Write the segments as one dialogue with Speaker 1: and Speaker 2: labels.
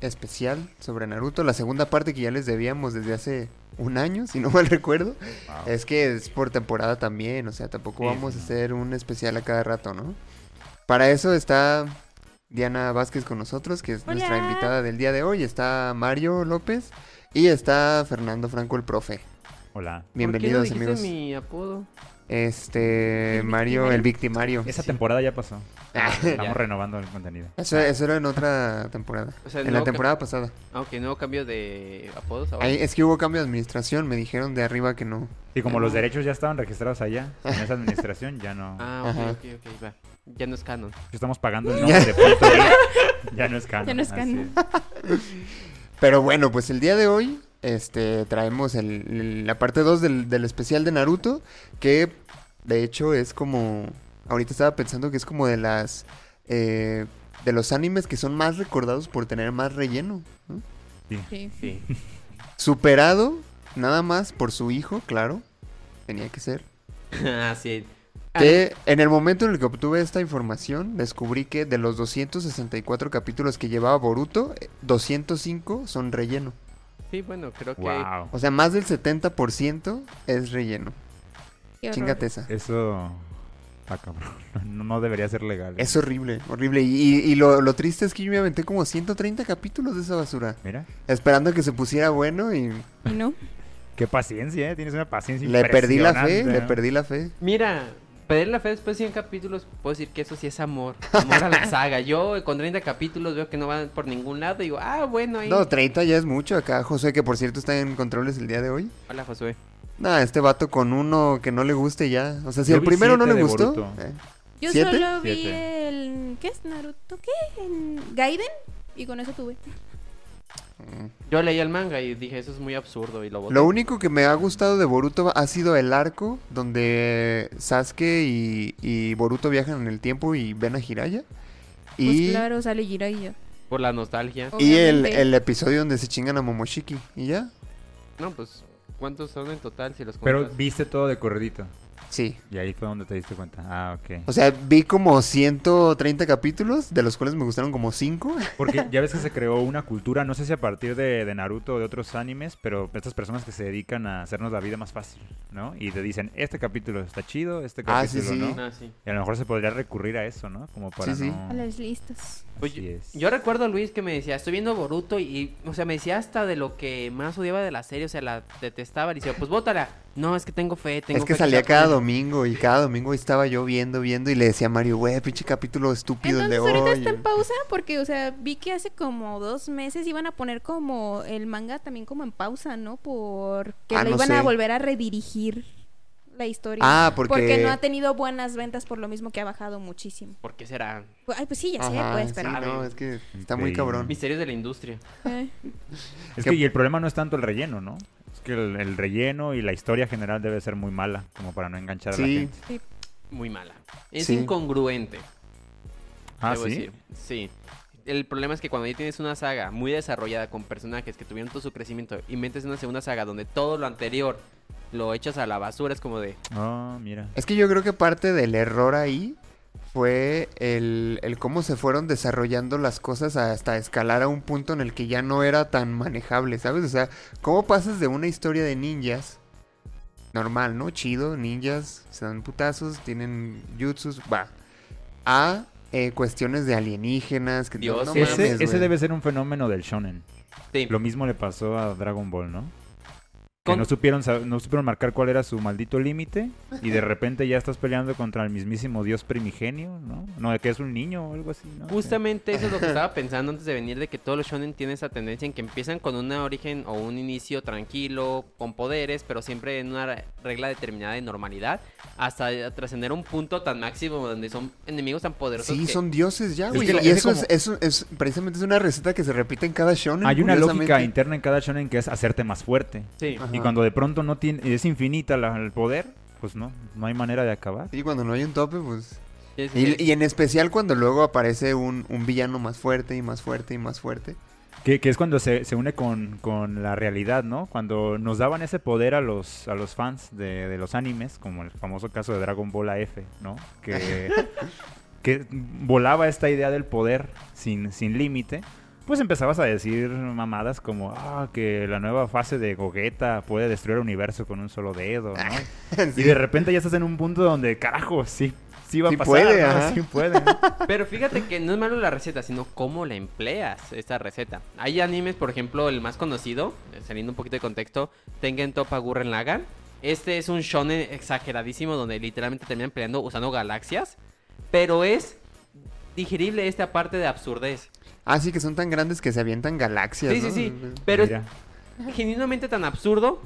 Speaker 1: especial sobre Naruto, la segunda parte que ya les debíamos desde hace un año, si no mal recuerdo. Es que es por temporada también, o sea, tampoco
Speaker 2: Sí,
Speaker 1: vamos a
Speaker 2: sí, no.
Speaker 1: hacer un especial a cada rato, ¿no? Para eso está Diana Vázquez con nosotros, que es nuestra
Speaker 3: Hola.
Speaker 1: invitada del día de hoy. Está Mario López y está Fernando Franco, el profe.
Speaker 2: Hola.
Speaker 1: Bienvenidos,
Speaker 4: ¿Por qué no
Speaker 1: amigos.
Speaker 4: dijiste mi apodo?
Speaker 1: Este,
Speaker 5: ¿El
Speaker 1: Mario, el victimario.
Speaker 2: Esa Ah, temporada ya pasó. Estamos renovando el contenido.
Speaker 1: Eso, eso era en otra temporada.
Speaker 4: O sea,
Speaker 1: en
Speaker 4: no
Speaker 1: la
Speaker 4: ca-
Speaker 1: temporada pasada.
Speaker 4: Aunque no Ah, cambio de apodos ahora.
Speaker 1: Ahí- es que hubo cambio de administración, me dijeron de arriba que no.
Speaker 2: Y como los derechos ya estaban registrados allá, en esa administración ya no.
Speaker 4: Ah, ok,
Speaker 1: Ajá.
Speaker 4: ok, ok, va. Ya no es canon.
Speaker 2: Estamos pagando el nombre de punto Geek. Ya no es canon.
Speaker 3: Ya no es
Speaker 2: así
Speaker 3: canon.
Speaker 2: es.
Speaker 1: Pero bueno, pues el día de hoy este, traemos el- el- la parte 2 del, del especial de Naruto, que de hecho es como... Ahorita estaba pensando que es como de las... eh, de los animes que son más recordados por tener más relleno. ¿no?
Speaker 3: Sí.
Speaker 4: Sí.
Speaker 1: Superado nada más por su hijo, claro. Tenía que ser.
Speaker 4: ah, sí.
Speaker 1: Que en el momento en el que obtuve esta información, descubrí que de los 264 capítulos que llevaba Boruto, eh, 205 son relleno.
Speaker 4: Sí, bueno, creo que.
Speaker 2: Wow.
Speaker 1: O sea, más del 70% es relleno.
Speaker 3: Qué horror.
Speaker 1: Chingate esa.
Speaker 2: Eso. Ah, cabrón. No, no debería ser legal.
Speaker 1: Es horrible, horrible. Y, y- y lo, lo triste es que yo me aventé como 130 capítulos de esa basura.
Speaker 2: Mira,
Speaker 1: Esperando que se pusiera bueno y
Speaker 3: ¿Y no?
Speaker 2: qué paciencia, ¿eh? Tienes una paciencia
Speaker 1: le perdí la fe,
Speaker 2: impresionante,
Speaker 1: le
Speaker 2: ¿no?
Speaker 1: perdí la fe.
Speaker 4: Mira, perder la fe después de 100 capítulos, puedo decir que eso sí es amor. Amor a la saga. Yo eh, con 30 capítulos veo que no van por ningún lado y digo, ah, bueno, ahí.
Speaker 1: No, 30 ya es mucho acá. José, que por cierto está en controles el día de hoy.
Speaker 4: Hola, Josué.
Speaker 1: Nah, este vato con uno que no le guste ya. O sea, si
Speaker 2: Yo
Speaker 1: el
Speaker 2: vi
Speaker 1: primero no
Speaker 2: siete
Speaker 1: le
Speaker 2: de
Speaker 1: gustó.
Speaker 2: Boruto.
Speaker 1: eh,
Speaker 3: Yo
Speaker 1: ¿Siete?
Speaker 3: solo vi
Speaker 2: Siete.
Speaker 3: el. ¿Qué es Naruto? ¿Qué? En Gaiden. Y con eso tuve.
Speaker 1: mm.
Speaker 4: Yo leí el manga y dije, eso es muy absurdo y lo boté.
Speaker 1: Lo único que me ha gustado de Boruto ha sido el arco donde Sasuke y, y Boruto viajan en el tiempo y ven a Jiraiya.
Speaker 3: Pues
Speaker 1: Y,
Speaker 3: claro, sale Jiraiya.
Speaker 4: Por la nostalgia.
Speaker 3: Oh.
Speaker 1: y el,
Speaker 3: obviamente.
Speaker 1: el episodio donde se chingan a Momoshiki. ¿Y ya?
Speaker 4: No, pues, ¿cuántos son en total si los
Speaker 2: Pero
Speaker 4: cuentas?
Speaker 2: viste todo de corridito.
Speaker 1: Sí.
Speaker 2: Y ahí fue donde te diste cuenta. Ah, ok.
Speaker 1: O sea, vi como 130 capítulos, de los cuales me gustaron como 5.
Speaker 2: Porque ya ves que se creó una cultura, no sé si a partir de, de Naruto o de otros animes, pero estas personas que se dedican a hacernos la vida más fácil, ¿no? Y te dicen, este capítulo está chido, este
Speaker 1: Ah,
Speaker 2: capítulo
Speaker 1: sí, sí.
Speaker 2: no.
Speaker 4: Ah, sí.
Speaker 2: Y a lo mejor se podría recurrir a eso, ¿no? Como para
Speaker 1: Sí, sí.
Speaker 2: no...
Speaker 3: A las listas.
Speaker 4: Pues
Speaker 2: Así
Speaker 4: yo-
Speaker 2: es.
Speaker 4: Yo recuerdo a Luis que me decía, estoy viendo Boruto y, o sea, me decía hasta de lo que más odiaba de la serie, o sea, la detestaba. Y decía, pues bótala. No, es que tengo fe, tengo
Speaker 1: Es que
Speaker 4: fe
Speaker 1: salía
Speaker 4: sea
Speaker 1: cada
Speaker 4: buena".
Speaker 1: domingo y cada domingo estaba yo viendo, viendo y le decía a Mario, güey, pinche capítulo estúpido el de
Speaker 3: Entonces ahorita
Speaker 1: hoy.
Speaker 3: está en pausa porque, o sea, vi que hace como dos meses iban a poner como el manga también como en pausa, ¿no? Porque
Speaker 1: Ah,
Speaker 3: la
Speaker 1: no
Speaker 3: iban
Speaker 1: sé.
Speaker 3: a volver a redirigir la historia.
Speaker 1: Ah, porque...
Speaker 3: no ha tenido buenas ventas por lo mismo que ha bajado muchísimo.
Speaker 4: ¿Por qué será?
Speaker 3: Ay, pues sí, ya sé,
Speaker 1: Ajá,
Speaker 3: pues,
Speaker 1: sí,
Speaker 3: pero...
Speaker 1: no, es que está muy
Speaker 2: Increíble.
Speaker 1: cabrón.
Speaker 4: Misterios de la industria.
Speaker 3: Eh.
Speaker 2: Es que y el problema no es tanto el relleno, ¿no? Es que el, el relleno y la historia general debe ser muy mala, como para no enganchar a la
Speaker 1: Sí.
Speaker 2: gente.
Speaker 4: Muy mala. Es
Speaker 1: Sí.
Speaker 4: incongruente.
Speaker 2: Ah,
Speaker 4: debo
Speaker 2: sí.
Speaker 4: decir. Sí. El problema es que cuando ya tienes una saga muy desarrollada con personajes que tuvieron todo su crecimiento y metes una segunda saga donde todo lo anterior lo echas a la basura, es como de...
Speaker 2: Ah, mira.
Speaker 1: Es que yo creo que parte del error ahí fue el, el cómo se fueron desarrollando las cosas hasta escalar a un punto en el que ya no era tan manejable, ¿sabes? O sea, ¿cómo pasas de una historia de ninjas normal, ¿no? Chido, ninjas, se dan putazos, tienen jutsus, va. A eh, cuestiones de alienígenas, que
Speaker 4: Dios, sí.
Speaker 2: Ese,
Speaker 4: mames,
Speaker 2: ese
Speaker 1: güey.
Speaker 2: debe ser un fenómeno del shonen.
Speaker 4: Sí.
Speaker 2: Lo mismo le pasó a Dragon Ball, ¿no? Que
Speaker 4: Con-
Speaker 2: no supieron, sab- no supieron marcar cuál era su maldito límite y de repente ya estás peleando contra el mismísimo dios primigenio, ¿no? No, que es un niño o algo así, ¿no?
Speaker 4: Justamente eso es lo que estaba pensando antes de venir, de que todos los shonen tienen esa tendencia en que empiezan con un origen o un inicio tranquilo, con poderes, pero siempre en una regla determinada de normalidad, hasta trascender un punto tan máximo donde son enemigos tan poderosos.
Speaker 1: Sí,
Speaker 4: que-
Speaker 1: son dioses ya,
Speaker 2: Es
Speaker 1: güey.
Speaker 2: que la-
Speaker 1: y
Speaker 2: ese
Speaker 1: eso, es,
Speaker 2: como-
Speaker 1: eso es precisamente es una receta que se repite en cada shonen.
Speaker 2: Hay una lógica
Speaker 1: curiosamente.
Speaker 2: interna en cada shonen que es hacerte más fuerte.
Speaker 4: Sí.
Speaker 1: Ajá.
Speaker 2: Y cuando de pronto no tiene, es infinita la- el poder, pues no, no hay manera de acabar.
Speaker 1: Y cuando no hay un tope, pues...
Speaker 4: Es
Speaker 1: Y,
Speaker 4: que-
Speaker 1: y en especial cuando luego aparece un, un villano más fuerte y más fuerte y más fuerte.
Speaker 2: Que, que es cuando se, se une con, con la realidad, ¿no? Cuando nos daban ese poder a los, a los fans de, de los animes, como el famoso caso de Dragon Ball AF, ¿no? Que, que volaba esta idea del poder sin, sin límite. Pues empezabas a decir mamadas como, ah, que la nueva fase de Gogeta puede destruir el universo con un solo dedo, ¿no? Y
Speaker 1: Ah, Sí.
Speaker 2: de repente ya estás en un punto donde, carajo, sí, sí va a
Speaker 1: Sí
Speaker 2: pasar.
Speaker 1: puede,
Speaker 2: ¿no?
Speaker 1: ajá.
Speaker 2: Sí puede. ¿no?
Speaker 4: Pero fíjate que no es malo la receta, sino cómo la empleas, esta receta. Hay animes, por ejemplo, el más conocido, eh, saliendo un poquito de contexto, Tengen Toppa Gurren Lagann. Este es un shonen exageradísimo donde literalmente terminan peleando usando galaxias, pero es digerible esta parte de absurdez.
Speaker 1: Ah, sí, que son tan grandes que se avientan galaxias.
Speaker 4: Sí, sí,
Speaker 1: ¿no?
Speaker 4: sí, pero es
Speaker 2: Mira.
Speaker 4: genuinamente tan absurdo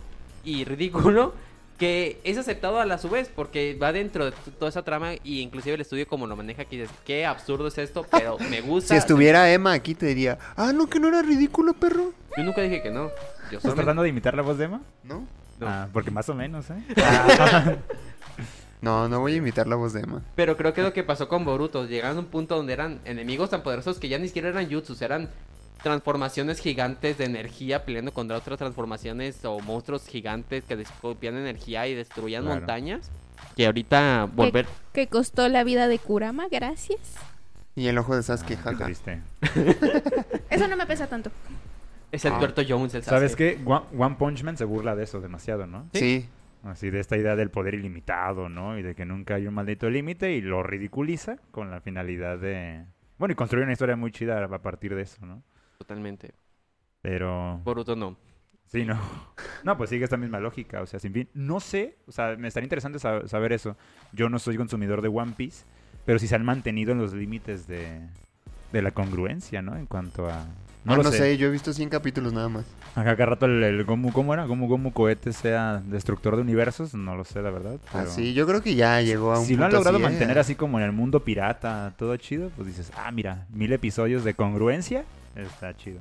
Speaker 4: y ridículo que es aceptado a la su vez porque va dentro de t- toda esa trama y inclusive el estudio como lo maneja aquí dices, qué absurdo es esto, pero me gusta.
Speaker 1: Si estuviera Emma aquí te diría, ah, no, que no era ridículo, perro.
Speaker 4: Yo nunca dije que no. Yo
Speaker 2: ¿Estás
Speaker 4: solo
Speaker 2: tratando de imitar la voz de Emma?
Speaker 1: ¿No? Ah,
Speaker 4: No.
Speaker 2: Ah, porque más o menos, ¿eh?
Speaker 1: No, no voy a imitar la voz de Emma.
Speaker 4: Pero creo que es lo que pasó con Boruto. Llegaron a un punto donde eran enemigos tan poderosos que ya ni siquiera eran jutsus, eran transformaciones gigantes de energía peleando contra otras transformaciones o monstruos gigantes que descopian energía y destruían
Speaker 2: Claro.
Speaker 4: montañas. Que ahorita volver...
Speaker 3: Que costó la vida de Kurama, gracias.
Speaker 1: Y el ojo de Sasuke,
Speaker 2: Ah, qué
Speaker 1: jaja.
Speaker 2: triste.
Speaker 3: Eso no me pesa tanto.
Speaker 4: Es Alberto Jones, el
Speaker 2: Ah. ¿Sabes
Speaker 4: Sasuke.
Speaker 2: qué? One, One Punch Man se burla de eso demasiado, ¿no?
Speaker 1: Sí.
Speaker 2: Así de esta idea del poder ilimitado, ¿no? Y de que nunca hay un maldito límite y lo ridiculiza con la finalidad de... Bueno, y construir una historia muy chida a partir de eso, ¿no?
Speaker 4: Totalmente.
Speaker 2: Pero...
Speaker 4: Boruto no.
Speaker 2: Sí, no. No, pues sigue esta misma lógica, o sea, sin fin. No sé, o sea, me estaría interesante sa- saber eso. Yo no soy consumidor de One Piece, pero si se han mantenido en los límites de, de la congruencia, ¿no? En cuanto a...
Speaker 1: No, Ah, no sé. yo he visto 100 capítulos nada más.
Speaker 2: Acá cada rato el, el Gomu, ¿cómo era? Gomu Gomu cohete sea destructor de universos, no lo sé, la verdad. pero
Speaker 1: Así, yo creo que ya llegó a Ah, un
Speaker 2: Si lo han
Speaker 1: punto
Speaker 2: logrado
Speaker 1: así, ¿eh?
Speaker 2: mantener así como en el mundo pirata, todo chido, pues dices, ah, mira, mil episodios de congruencia, está chido.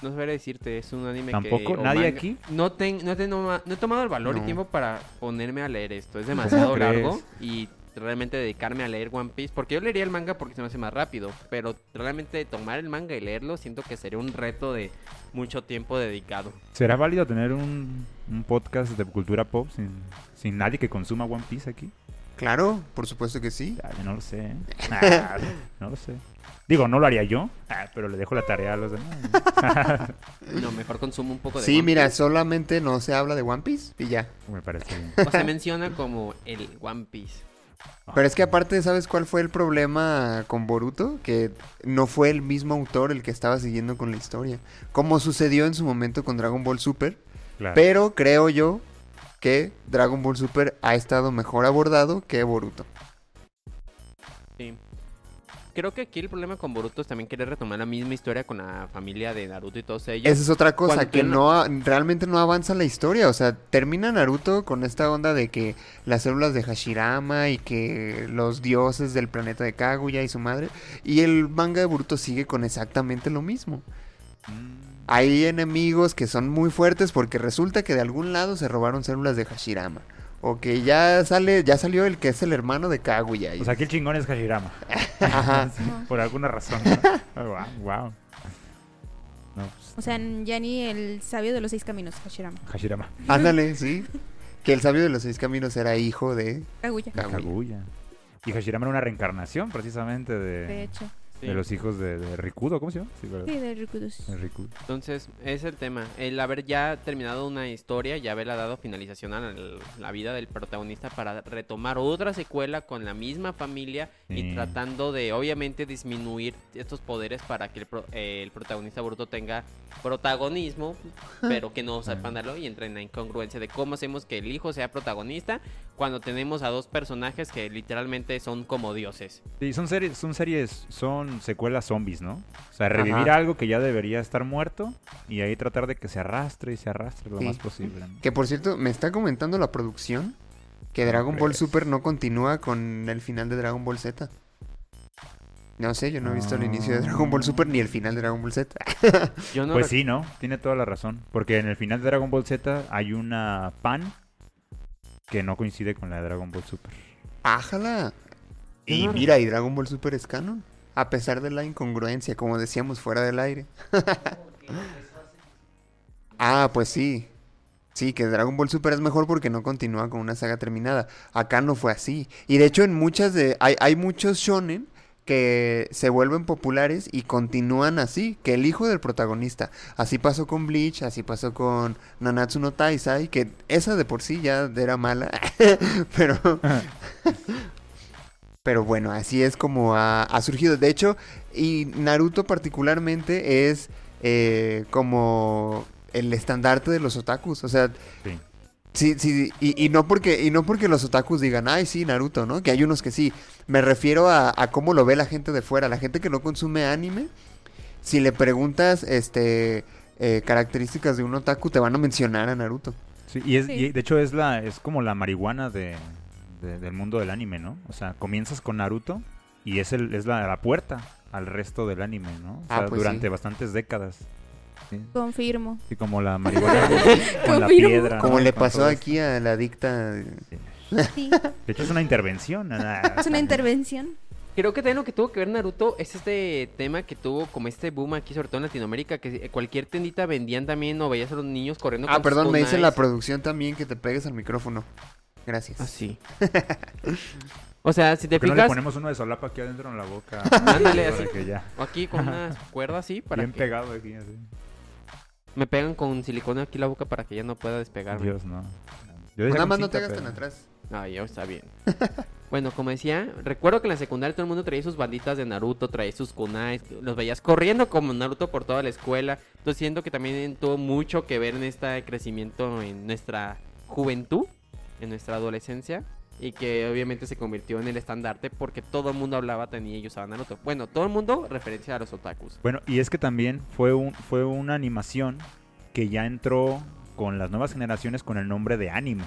Speaker 4: No sabría decirte, es un anime que...
Speaker 2: ¿Tampoco?
Speaker 4: o
Speaker 2: ¿Nadie
Speaker 4: manga-
Speaker 2: aquí?
Speaker 4: No, ten- no, he teno- no he tomado el valor y
Speaker 1: No.
Speaker 4: tiempo para ponerme a leer esto. Es demasiado
Speaker 2: crees?
Speaker 4: largo y realmente dedicarme a leer One Piece. Porque yo leería el manga porque se me hace más rápido. Pero realmente tomar el manga y leerlo siento que sería un reto de mucho tiempo dedicado.
Speaker 2: ¿Será válido tener un, un podcast de cultura pop sin, sin nadie que consuma One Piece aquí?
Speaker 1: Claro, por supuesto que sí.
Speaker 2: Chale, no lo sé, ¿eh? Ah, no lo sé. Digo, no lo haría yo, ah, pero le dejo la tarea a los demás.
Speaker 4: No, mejor consumo un poco de
Speaker 1: Sí,
Speaker 4: One
Speaker 1: mira,
Speaker 4: Piece.
Speaker 1: solamente no se habla de One Piece y ya.
Speaker 2: Me parece bien.
Speaker 4: O se menciona como el One Piece.
Speaker 1: Pero es que aparte, ¿sabes cuál fue el problema con Boruto? Que no fue el mismo autor el que estaba siguiendo con la historia. Como sucedió en su momento con Dragon Ball Super.
Speaker 2: Claro.
Speaker 1: Pero creo yo que Dragon Ball Super ha estado mejor abordado que Boruto.
Speaker 4: Sí. Creo que aquí el problema con Boruto es también querer retomar la misma historia con la familia de Naruto y todos ellos.
Speaker 1: Esa es otra cosa,
Speaker 4: cuando
Speaker 1: que
Speaker 4: tiene-
Speaker 1: no a- realmente no avanza la historia. O sea, termina Naruto con esta onda de que las células de Hashirama y que los dioses del planeta de Kaguya y su madre. Y el manga de Boruto sigue con exactamente lo mismo.
Speaker 2: Mm,
Speaker 1: Hay enemigos que son muy fuertes porque resulta que de algún lado se robaron células de Hashirama. O que ya sale, ya salió el que es el hermano de Kaguya. y-
Speaker 2: O sea, aquí el chingón es Hashirama.
Speaker 1: Ajá.
Speaker 2: Sí, por alguna razón. ¿no? Ah, guau, guau. No, pues,
Speaker 3: O sea, ya ni el sabio de los seis caminos, Hashirama.
Speaker 2: Hashirama.
Speaker 1: Ándale, sí. Que el sabio de los seis caminos era hijo de
Speaker 3: Kaguya,
Speaker 1: Kaguya.
Speaker 2: Kaguya. Y Hashirama era una reencarnación precisamente de,
Speaker 3: de hecho.
Speaker 4: Sí.
Speaker 2: de los hijos de, de Rikudo, ¿cómo se llama? Sí, ¿verdad?
Speaker 3: Sí, de Rikudos.
Speaker 2: De Rikudo.
Speaker 4: Entonces, es el tema. El haber ya terminado una historia y haberla dado finalización a la- la vida del protagonista para retomar otra secuela con la misma familia
Speaker 2: Sí.
Speaker 4: y tratando de, obviamente, disminuir estos poderes para que el, pro- eh, el protagonista Boruto tenga protagonismo, pero que no sepan darlo y entren en la incongruencia de cómo hacemos que el hijo sea protagonista cuando tenemos a dos personajes que literalmente son como dioses.
Speaker 2: Sí, son series, son series, son secuelas zombies, ¿no? O sea, revivir
Speaker 1: Ajá.
Speaker 2: algo que ya debería estar muerto y ahí tratar de que se arrastre y se arrastre lo
Speaker 1: Sí.
Speaker 2: más posible. ¿no?
Speaker 1: Que por cierto, me está comentando la producción que Dragon Ball Super no continúa con el final de Dragon Ball Z. No sé, yo no he visto el
Speaker 2: Ah.
Speaker 1: inicio de Dragon Ball Super ni el final de Dragon Ball Z.
Speaker 4: Yo no
Speaker 2: Pues
Speaker 4: rec-
Speaker 2: sí, ¿no? Tiene toda la razón. Porque en el final de Dragon Ball Z hay una pan que no coincide con la de Dragon Ball Super.
Speaker 1: ¡Ájala! Y
Speaker 4: Claro.
Speaker 1: mira, y Dragon Ball Super es canon. A pesar de la incongruencia, como decíamos, fuera del aire. ah, pues sí. Sí, que Dragon Ball Super es mejor porque no continúa con una saga terminada. Acá no fue así. Y de hecho, en muchas de. Hay, hay muchos shonen que se vuelven populares y continúan así, que el hijo del protagonista. Así pasó con Bleach, así pasó con Nanatsu no Taisai, que esa de por sí ya era mala, pero pero bueno, así es como ha, ha surgido. De hecho, y Naruto particularmente es eh, como el estandarte de los otakus. O sea,
Speaker 2: Sí.
Speaker 1: sí, sí, y, y no porque, y no porque los otakus digan, ay, sí, Naruto, ¿no? Que hay unos que sí. Me refiero a, a cómo lo ve la gente de fuera. La gente que no consume anime, si le preguntas este, eh, características de un otaku, te van a mencionar a Naruto.
Speaker 2: Sí, y, es,
Speaker 3: Sí.
Speaker 2: y de hecho es la es como la marihuana de, de- del mundo del anime, ¿no? O sea, comienzas con Naruto y es, el, es la, la puerta al resto del anime, ¿no? O
Speaker 1: Ah,
Speaker 2: sea,
Speaker 1: pues
Speaker 2: durante
Speaker 1: sí.
Speaker 2: bastantes décadas. Sí.
Speaker 3: Confirmo.
Speaker 2: Y como la marihuana con la
Speaker 3: Confirmo.
Speaker 2: piedra. ¿no?
Speaker 1: Como le
Speaker 2: Con todo
Speaker 1: pasó
Speaker 2: esto.
Speaker 1: aquí a la adicta. eh,
Speaker 3: Sí.
Speaker 2: De hecho es una intervención.
Speaker 3: Es una intervención.
Speaker 4: Creo que también lo que tuvo que ver Naruto es este tema que tuvo como este boom aquí, sobre todo en Latinoamérica, que cualquier tiendita vendían también o veías a los niños corriendo
Speaker 1: Ah,
Speaker 4: con sus
Speaker 1: perdón, me dice
Speaker 4: kunais.
Speaker 1: la producción también que te pegues al micrófono.
Speaker 2: Ah,
Speaker 1: Gracias.
Speaker 4: Así. Ah, o sea, si te
Speaker 2: ¿Por qué no le
Speaker 4: fijas,
Speaker 2: ponemos uno de solapa aquí adentro en la boca?
Speaker 4: Ándale,
Speaker 2: Para
Speaker 4: así.
Speaker 2: que ya,
Speaker 4: aquí con una cuerda así para
Speaker 2: bien
Speaker 4: que
Speaker 2: pegado aquí. Así.
Speaker 4: me pegan con silicona aquí la boca para que ya no pueda despegarme.
Speaker 2: Dios, no. Yo
Speaker 1: Pues
Speaker 2: decía
Speaker 1: nada más no
Speaker 2: cosita,
Speaker 1: te hagas tan
Speaker 2: pero-
Speaker 1: atrás.
Speaker 4: Ah, ya está bien. bueno, como decía, recuerdo que en la secundaria todo el mundo traía sus banditas de Naruto, traía sus kunais, los veías corriendo como Naruto por toda la escuela. Entonces siento que también tuvo mucho que ver en este crecimiento en nuestra juventud, en nuestra adolescencia. Y que obviamente se convirtió en el estandarte porque todo el mundo hablaba, tenía y usaba Naruto. Bueno, todo el mundo referencia a los otakus.
Speaker 2: Bueno, y es que también fue, un, fue una animación que ya entró con las nuevas generaciones con el nombre de anime.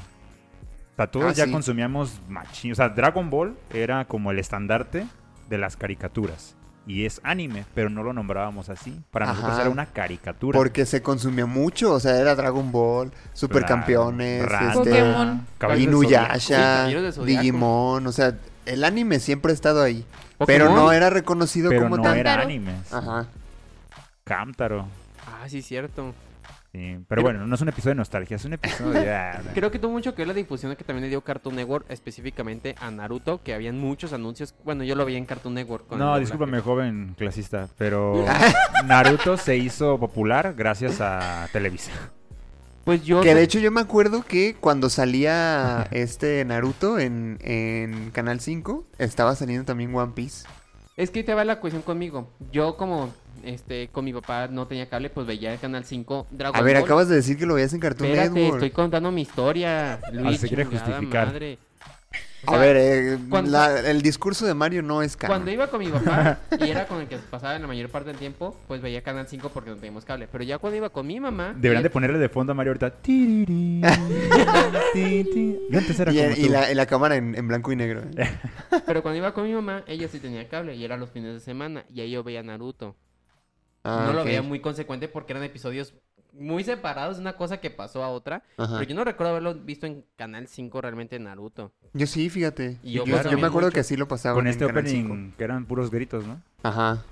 Speaker 2: O sea, todos
Speaker 1: Ah,
Speaker 2: ya
Speaker 1: sí.
Speaker 2: consumíamos machín. O sea, Dragon Ball era como el estandarte de las caricaturas. Y es anime, pero no lo nombrábamos así. Para nosotros
Speaker 1: Ajá.
Speaker 2: era una caricatura.
Speaker 1: Porque se consumía mucho, o sea, era Dragon Ball, Supercampeones,
Speaker 2: Ra-
Speaker 1: este,
Speaker 3: Pokémon.
Speaker 2: Caballeros del
Speaker 4: Sí,
Speaker 1: Inuyasha,
Speaker 4: Caballeros del Zodiaco.
Speaker 1: Digimon, o sea, el anime siempre ha estado ahí, pero
Speaker 4: Pokémon.
Speaker 1: no era reconocido
Speaker 2: Pero
Speaker 1: como
Speaker 2: no
Speaker 1: tal.
Speaker 2: era
Speaker 3: Cántaro.
Speaker 2: anime. sí.
Speaker 1: Ajá.
Speaker 2: Cántaro.
Speaker 4: Ah, sí, cierto.
Speaker 2: sí. Pero bueno, no es un episodio de nostalgia, es un episodio de...
Speaker 4: Creo que tuvo mucho que ver la difusión que también le dio Cartoon Network específicamente a Naruto, que habían muchos anuncios. Bueno, yo lo vi en Cartoon Network. con el
Speaker 2: No,
Speaker 4: doblaje.
Speaker 2: discúlpame, joven clasista, pero Naruto se hizo popular gracias a Televisa.
Speaker 4: Pues yo.
Speaker 1: Que de hecho yo me acuerdo que cuando salía este Naruto en, en Canal 5, estaba saliendo también One Piece.
Speaker 4: Es que ahí te va la cuestión conmigo. Yo, como este, con mi papá no tenía cable, pues veía el canal 5 Dragon
Speaker 1: A ver,
Speaker 4: Ball.
Speaker 1: acabas de decir que lo veías en Cartoon
Speaker 4: Espérate,
Speaker 1: Network.
Speaker 4: estoy contando mi historia. Luis,
Speaker 2: Ah, se quiere
Speaker 4: chingada
Speaker 2: justificar.
Speaker 4: madre. O
Speaker 1: A
Speaker 4: sea,
Speaker 1: ver, eh,
Speaker 4: cuando-
Speaker 1: la- el discurso de Mario no es canon.
Speaker 4: Cuando iba con mi papá y era con el que pasaba la mayor parte del tiempo, pues veía Canal 5 porque no teníamos cable. Pero ya cuando iba con mi mamá.
Speaker 2: Deberían
Speaker 4: y-
Speaker 2: de ponerle de fondo a Mario ahorita. "Tiriri, ti, ti". Yo antes era
Speaker 1: Y,
Speaker 2: como
Speaker 1: y
Speaker 2: tú.
Speaker 1: la, y la cámara en, en blanco y negro. ¿eh?
Speaker 4: Pero cuando iba con mi mamá, ella sí tenía cable y era los fines de semana. Y ahí yo veía Naruto.
Speaker 1: Ah,
Speaker 4: no lo
Speaker 1: ok.
Speaker 4: veía muy consecuente porque eran episodios muy separados de una cosa que pasó a otra.
Speaker 1: Ajá.
Speaker 4: Pero yo no recuerdo haberlo visto en Canal 5 realmente Naruto.
Speaker 1: Yo sí, fíjate.
Speaker 4: Y
Speaker 1: yo,
Speaker 4: yo
Speaker 1: yo
Speaker 4: consumí
Speaker 1: me acuerdo
Speaker 4: mucho.
Speaker 1: que así lo pasaba.
Speaker 2: Con
Speaker 1: en
Speaker 2: este
Speaker 1: Canal 5.
Speaker 2: opening que eran puros gritos, ¿no?
Speaker 1: Ajá.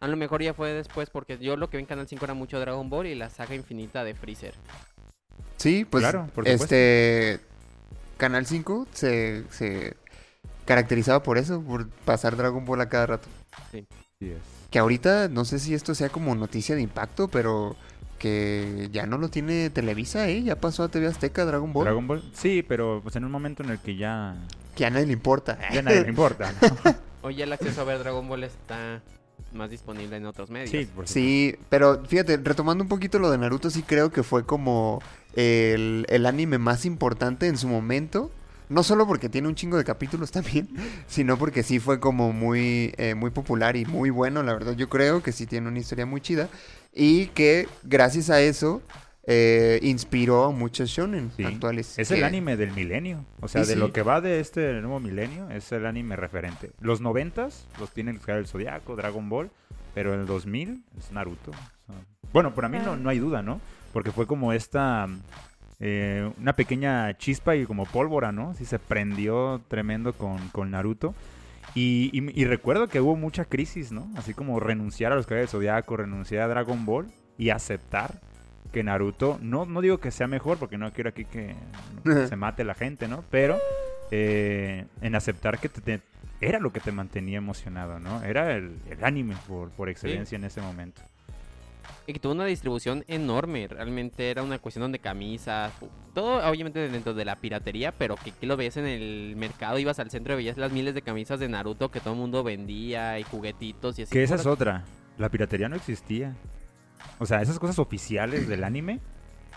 Speaker 4: A lo mejor ya fue después porque yo lo que vi en Canal 5 era mucho Dragon Ball y la saga infinita de Freezer.
Speaker 1: Sí, pues
Speaker 2: Claro, por supuesto.
Speaker 1: este Canal 5 se, se caracterizaba por eso, por pasar Dragon Ball a cada rato.
Speaker 2: Sí es.
Speaker 1: Que ahorita no sé si esto sea como noticia de impacto, pero que ya no lo tiene Televisa, ¿eh? Ya pasó a TV Azteca Dragon Ball.
Speaker 2: Dragon Ball. Sí, pero pues en un momento en el que ya,
Speaker 1: Que a nadie le importa.
Speaker 2: ya nadie le importa. ¿no?
Speaker 4: Hoy el acceso a ver Dragon Ball está más disponible en otros medios.
Speaker 2: Sí, por supuesto.
Speaker 1: Sí, pero fíjate, retomando un poquito lo de Naruto, sí creo que fue como el, el anime más importante en su momento. No solo porque tiene un chingo de capítulos también, sino porque sí fue como muy, eh, muy popular y muy bueno, la verdad. Yo creo que sí tiene una historia muy chida. Y que gracias a eso eh, inspiró a muchos shonen
Speaker 2: Sí.
Speaker 1: actuales.
Speaker 2: Es
Speaker 1: que-
Speaker 2: el anime del milenio. O sea,
Speaker 1: Sí,
Speaker 2: de
Speaker 1: sí.
Speaker 2: lo que va de este nuevo milenio, es el anime referente. Los noventas los tienen los del Zodiaco, Dragon Ball, pero el 2000 es Naruto. O sea, bueno, para mí no,
Speaker 3: Ah.
Speaker 2: no hay duda, ¿no? Porque fue como esta... eh, una pequeña chispa y como pólvora, ¿no? Sí se prendió tremendo con, con Naruto. Y, y- y recuerdo que hubo mucha crisis, ¿no? Así como renunciar a los Caballeros del Zodiaco, renunciar a Dragon Ball y aceptar que Naruto, no, no digo que sea mejor, porque no quiero aquí que se mate la gente, ¿no? Pero eh, en aceptar que te- te- era lo que te mantenía emocionado, ¿no? Era el, el anime por, por excelencia en ese momento.
Speaker 4: Y que tuvo una distribución enorme. Realmente era una cuestión donde camisas, pu- todo obviamente dentro de la piratería, pero que, que lo veías en el mercado, ibas al centro y veías las miles de camisas de Naruto que todo el mundo vendía y juguetitos y así.
Speaker 2: Que esa es
Speaker 4: por-
Speaker 2: otra. La piratería no existía. O sea, esas cosas oficiales del anime,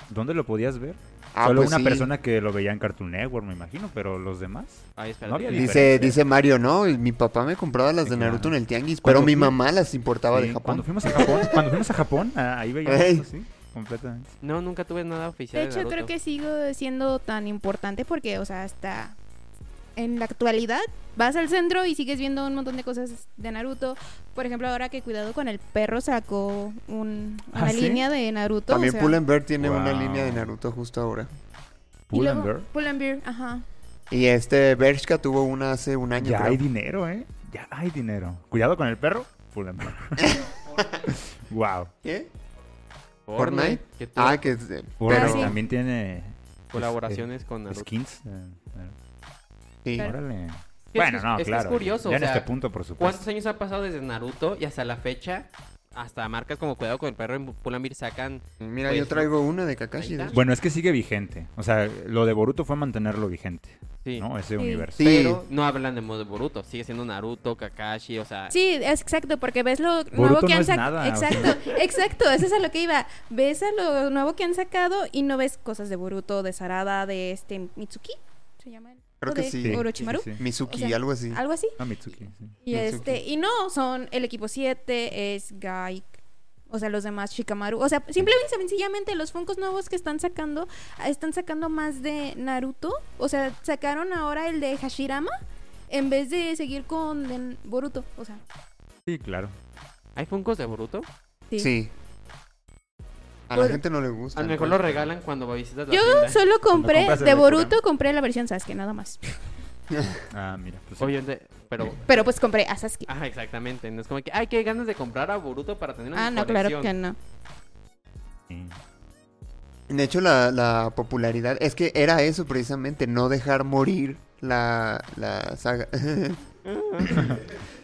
Speaker 2: ¿dónde lo podías ver?
Speaker 1: Ah,
Speaker 2: Solo
Speaker 1: pues
Speaker 2: una
Speaker 1: sí.
Speaker 2: persona que lo veía en Cartoon Network, me imagino, pero los demás.
Speaker 4: Ay, espérate.
Speaker 2: No había
Speaker 4: Sí.
Speaker 1: Dice,
Speaker 2: diferencia.
Speaker 1: dice Mario, ¿no? Mi papá me compraba las
Speaker 2: Sí,
Speaker 1: de Naruto
Speaker 2: claro.
Speaker 1: en el tianguis,
Speaker 2: Cuando
Speaker 1: pero mi
Speaker 2: fui-
Speaker 1: mamá las importaba
Speaker 2: Sí,
Speaker 1: de Japón.
Speaker 2: Cuando fuimos a Japón, cuando fuimos a Japón, ah, ahí veíamos
Speaker 1: Ey.
Speaker 2: eso, sí, completamente.
Speaker 4: No, nunca tuve nada oficial.
Speaker 3: De hecho, creo
Speaker 4: Naruto.
Speaker 3: que sigo siendo tan importante porque, o sea, hasta en la actualidad vas al centro y sigues viendo un montón de cosas de Naruto. Por ejemplo, ahora que Cuidado con el Perro sacó un- una
Speaker 2: ¿Ah, sí?
Speaker 3: línea de Naruto.
Speaker 1: También
Speaker 3: o sea,
Speaker 1: Pull&Bear tiene una
Speaker 2: Wow.
Speaker 1: línea de Naruto justo ahora.
Speaker 3: y luego-
Speaker 2: Pull&Bear.
Speaker 3: Pull&Bear, ajá.
Speaker 1: Y este Bershka tuvo una hace un año.
Speaker 2: Ya
Speaker 1: creo.
Speaker 2: hay dinero, ¿eh? Ya hay dinero. Cuidado con el perro. Pull&Bear. wow.
Speaker 1: ¿Qué?
Speaker 4: Fortnite,
Speaker 1: Fortnite.
Speaker 4: que tuvo
Speaker 1: Ah, que... es de-
Speaker 2: Pero
Speaker 3: sí.
Speaker 2: también tiene
Speaker 4: colaboraciones con
Speaker 2: pues, eh,
Speaker 4: Naruto.
Speaker 2: skins. eh,
Speaker 1: sí.
Speaker 2: eh, Órale.
Speaker 4: que
Speaker 2: Bueno,
Speaker 4: es-
Speaker 2: no,
Speaker 4: es que es
Speaker 2: claro.
Speaker 4: curioso,
Speaker 2: ya
Speaker 4: o
Speaker 2: en
Speaker 4: sea,
Speaker 2: este punto, por supuesto.
Speaker 4: ¿Cuántos años ha pasado desde Naruto y hasta la fecha? Hasta marcas como Cuidado con el Perro y Pull&Bear sacan...
Speaker 1: Mira,
Speaker 4: Pues,
Speaker 1: yo traigo una de Kakashi. de
Speaker 4: Ahí está.
Speaker 1: hecho.
Speaker 2: Bueno, es que sigue vigente. O sea, lo de Boruto fue mantenerlo vigente,
Speaker 4: Sí.
Speaker 2: ¿no? Ese
Speaker 3: Sí.
Speaker 2: universo.
Speaker 1: Sí.
Speaker 4: Pero no hablan de modo Boruto. Sigue siendo Naruto, Kakashi, o sea...
Speaker 3: Sí, es exacto, porque ves lo nuevo
Speaker 2: Boruto
Speaker 3: que
Speaker 2: no
Speaker 3: han
Speaker 2: es
Speaker 3: sacado.
Speaker 2: nada, o sea.
Speaker 3: exacto, exacto, eso es a lo que iba. Ves a lo nuevo que han sacado y no ves cosas de Boruto, de Sarada, de este Mitsuki, se llama. él?
Speaker 1: Creo
Speaker 3: O
Speaker 1: que
Speaker 3: de
Speaker 1: sí. Sí,
Speaker 3: Orochimaru,
Speaker 2: Sí, sí, sí.
Speaker 1: Mizuki,
Speaker 3: O sea,
Speaker 1: algo así.
Speaker 3: algo así.
Speaker 2: Ah, Mitsuki. sí.
Speaker 1: Mitsuki.
Speaker 3: Y este, y no, son el equipo 7, es Gaik, o sea, los demás Shikamaru, o sea, simplemente sencillamente los Funkos nuevos que están sacando, ah, están sacando más de Naruto, o sea, sacaron ahora el de Hashirama en vez de seguir con el Boruto, o sea,
Speaker 2: Sí, claro.
Speaker 4: ¿Hay Funkos de Boruto?
Speaker 3: sí.
Speaker 1: Sí. A la
Speaker 3: Bueno,
Speaker 1: gente no le gusta.
Speaker 4: A lo mejor lo regalan cuando visitas la
Speaker 3: Yo
Speaker 4: tienda.
Speaker 3: solo compré
Speaker 2: compras el
Speaker 3: de
Speaker 2: de
Speaker 3: Boruto,
Speaker 2: Kurama.
Speaker 3: compré la versión Sasuke nada más.
Speaker 2: Ah, mira. Pues, sí.
Speaker 4: Obviamente, pero...
Speaker 3: Pero pues compré a Sasuke.
Speaker 4: Ah, exactamente. No es como que... Ay, qué ganas de comprar a Boruto para tener una
Speaker 3: Ah, no, claro que no.
Speaker 2: Sí.
Speaker 1: De hecho, la, la popularidad es que era eso precisamente, no dejar morir la, la saga.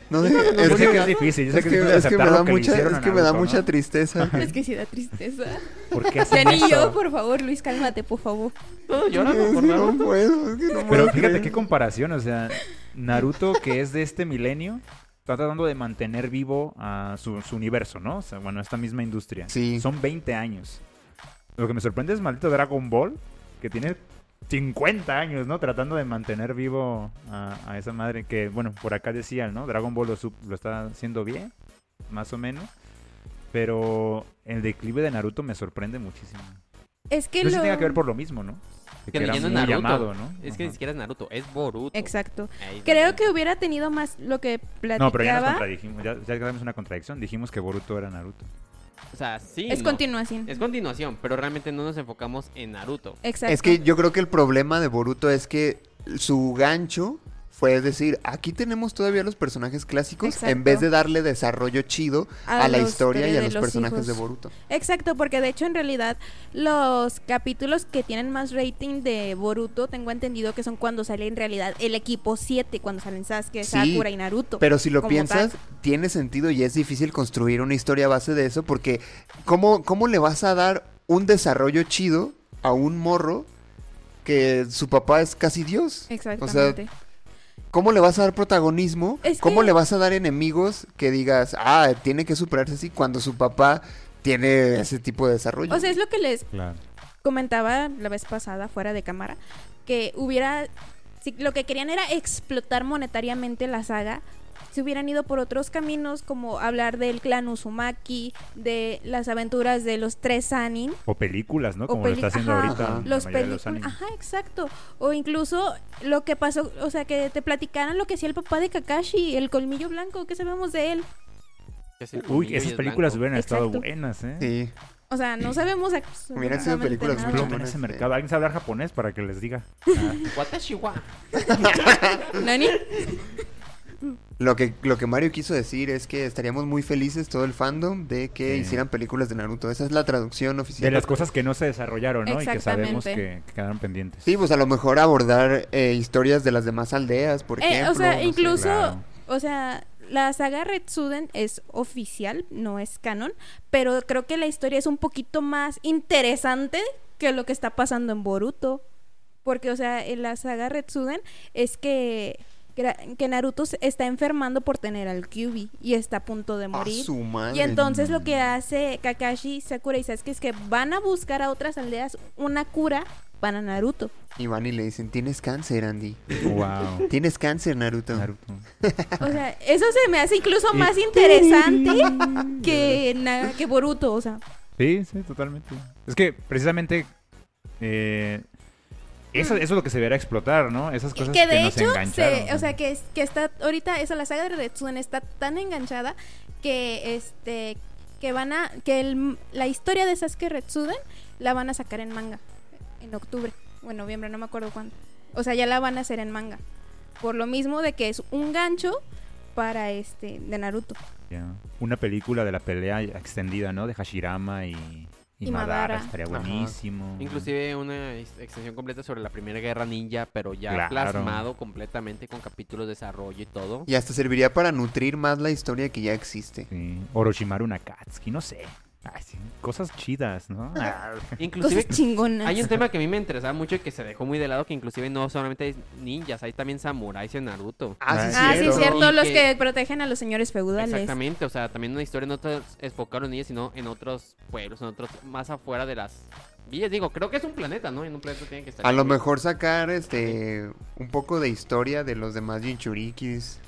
Speaker 1: no de-
Speaker 2: Yo
Speaker 1: es
Speaker 2: sé que
Speaker 1: que,
Speaker 2: es difícil. Yo sé
Speaker 1: es
Speaker 2: que,
Speaker 1: que- es que
Speaker 2: es difícil
Speaker 1: me
Speaker 2: aceptar lo
Speaker 1: da
Speaker 2: que le
Speaker 1: mucha,
Speaker 2: hicieron
Speaker 1: es
Speaker 2: a
Speaker 1: que me da
Speaker 2: Naruto, ¿no?
Speaker 1: mucha tristeza.
Speaker 3: Es que sí da tristeza.
Speaker 2: ¿Por qué
Speaker 3: Ya
Speaker 2: hacen
Speaker 3: ni yo,
Speaker 2: eso?
Speaker 3: por favor, Luis, cálmate, por favor.
Speaker 4: Todo llora
Speaker 1: Es
Speaker 4: por
Speaker 1: que no
Speaker 4: Naruto.
Speaker 1: puedo, es que no puedo
Speaker 2: Pero fíjate
Speaker 1: creer.
Speaker 2: qué comparación, o sea, Naruto, que es de este milenio, está tratando de mantener vivo a su, su universo, ¿no? O sea, bueno, esta misma industria.
Speaker 1: Sí.
Speaker 2: Son 20 años. Lo que me sorprende es maldito Dragon Ball, que tiene 50 años, ¿no? Tratando de mantener vivo a, a esa madre que, bueno, por acá decían, ¿no? Dragon Ball lo, sup- lo está haciendo bien, más o menos. Pero el declive de Naruto me sorprende muchísimo.
Speaker 3: Es que
Speaker 2: No sé si
Speaker 3: lo...
Speaker 2: tenga que ver por lo mismo, ¿no? De
Speaker 4: Que
Speaker 2: era
Speaker 4: ni siquiera es
Speaker 2: muy
Speaker 4: Naruto.
Speaker 2: amado, ¿no?
Speaker 4: Es que ni
Speaker 2: Ajá.
Speaker 4: siquiera es Naruto, es Boruto.
Speaker 3: Exacto.
Speaker 4: Ahí es
Speaker 3: Creo
Speaker 4: donde-
Speaker 3: que hubiera tenido más lo que platicaba.
Speaker 2: No, pero ya nos contradijimos, ya, ya creamos una contradicción. Dijimos que Boruto era Naruto.
Speaker 4: O sea, sí.
Speaker 3: es
Speaker 4: no.
Speaker 3: continuación.
Speaker 4: Es continuación, pero realmente no nos enfocamos en Naruto.
Speaker 3: Exacto.
Speaker 1: Es que yo creo que el problema de Boruto es que su gancho fue decir, aquí tenemos todavía los personajes clásicos en
Speaker 3: Exacto.
Speaker 1: vez de darle desarrollo chido a,
Speaker 3: A
Speaker 1: la
Speaker 3: los
Speaker 1: historia
Speaker 3: tres
Speaker 1: y a
Speaker 3: de
Speaker 1: los,
Speaker 3: los
Speaker 1: personajes
Speaker 3: hijos.
Speaker 1: de Boruto.
Speaker 3: Exacto, porque de hecho en realidad los capítulos que tienen más rating de Boruto, tengo entendido que son cuando sale en realidad el equipo 7, cuando salen Sasuke,
Speaker 1: Sí,
Speaker 3: Sakura y Naruto.
Speaker 1: Pero si lo
Speaker 3: como
Speaker 1: piensas,
Speaker 3: tal.
Speaker 1: tiene sentido y es difícil construir una historia a base de eso porque ¿cómo, cómo le vas a dar un desarrollo chido a un morro que su papá es casi Dios? O sea,
Speaker 3: Exactamente.
Speaker 1: ¿cómo le vas a dar protagonismo?
Speaker 3: Es
Speaker 1: ¿Cómo
Speaker 3: que-
Speaker 1: le vas a dar enemigos que digas, ah, tiene que superarse así cuando su papá tiene ese tipo de desarrollo?
Speaker 3: o sea, es lo que les
Speaker 2: Claro.
Speaker 3: comentaba la vez pasada fuera de cámara que hubiera si lo que querían era explotar monetariamente la saga se hubieran ido por otros caminos como hablar del clan Uzumaki, de las aventuras de los tres Sanin,
Speaker 2: O películas, ¿no?
Speaker 3: O
Speaker 2: Como lo
Speaker 3: peli-
Speaker 2: está haciendo
Speaker 3: ajá,
Speaker 2: ahorita.
Speaker 1: ajá.
Speaker 2: la
Speaker 3: los
Speaker 2: mayoría de los
Speaker 3: películas,
Speaker 2: animes.
Speaker 3: ajá, exacto, o incluso lo que pasó, o sea, que te platicaran lo que hacía el papá de Kakashi, el colmillo blanco, ¿qué sabemos de él?
Speaker 4: que es el
Speaker 2: Uy,
Speaker 4: colmillo y
Speaker 2: esas
Speaker 4: es
Speaker 2: películas
Speaker 4: blanco.
Speaker 2: hubieran estado
Speaker 3: Exacto.
Speaker 2: buenas, ¿eh?
Speaker 1: Sí.
Speaker 3: O sea, no sabemos absolutamente
Speaker 1: Hubieran sido películas
Speaker 3: nada.
Speaker 1: mucho
Speaker 2: Explotan ese
Speaker 1: buenas,
Speaker 2: mercado. Alguien sabe hablar japonés para que les diga.
Speaker 4: Watashi wa.
Speaker 3: Nani,
Speaker 1: Lo que, lo que Mario quiso decir es que estaríamos muy felices, todo el fandom, de que
Speaker 2: Sí.
Speaker 1: hicieran películas de Naruto. Esa es la traducción
Speaker 2: De
Speaker 1: oficial.
Speaker 2: las cosas que no se desarrollaron, ¿no? Y que sabemos que,
Speaker 3: Exactamente.
Speaker 2: que quedaron pendientes.
Speaker 1: Sí, pues a lo mejor abordar eh, historias de las demás aldeas, por
Speaker 3: Eh,
Speaker 1: ejemplo.
Speaker 3: o sea,
Speaker 1: no sé.
Speaker 3: incluso,
Speaker 2: claro.
Speaker 3: o sea, la saga Retsuden es oficial, no es canon, pero creo que la historia es un poquito más interesante que lo que está pasando en Boruto. Porque, o sea, en la saga Retsuden es que, que era- que Naruto se está enfermando por tener al Kyubi y está a punto de
Speaker 1: A
Speaker 3: morir.
Speaker 1: Ah, su madre.
Speaker 3: Y entonces lo que hace Kakashi, Sakura y Sasuke es que van a buscar a otras aldeas una cura para Naruto.
Speaker 1: Y van y le dicen, tienes cáncer, Andy.
Speaker 2: Wow.
Speaker 1: Tienes cáncer, Naruto.
Speaker 2: Naruto.
Speaker 3: O sea, eso se me hace incluso
Speaker 2: Y-
Speaker 3: más interesante que, na- que Boruto, o sea.
Speaker 2: Sí, sí, totalmente. Es que precisamente eh, eso, eso es lo que se verá explotar, ¿no? Esas
Speaker 3: Que,
Speaker 2: cosas
Speaker 3: que de
Speaker 2: no se
Speaker 3: hecho,
Speaker 2: engancharon.
Speaker 3: se- o sea, que, es- que está ahorita, eso, la saga de Retsuden está tan enganchada que este que van a que el- la historia de Sasuke Retsuden la van a sacar en manga en octubre o en noviembre, no me acuerdo cuándo. O sea, ya la van a hacer en manga. Por lo mismo de que es un gancho para este de Naruto.
Speaker 2: Ya. Una película de la pelea extendida, ¿no? De Hashirama y, y
Speaker 3: Y
Speaker 2: Madara.
Speaker 3: Madara.
Speaker 2: Estaría
Speaker 1: Ajá.
Speaker 2: buenísimo.
Speaker 4: Inclusive una is- extensión completa sobre la Primera Guerra Ninja, pero ya
Speaker 2: Claro.
Speaker 4: plasmado completamente con capítulos de desarrollo y todo.
Speaker 1: Y hasta serviría para nutrir más la historia que ya existe.
Speaker 2: Sí. Orochimaru Nakatsuki, no sé. Ay, sí, Cosas chidas, ¿no? Ah,
Speaker 4: Inclusive
Speaker 3: Cosas chingonas.
Speaker 4: hay un tema que a mí me interesaba mucho y que se dejó muy de lado, que inclusive no solamente hay ninjas, hay también samuráis en Naruto.
Speaker 1: Ah, sí,
Speaker 3: Ah, sí,
Speaker 1: cierto.
Speaker 3: es cierto,
Speaker 4: Y
Speaker 3: los
Speaker 4: que-
Speaker 3: que protegen a los señores feudales.
Speaker 4: Exactamente, o sea, también una historia no tan enfocada en ellos, sino en otros pueblos, en otros más afuera de las villas. Digo, creo que es un planeta, ¿no? En un planeta tiene que estar.
Speaker 1: A lo mejor sacar este un poco de historia de los demás Jinchurikis.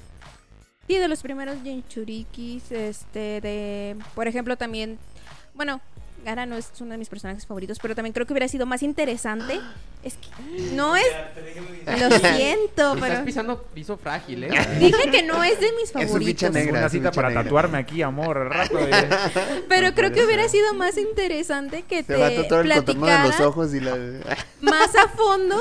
Speaker 3: Sí, de los primeros Jinchurikis, este, de, por ejemplo, también, bueno, Gara no es uno de mis personajes favoritos, pero también creo que hubiera sido más interesante. Es que no es, lo siento,
Speaker 4: Estás
Speaker 3: pero
Speaker 4: pisando piso frágil, ¿eh?
Speaker 3: dije que no es de mis
Speaker 1: Es un ficha
Speaker 3: favoritos.
Speaker 1: negra.
Speaker 2: una
Speaker 1: es un
Speaker 2: cita
Speaker 1: bicho
Speaker 2: para
Speaker 1: negra.
Speaker 2: tatuarme aquí, amor. al rato de-
Speaker 3: Pero creo que
Speaker 2: puede
Speaker 3: hubiera
Speaker 2: ser.
Speaker 3: sido más interesante que
Speaker 1: Se va a
Speaker 3: te
Speaker 1: tatuar el contorno de ah, los
Speaker 3: platicara
Speaker 1: ojos y la...
Speaker 3: más a fondo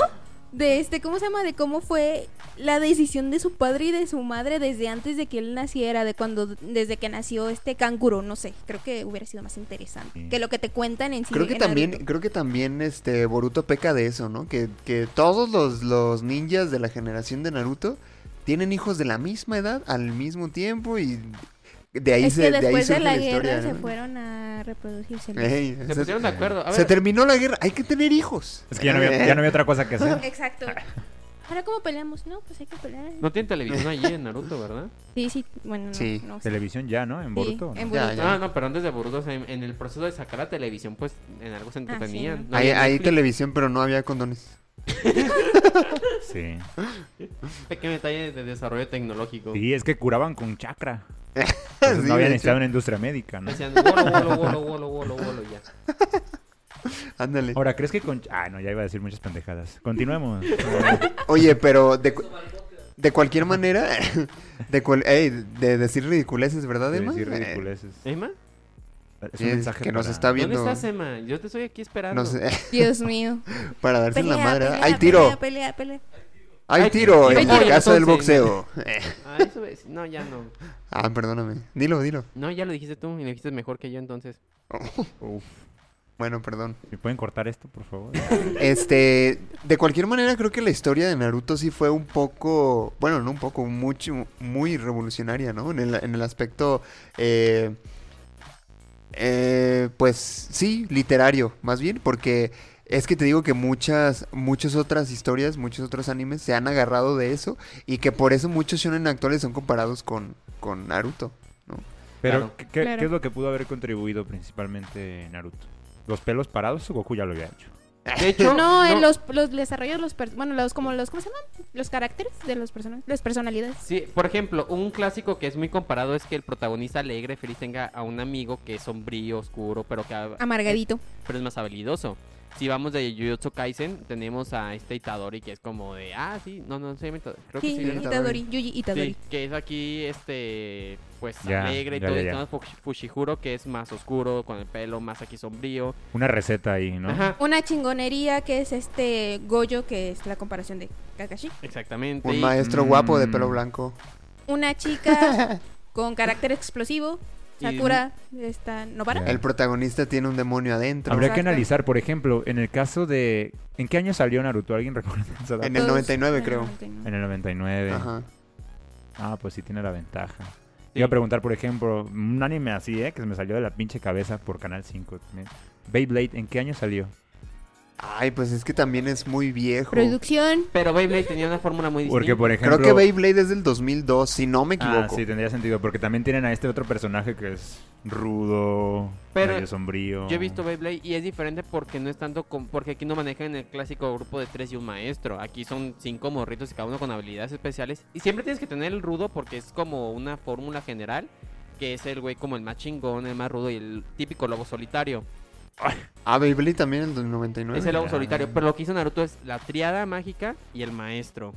Speaker 3: de este, ¿cómo se llama? De cómo fue la decisión de su padre y de su madre desde antes de que él naciera, de cuando, desde que nació este canguro, no sé, creo que hubiera sido más interesante
Speaker 2: Sí.
Speaker 3: que lo que te cuentan en sí.
Speaker 1: creo que
Speaker 3: en
Speaker 1: también,
Speaker 3: Naruto.
Speaker 1: creo que también este Boruto peca de eso, ¿no? Que, que todos los, los ninjas de la generación de Naruto tienen hijos de la misma edad al mismo tiempo y de ahí
Speaker 3: es
Speaker 1: se
Speaker 3: que
Speaker 1: de, ahí
Speaker 3: después de,
Speaker 1: surge
Speaker 3: la, guerra
Speaker 1: historia,
Speaker 3: se
Speaker 1: ¿no?
Speaker 3: fueron a reproducirse.
Speaker 1: Ey,
Speaker 4: Se
Speaker 1: se,
Speaker 4: pusieron de acuerdo. A
Speaker 1: se
Speaker 4: ver,
Speaker 1: terminó la guerra, hay que tener hijos.
Speaker 2: Es que ya no, había, ya no había otra cosa que hacer.
Speaker 3: Exacto. Ahora cómo peleamos, ¿no? Pues hay que pelear.
Speaker 4: no tiene televisión allí en Naruto, ¿verdad?
Speaker 3: Sí, sí, bueno, no,
Speaker 1: Sí.
Speaker 3: no sé.
Speaker 2: Televisión ya, ¿no? En Boruto.
Speaker 3: Sí, en
Speaker 2: ¿no?
Speaker 1: Ya,
Speaker 3: Boruto.
Speaker 1: ya.
Speaker 4: Ah, no, pero antes de Boruto, o sea, en, en el proceso de sacar la televisión, pues en algo se entretenían.
Speaker 3: Ah, sí, ¿no?
Speaker 4: No
Speaker 1: hay,
Speaker 4: había
Speaker 1: hay
Speaker 4: Netflix.
Speaker 1: televisión, pero no había condones.
Speaker 2: Sí.
Speaker 4: Pequeño detalle de desarrollo tecnológico.
Speaker 2: Sí, es que curaban con chakra. Entonces
Speaker 1: Sí,
Speaker 2: no
Speaker 1: de
Speaker 2: había
Speaker 1: hecho.
Speaker 2: necesitado una industria médica, ¿no?
Speaker 4: Decían, wolo, wolo, wolo, wolo, wolo, wolo, ya.
Speaker 1: Ándale.
Speaker 2: Ahora, ¿crees que con... Ah, no, ya iba a decir muchas pendejadas. Continuemos.
Speaker 1: Oye, pero de, cu- de cualquier manera, de, cual- ey, de decir ridiculeces, ¿verdad,
Speaker 2: de
Speaker 1: Emma?
Speaker 2: decir
Speaker 1: Eh,
Speaker 2: ridiculeces.
Speaker 4: ¿Emma?
Speaker 2: Es
Speaker 1: sí,
Speaker 2: un
Speaker 1: es
Speaker 2: mensaje
Speaker 1: que nos
Speaker 2: para-
Speaker 1: está
Speaker 4: ¿Dónde
Speaker 1: viendo.
Speaker 4: estás, Emma? Yo te estoy aquí esperando.
Speaker 1: no sé,
Speaker 3: Dios mío.
Speaker 1: para darse en la
Speaker 3: Pelea,
Speaker 1: madre.
Speaker 3: pelea,
Speaker 1: ¡Hay tiro!
Speaker 3: Pelea, pelea, pelea.
Speaker 1: ¡Hay
Speaker 4: Hay
Speaker 1: tiro!
Speaker 4: tiro.
Speaker 1: En el
Speaker 4: Oye,
Speaker 1: caso del
Speaker 4: entonces,
Speaker 1: boxeo.
Speaker 4: Ah, eso es. No, ya no.
Speaker 1: Ah, perdóname. Dilo, dilo.
Speaker 4: No, ya lo dijiste tú y lo dijiste mejor que yo entonces.
Speaker 2: Uf,
Speaker 1: Bueno, perdón.
Speaker 2: ¿Me pueden cortar esto, por favor?
Speaker 1: Este, de cualquier manera, creo que la historia de Naruto sí fue un poco, bueno, no un poco, mucho, muy revolucionaria, ¿no? En el, en el aspecto, eh, eh, pues sí, literario, más bien, porque es que te digo que muchas, muchas otras historias, muchos otros animes se han agarrado de eso y que por eso muchos shonen actuales son comparados con, con Naruto.
Speaker 2: Pero,
Speaker 4: Claro.
Speaker 2: ¿qué- ¿qué,
Speaker 3: Claro.
Speaker 2: qué es lo que pudo haber contribuido principalmente Naruto? ¿Los pelos parados o Goku ya lo había hecho?
Speaker 4: De hecho,
Speaker 3: No, en
Speaker 4: no-
Speaker 3: los, los desarrollos, los per- bueno, los como los, ¿cómo se llaman? Los caracteres de los personajes, las personalidades.
Speaker 4: Sí, por ejemplo, un clásico que es muy comparado es que el protagonista alegre, feliz tenga a un amigo que es sombrío, oscuro, pero que a-
Speaker 3: Amargadito.
Speaker 4: pero es más habilidoso. Si vamos de Jujutsu Kaisen, tenemos a este Itadori que es como de, ah, sí, no, no, sí, me to- creo que
Speaker 3: Sí,
Speaker 4: sí, ¿verdad?
Speaker 3: Itadori, Yuji Itadori.
Speaker 4: Sí, que es aquí, este, pues
Speaker 2: Ya,
Speaker 4: alegre y
Speaker 2: ya,
Speaker 4: todo.
Speaker 2: ya,
Speaker 4: y
Speaker 2: ya.
Speaker 4: tenemos Fush- Fushiguro que es más oscuro, con el pelo más aquí sombrío.
Speaker 2: Una receta ahí, ¿no?
Speaker 4: Ajá,
Speaker 3: Una chingonería que es este Goyo, que es la comparación de Kakashi.
Speaker 4: exactamente.
Speaker 1: Un
Speaker 4: y-
Speaker 1: maestro guapo de pelo
Speaker 2: Mm.
Speaker 1: blanco.
Speaker 3: Una chica con carácter explosivo.
Speaker 4: Y-
Speaker 3: Sakura, esta Novara.
Speaker 2: Ya.
Speaker 1: El protagonista tiene un demonio adentro.
Speaker 2: Habría que
Speaker 3: Exacto.
Speaker 2: analizar, por ejemplo, en el caso de... ¿En qué año salió Naruto? ¿Alguien recuerda esa data?
Speaker 1: En el
Speaker 3: Todos-
Speaker 1: 99
Speaker 3: en el
Speaker 1: creo.
Speaker 3: 99.
Speaker 2: En el 99.
Speaker 1: Ajá.
Speaker 2: Ah, pues sí tiene la ventaja. Iba a preguntar, por ejemplo, un anime así, ¿eh? Que se me salió de la pinche cabeza por Canal 5 también. Beyblade, ¿en qué año salió?
Speaker 1: Ay, pues es que también es muy viejo.
Speaker 3: Producción.
Speaker 4: Pero Beyblade tenía una fórmula muy distinta.
Speaker 2: Porque, por ejemplo...
Speaker 1: Creo que Beyblade es del 2002, si no me
Speaker 2: Ah,
Speaker 1: equivoco.
Speaker 2: sí, tendría sentido. Porque también tienen a este otro personaje que es rudo,
Speaker 4: Pero
Speaker 2: medio sombrío.
Speaker 4: Yo he visto Beyblade y es diferente porque no es tanto con, porque aquí no manejan el clásico grupo de tres y un maestro. Aquí son cinco morritos y cada uno con habilidades especiales. Y siempre tienes que tener el rudo porque es como una fórmula general. Que es el güey como el más chingón, el más rudo y el típico lobo solitario.
Speaker 1: Ah, Beyblade también el del 99.
Speaker 4: Es el lobo
Speaker 2: ya.
Speaker 4: solitario. Pero lo que hizo Naruto es la triada mágica y el maestro.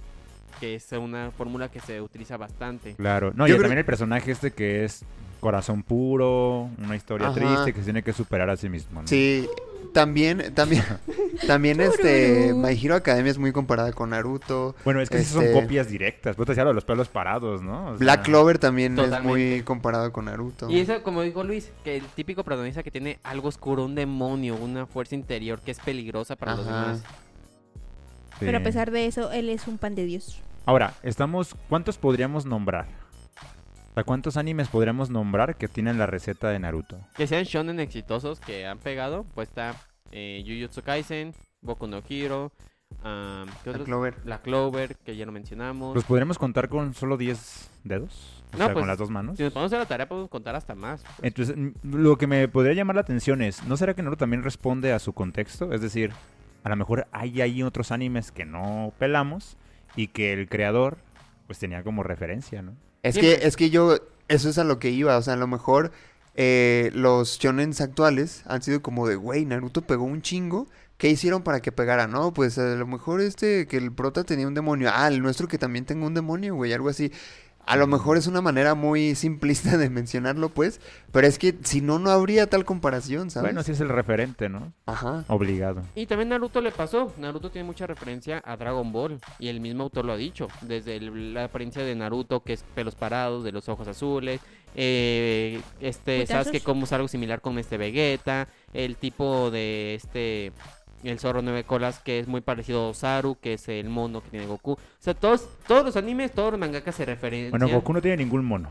Speaker 4: Que es una fórmula que se utiliza bastante.
Speaker 2: Claro. No, y
Speaker 1: Yo creo-
Speaker 2: también el personaje este que es corazón puro, una historia
Speaker 1: Ajá.
Speaker 2: triste que se tiene que superar a sí mismo. ¿no?
Speaker 1: Sí, también, también, también este, My Hero Academia es muy comparada con Naruto.
Speaker 2: Bueno, es que sí
Speaker 1: Este-
Speaker 2: son copias directas. Vos te decías lo de los pelos parados, ¿no? O sea,
Speaker 1: Black Clover también es
Speaker 4: Totalmente.
Speaker 1: muy comparado con Naruto.
Speaker 4: Y eso, como dijo Luis, que el típico protagonista que tiene algo oscuro, un demonio, una fuerza interior que es peligrosa para los
Speaker 1: Ajá.
Speaker 4: demás.
Speaker 2: sí.
Speaker 3: Pero a pesar de eso, él es un pan de Dios.
Speaker 2: Ahora, estamos. ¿Cuántos podríamos nombrar? O sea, ¿cuántos animes podríamos nombrar que tienen la receta de Naruto?
Speaker 4: que sean shonen exitosos que han pegado, pues está eh, Jujutsu Kaisen, Boku no Hero, am, ¿qué
Speaker 1: Black
Speaker 4: otros?
Speaker 1: Clover.
Speaker 4: La Clover, que ya lo mencionamos.
Speaker 2: ¿Los podríamos contar con solo 10 dedos? O
Speaker 4: No,
Speaker 2: sea,
Speaker 4: pues,
Speaker 2: con las dos manos.
Speaker 4: Si nos ponemos a la tarea podemos contar hasta más. pues.
Speaker 2: Entonces, m- lo que me podría llamar la atención es, ¿no será que Naruto también responde a su contexto? Es decir, a lo mejor hay ahí otros animes que no pelamos y que el creador pues tenía como referencia, ¿no?
Speaker 1: Es que,
Speaker 4: Siempre.
Speaker 1: es que yo, eso es a lo que iba, o sea, a lo mejor eh, los shonens actuales han sido como de, güey, Naruto pegó un chingo, ¿qué hicieron para que pegara? No, pues a lo mejor este, que el prota tenía un demonio, ah, el nuestro que también tenga un demonio, güey, algo así. A lo mejor es una manera muy simplista de mencionarlo, pues, pero es que si no, no habría tal comparación, ¿sabes?
Speaker 2: Bueno, sí es el referente, ¿no?
Speaker 1: Ajá.
Speaker 2: Obligado.
Speaker 4: Y también Naruto le pasó. Naruto tiene mucha referencia a Dragon Ball. Y el mismo autor lo ha dicho. Desde el- la apariencia de Naruto, que es pelos parados, de los ojos azules. eh, este, ¿sabes
Speaker 3: Muchachos.
Speaker 4: que Como es algo similar con este Vegeta. El tipo de este. El zorro nueve colas, que es muy parecido a Osaru, que es el mono que tiene Goku. O sea, todos, todos los animes, todos los mangakas se referencian.
Speaker 2: Bueno, Goku no tiene ningún mono.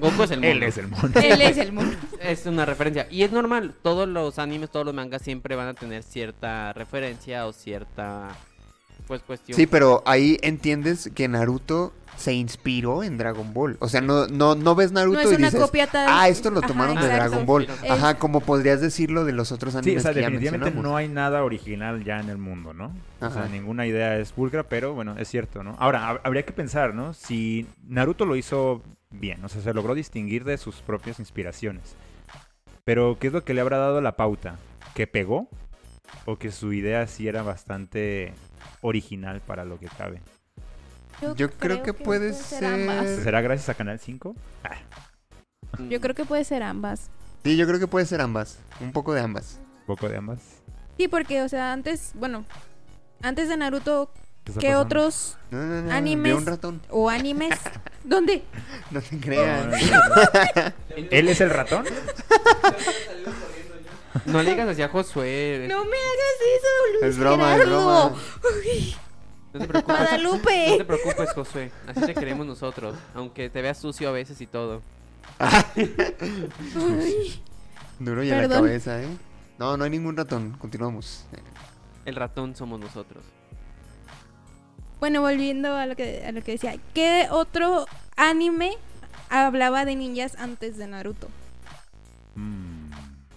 Speaker 4: Goku es el mono.
Speaker 2: Él es el mono.
Speaker 3: Él es el mundo.
Speaker 4: Es una referencia. Y es normal. Todos los animes, todos los mangas siempre van a tener cierta referencia o cierta. Pues cuestión.
Speaker 1: Sí, pero ahí entiendes que Naruto se inspiró en Dragon Ball. O sea, no, no, no ves Naruto
Speaker 3: No es
Speaker 1: y
Speaker 3: una
Speaker 1: dices,
Speaker 3: copia tal.
Speaker 1: Ah, esto lo
Speaker 3: Ajá,
Speaker 1: tomaron de
Speaker 3: exacto.
Speaker 1: Dragon Ball.
Speaker 4: Es-
Speaker 1: Ajá, como podrías decirlo de los otros
Speaker 2: Sí, o
Speaker 1: animes
Speaker 2: sea,
Speaker 1: que ya
Speaker 2: definitivamente
Speaker 1: mencionamos.
Speaker 2: no hay nada original ya en el mundo, ¿no? O sea,
Speaker 1: Ajá.
Speaker 2: ninguna idea es pulcra, pero bueno, es cierto, ¿no? Ahora, hab- habría que pensar, ¿no? Si Naruto lo hizo bien, o sea, se logró distinguir de sus propias inspiraciones. Pero, ¿qué es lo que le habrá dado la pauta? ¿Que pegó? ¿O que su idea sí era bastante original para lo que cabe?
Speaker 1: Yo creo que puede ser-
Speaker 3: ambas.
Speaker 2: ¿Será gracias a Canal 5?
Speaker 4: Mm,
Speaker 3: Yo creo que puede ser ambas.
Speaker 1: Sí, yo creo que puede ser ambas. Un poco de ambas.
Speaker 2: ¿Un poco de ambas?
Speaker 3: Sí, porque, o sea, antes, bueno, antes de Naruto,
Speaker 2: está
Speaker 3: ¿qué
Speaker 2: pasando?
Speaker 3: otros
Speaker 1: No, no, no,
Speaker 3: Animes.
Speaker 1: vi un ratón.
Speaker 3: o animes? ¿Dónde?
Speaker 1: No te
Speaker 2: No, no,
Speaker 1: creas.
Speaker 2: no. ¿Él es el ratón?
Speaker 4: No le digas así a Josué.
Speaker 3: No me hagas eso, Luis
Speaker 1: Es broma, es
Speaker 3: Gerardo.
Speaker 1: broma.
Speaker 4: No te preocupes. No te
Speaker 3: Guadalupe.
Speaker 4: preocupes, Josué. Así te queremos nosotros. Aunque te veas sucio a veces y todo.
Speaker 3: Ay,
Speaker 1: Duro y a la
Speaker 3: Perdón.
Speaker 1: cabeza, ¿eh? No, no hay ningún ratón. Continuamos.
Speaker 4: El ratón somos nosotros.
Speaker 3: Bueno, volviendo a lo que a lo que decía, ¿qué otro anime hablaba de ninjas antes de Naruto?
Speaker 2: Mm.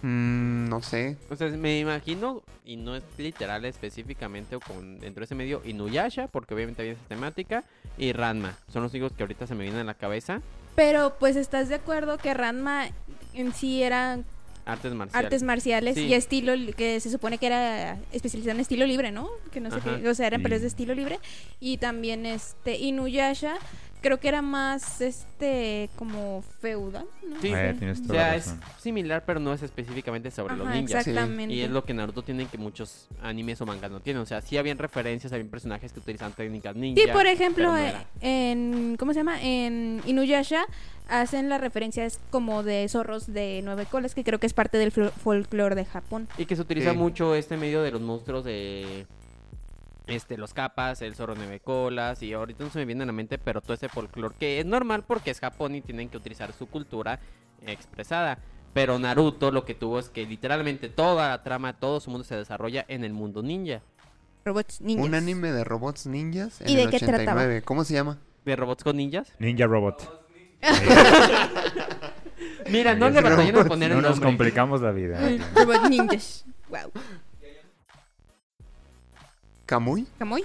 Speaker 1: Mm, no No sé.
Speaker 4: O sea, me imagino, y no es literal específicamente o con, dentro de ese medio, Inuyasha, porque obviamente había esa temática, y Ranma. Son los únicos que ahorita se me vienen a la cabeza.
Speaker 3: Pero pues estás de acuerdo que Ranma en sí era
Speaker 4: Artes marciales.
Speaker 3: artes marciales
Speaker 4: Sí.
Speaker 3: y estilo li- que se supone que era especializada en estilo libre, ¿no? Que no sé
Speaker 4: Ajá.
Speaker 3: qué, o sea, eran
Speaker 2: Sí.
Speaker 3: peleas de estilo libre y también este Inuyasha creo que era más este como feudal, ¿no?
Speaker 4: Sí,
Speaker 2: Eh,
Speaker 4: sí.
Speaker 2: tienes
Speaker 4: O
Speaker 2: toda la
Speaker 4: sea, es
Speaker 2: razón.
Speaker 4: similar, pero no es específicamente sobre los
Speaker 3: Ajá,
Speaker 4: ninjas.
Speaker 1: Sí.
Speaker 3: exactamente.
Speaker 4: Y es lo que Naruto tiene que muchos animes o mangas no tienen. O sea, sí habían referencias, habían personajes que utilizan técnicas ninja.
Speaker 3: Sí, por
Speaker 4: pero
Speaker 3: ejemplo,
Speaker 4: no
Speaker 3: eh,
Speaker 4: era.
Speaker 3: en ¿cómo se llama? En Inuyasha hacen las referencias como de zorros de nueve colas, que creo que es parte del folclore de Japón.
Speaker 4: Y que se utiliza
Speaker 1: Sí.
Speaker 4: mucho este medio de los monstruos de este los capas, el zorro nueve colas y ahorita no se me viene a la mente, pero todo ese folclore que es normal porque es Japón y tienen que utilizar su cultura expresada. Pero Naruto lo que tuvo es que literalmente toda la trama, todo su mundo se desarrolla en el mundo ninja,
Speaker 3: Robots ninjas.
Speaker 1: Un anime de robots ninjas en
Speaker 3: ¿Y de
Speaker 1: el
Speaker 3: qué trataba?
Speaker 1: 89. ¿Cómo se llama?
Speaker 4: de robots con ninjas.
Speaker 2: Ninja Robot.
Speaker 4: Mira, no le
Speaker 2: Ninjas
Speaker 4: batallaron a
Speaker 1: Robots.
Speaker 4: poner
Speaker 2: No
Speaker 4: el
Speaker 2: nos
Speaker 4: nombre.
Speaker 2: complicamos la vida.
Speaker 3: Robots ninjas. Wow.
Speaker 1: ¿Kamui?
Speaker 3: ¿Camoy?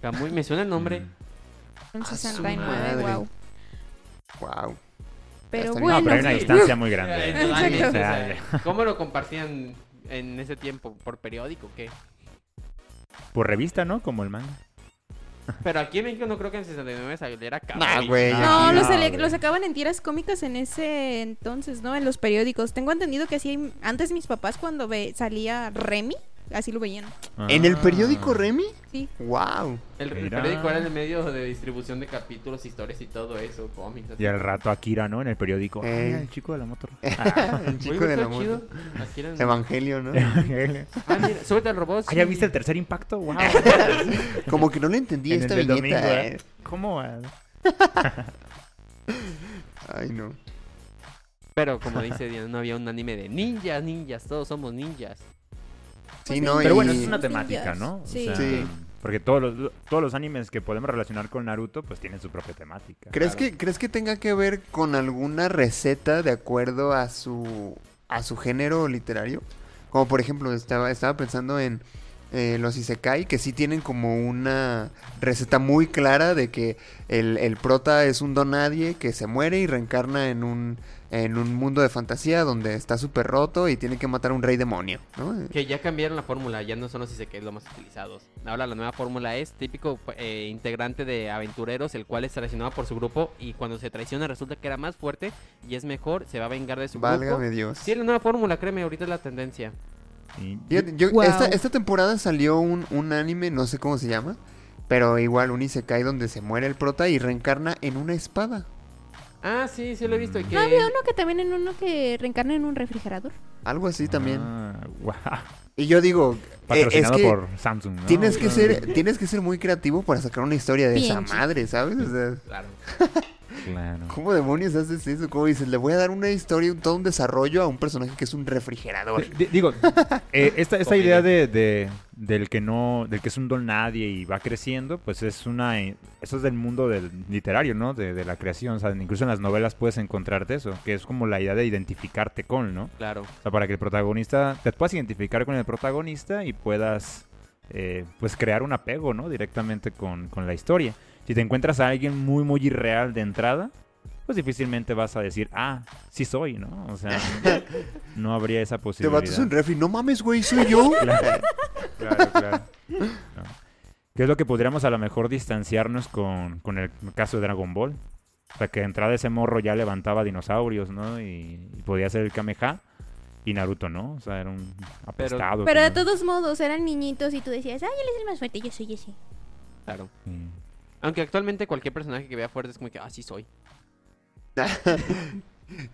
Speaker 4: Camuy, me suena el
Speaker 2: Mm,
Speaker 4: nombre.
Speaker 3: Un
Speaker 1: A su
Speaker 3: 69,
Speaker 1: madre.
Speaker 3: wow.
Speaker 1: Wow.
Speaker 3: Pero
Speaker 1: Está bien.
Speaker 2: No,
Speaker 3: bueno.
Speaker 2: pero hay una
Speaker 4: sí.
Speaker 2: distancia muy grande.
Speaker 4: Eh, totalmente, o sea,
Speaker 2: O sea,
Speaker 4: ¿Cómo lo compartían en ese tiempo? ¿Por periódico o qué?
Speaker 2: Por revista, ¿no? Como el manga.
Speaker 4: Pero aquí en México no creo que en 69 saliera Camuy.
Speaker 1: Nah, güey.
Speaker 3: No,
Speaker 2: Ah,
Speaker 1: Eh, aquí-
Speaker 3: lo,
Speaker 2: no,
Speaker 3: salía-
Speaker 2: güey.
Speaker 3: lo sacaban en tiras cómicas en ese entonces, ¿no? En los periódicos. Tengo entendido que así antes mis papás cuando ve, salía Remy, así lo veían.
Speaker 1: ¿En el
Speaker 2: Ah.
Speaker 1: periódico Remy?
Speaker 3: Sí.
Speaker 1: Wow.
Speaker 4: El, el
Speaker 2: Mira.
Speaker 4: periódico era el medio de distribución de capítulos, historias y todo eso, cómics. así.
Speaker 2: Y al rato Akira, ¿no? En el periódico. Ah,
Speaker 1: Ey.
Speaker 2: el chico de la moto.
Speaker 1: Eh. El
Speaker 4: Oye,
Speaker 1: chico de
Speaker 4: está
Speaker 1: la moto.
Speaker 4: chido. Aquí era el-
Speaker 1: Evangelio, ¿no?
Speaker 2: ah,
Speaker 4: Ah, mira, súbete al robot.
Speaker 2: ¿ya
Speaker 4: sí.
Speaker 2: viste el tercer impacto? ¡Wow!
Speaker 1: Como que no le entendí
Speaker 2: en el
Speaker 1: esta
Speaker 2: del
Speaker 1: viñeta.
Speaker 2: domingo, ¿eh?
Speaker 1: eh.
Speaker 2: ¿Cómo? eh?
Speaker 1: Ay, no.
Speaker 4: Pero como dice Diana, no había un anime de ninjas, ninjas, todos somos ninjas.
Speaker 3: pues,
Speaker 1: Sí, no,
Speaker 2: Pero bueno,
Speaker 1: y-
Speaker 2: es una
Speaker 3: Los
Speaker 2: temática,
Speaker 3: ninjas,
Speaker 2: ¿no? O
Speaker 3: sí.
Speaker 2: sea,
Speaker 1: Sí.
Speaker 2: Porque todos los, todos los animes que podemos relacionar con Naruto, pues tienen su propia temática.
Speaker 1: ¿Crees,
Speaker 4: Claro.
Speaker 1: que, ¿Crees que tenga que ver con alguna receta de acuerdo a su, a su género literario? Como por ejemplo, estaba, estaba pensando en eh, los Isekai, que sí tienen como una receta muy clara de que el, el prota es un don nadie que se muere y reencarna en un, en un mundo de fantasía donde está súper roto y tiene que matar a un rey demonio, ¿no?
Speaker 4: Que ya cambiaron la fórmula, ya no son los es los más utilizados. Ahora la nueva fórmula es típico eh, integrante de aventureros, el cual es traicionado por su grupo y cuando se traiciona resulta que era más fuerte y es mejor, se va a vengar de su grupo.
Speaker 1: Válgame Dios.
Speaker 4: Sí, es la nueva fórmula, créeme, ahorita es la tendencia.
Speaker 2: Y-
Speaker 1: Fíjate, yo-
Speaker 3: Guau.
Speaker 1: esta, esta temporada salió un, un anime, no sé cómo se llama, pero igual un Isekai donde se muere el prota y reencarna en una espada.
Speaker 4: Ah, sí, sí lo he visto. y
Speaker 2: Mm.
Speaker 4: Que...
Speaker 3: No había uno que también en uno que reencarna en un refrigerador.
Speaker 1: Algo así también.
Speaker 2: Ah, wow.
Speaker 1: Y yo digo, eh, es
Speaker 2: Patrocinado
Speaker 1: que
Speaker 2: por Samsung. ¿no?
Speaker 1: tienes que
Speaker 2: Ah.
Speaker 1: ser, tienes que ser muy creativo para sacar una historia de
Speaker 3: Bien
Speaker 1: esa
Speaker 3: chido.
Speaker 1: madre, ¿sabes? O sea,
Speaker 4: Claro.
Speaker 2: Claro.
Speaker 1: ¿cómo demonios haces eso? ¿Cómo dices? Le voy a dar una historia, un todo un desarrollo a un personaje que es un refrigerador.
Speaker 2: D- digo, eh, esta, esta
Speaker 4: Comedia.
Speaker 2: idea de, de- del que no, del que es un don nadie y va creciendo, pues es una, eh, eso es del mundo del literario, ¿no? De, de la creación, o sea, incluso en las novelas puedes encontrarte eso, que es como la idea de identificarte con, ¿no?
Speaker 4: Claro.
Speaker 2: O sea, para que el protagonista, te puedas identificar con el protagonista y puedas, eh, pues, crear un apego, ¿no? Directamente con, con la historia. Si te encuentras a alguien muy, muy irreal de entrada, pues difícilmente vas a decir, ah, sí soy, ¿no? O sea, no habría esa
Speaker 1: Te
Speaker 2: posibilidad.
Speaker 1: bates un refri, no mames, güey, soy yo.
Speaker 2: Claro, claro, claro. No. ¿Qué es lo que podríamos a lo mejor distanciarnos con, con el caso de Dragon Ball? O sea, que de entrada ese morro ya levantaba dinosaurios, ¿no? Y, y podía ser el Kameha. Y Naruto, ¿no? O sea, era un apestado.
Speaker 3: Pero
Speaker 2: que
Speaker 3: de
Speaker 2: no-
Speaker 3: todos modos eran niñitos y tú decías, ay, él es el más fuerte, yo soy ese.
Speaker 4: Claro.
Speaker 2: Sí.
Speaker 4: Aunque actualmente cualquier personaje que vea fuerte es como que, ah, sí soy.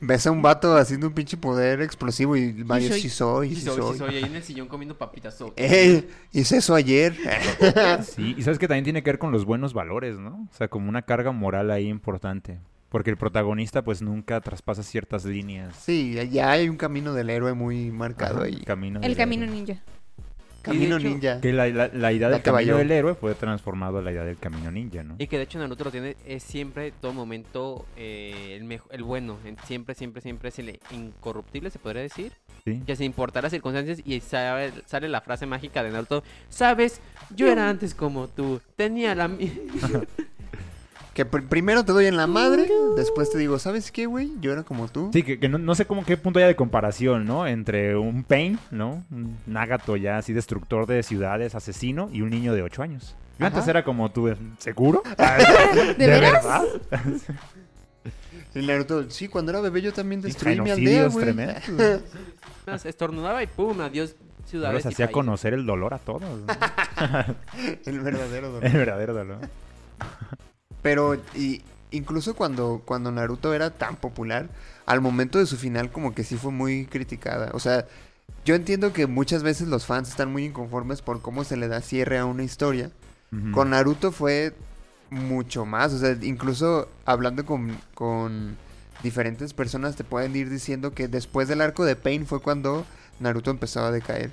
Speaker 1: Ves a un vato haciendo un pinche poder explosivo y Mario,
Speaker 4: soy.
Speaker 1: sí soy, sí
Speaker 4: soy, sí
Speaker 1: soy.
Speaker 4: soy. Ahí en el sillón comiendo papitas. ok.
Speaker 1: Eh, hice eso ayer.
Speaker 2: Sí, y sabes que también tiene que ver con los buenos valores, ¿no? O sea, como una carga moral ahí importante. Porque el protagonista, pues, nunca traspasa ciertas líneas.
Speaker 1: Sí, ya hay un camino del héroe muy marcado
Speaker 2: Ajá,
Speaker 1: ahí.
Speaker 2: Camino
Speaker 3: El
Speaker 2: del
Speaker 3: camino
Speaker 2: héroe.
Speaker 3: ninja.
Speaker 1: Camino
Speaker 4: hecho-
Speaker 1: ninja.
Speaker 2: Que la, la- la idea
Speaker 1: La
Speaker 2: del
Speaker 1: que
Speaker 2: camino
Speaker 1: valió.
Speaker 2: del héroe fue transformado a la idea del camino ninja, ¿no?
Speaker 4: Y que de hecho Naruto lo tiene, es siempre, todo momento, eh, el, mejo- el bueno. en- Siempre, siempre, siempre es el incorruptible, se podría decir.
Speaker 2: Sí.
Speaker 4: Que sin importar las circunstancias y sale, sale la frase mágica de Naruto. Sabes, yo
Speaker 3: Yo-
Speaker 4: era antes como tú. Tenía la... mi-".
Speaker 1: Que pr- primero te doy en la madre, después te digo, ¿sabes qué, güey? Yo era como tú.
Speaker 2: Sí, que, que no, no sé cómo qué punto haya de comparación, ¿no? Entre un Pain, ¿no? Un Nagato ya así destructor de ciudades, asesino, y un niño de 8 años. Yo antes
Speaker 1: Ajá.
Speaker 2: era como tú, ¿seguro?
Speaker 3: ¿De, veras?
Speaker 1: Y Naruto, sí, cuando era bebé yo también
Speaker 2: Y
Speaker 1: destruí mi aldea,
Speaker 2: genocidios
Speaker 1: güey.
Speaker 2: tremendos.
Speaker 4: Nada, se Estornudaba y pum, adiós
Speaker 2: Yo
Speaker 4: ciudades
Speaker 2: los
Speaker 4: y
Speaker 2: hacía
Speaker 4: países.
Speaker 2: conocer el dolor a todos. ¿no?
Speaker 1: El verdadero dolor.
Speaker 2: el verdadero dolor.
Speaker 1: Pero y, incluso cuando, cuando Naruto era tan popular, al momento de su final como que sí fue muy criticada. O sea, yo entiendo que muchas veces los fans están muy inconformes por cómo se le da cierre a una historia.
Speaker 2: Ujú.
Speaker 1: Con Naruto fue mucho más. O sea, incluso hablando con, con diferentes personas te pueden ir diciendo que después del arco de Pain fue cuando Naruto empezó a decaer.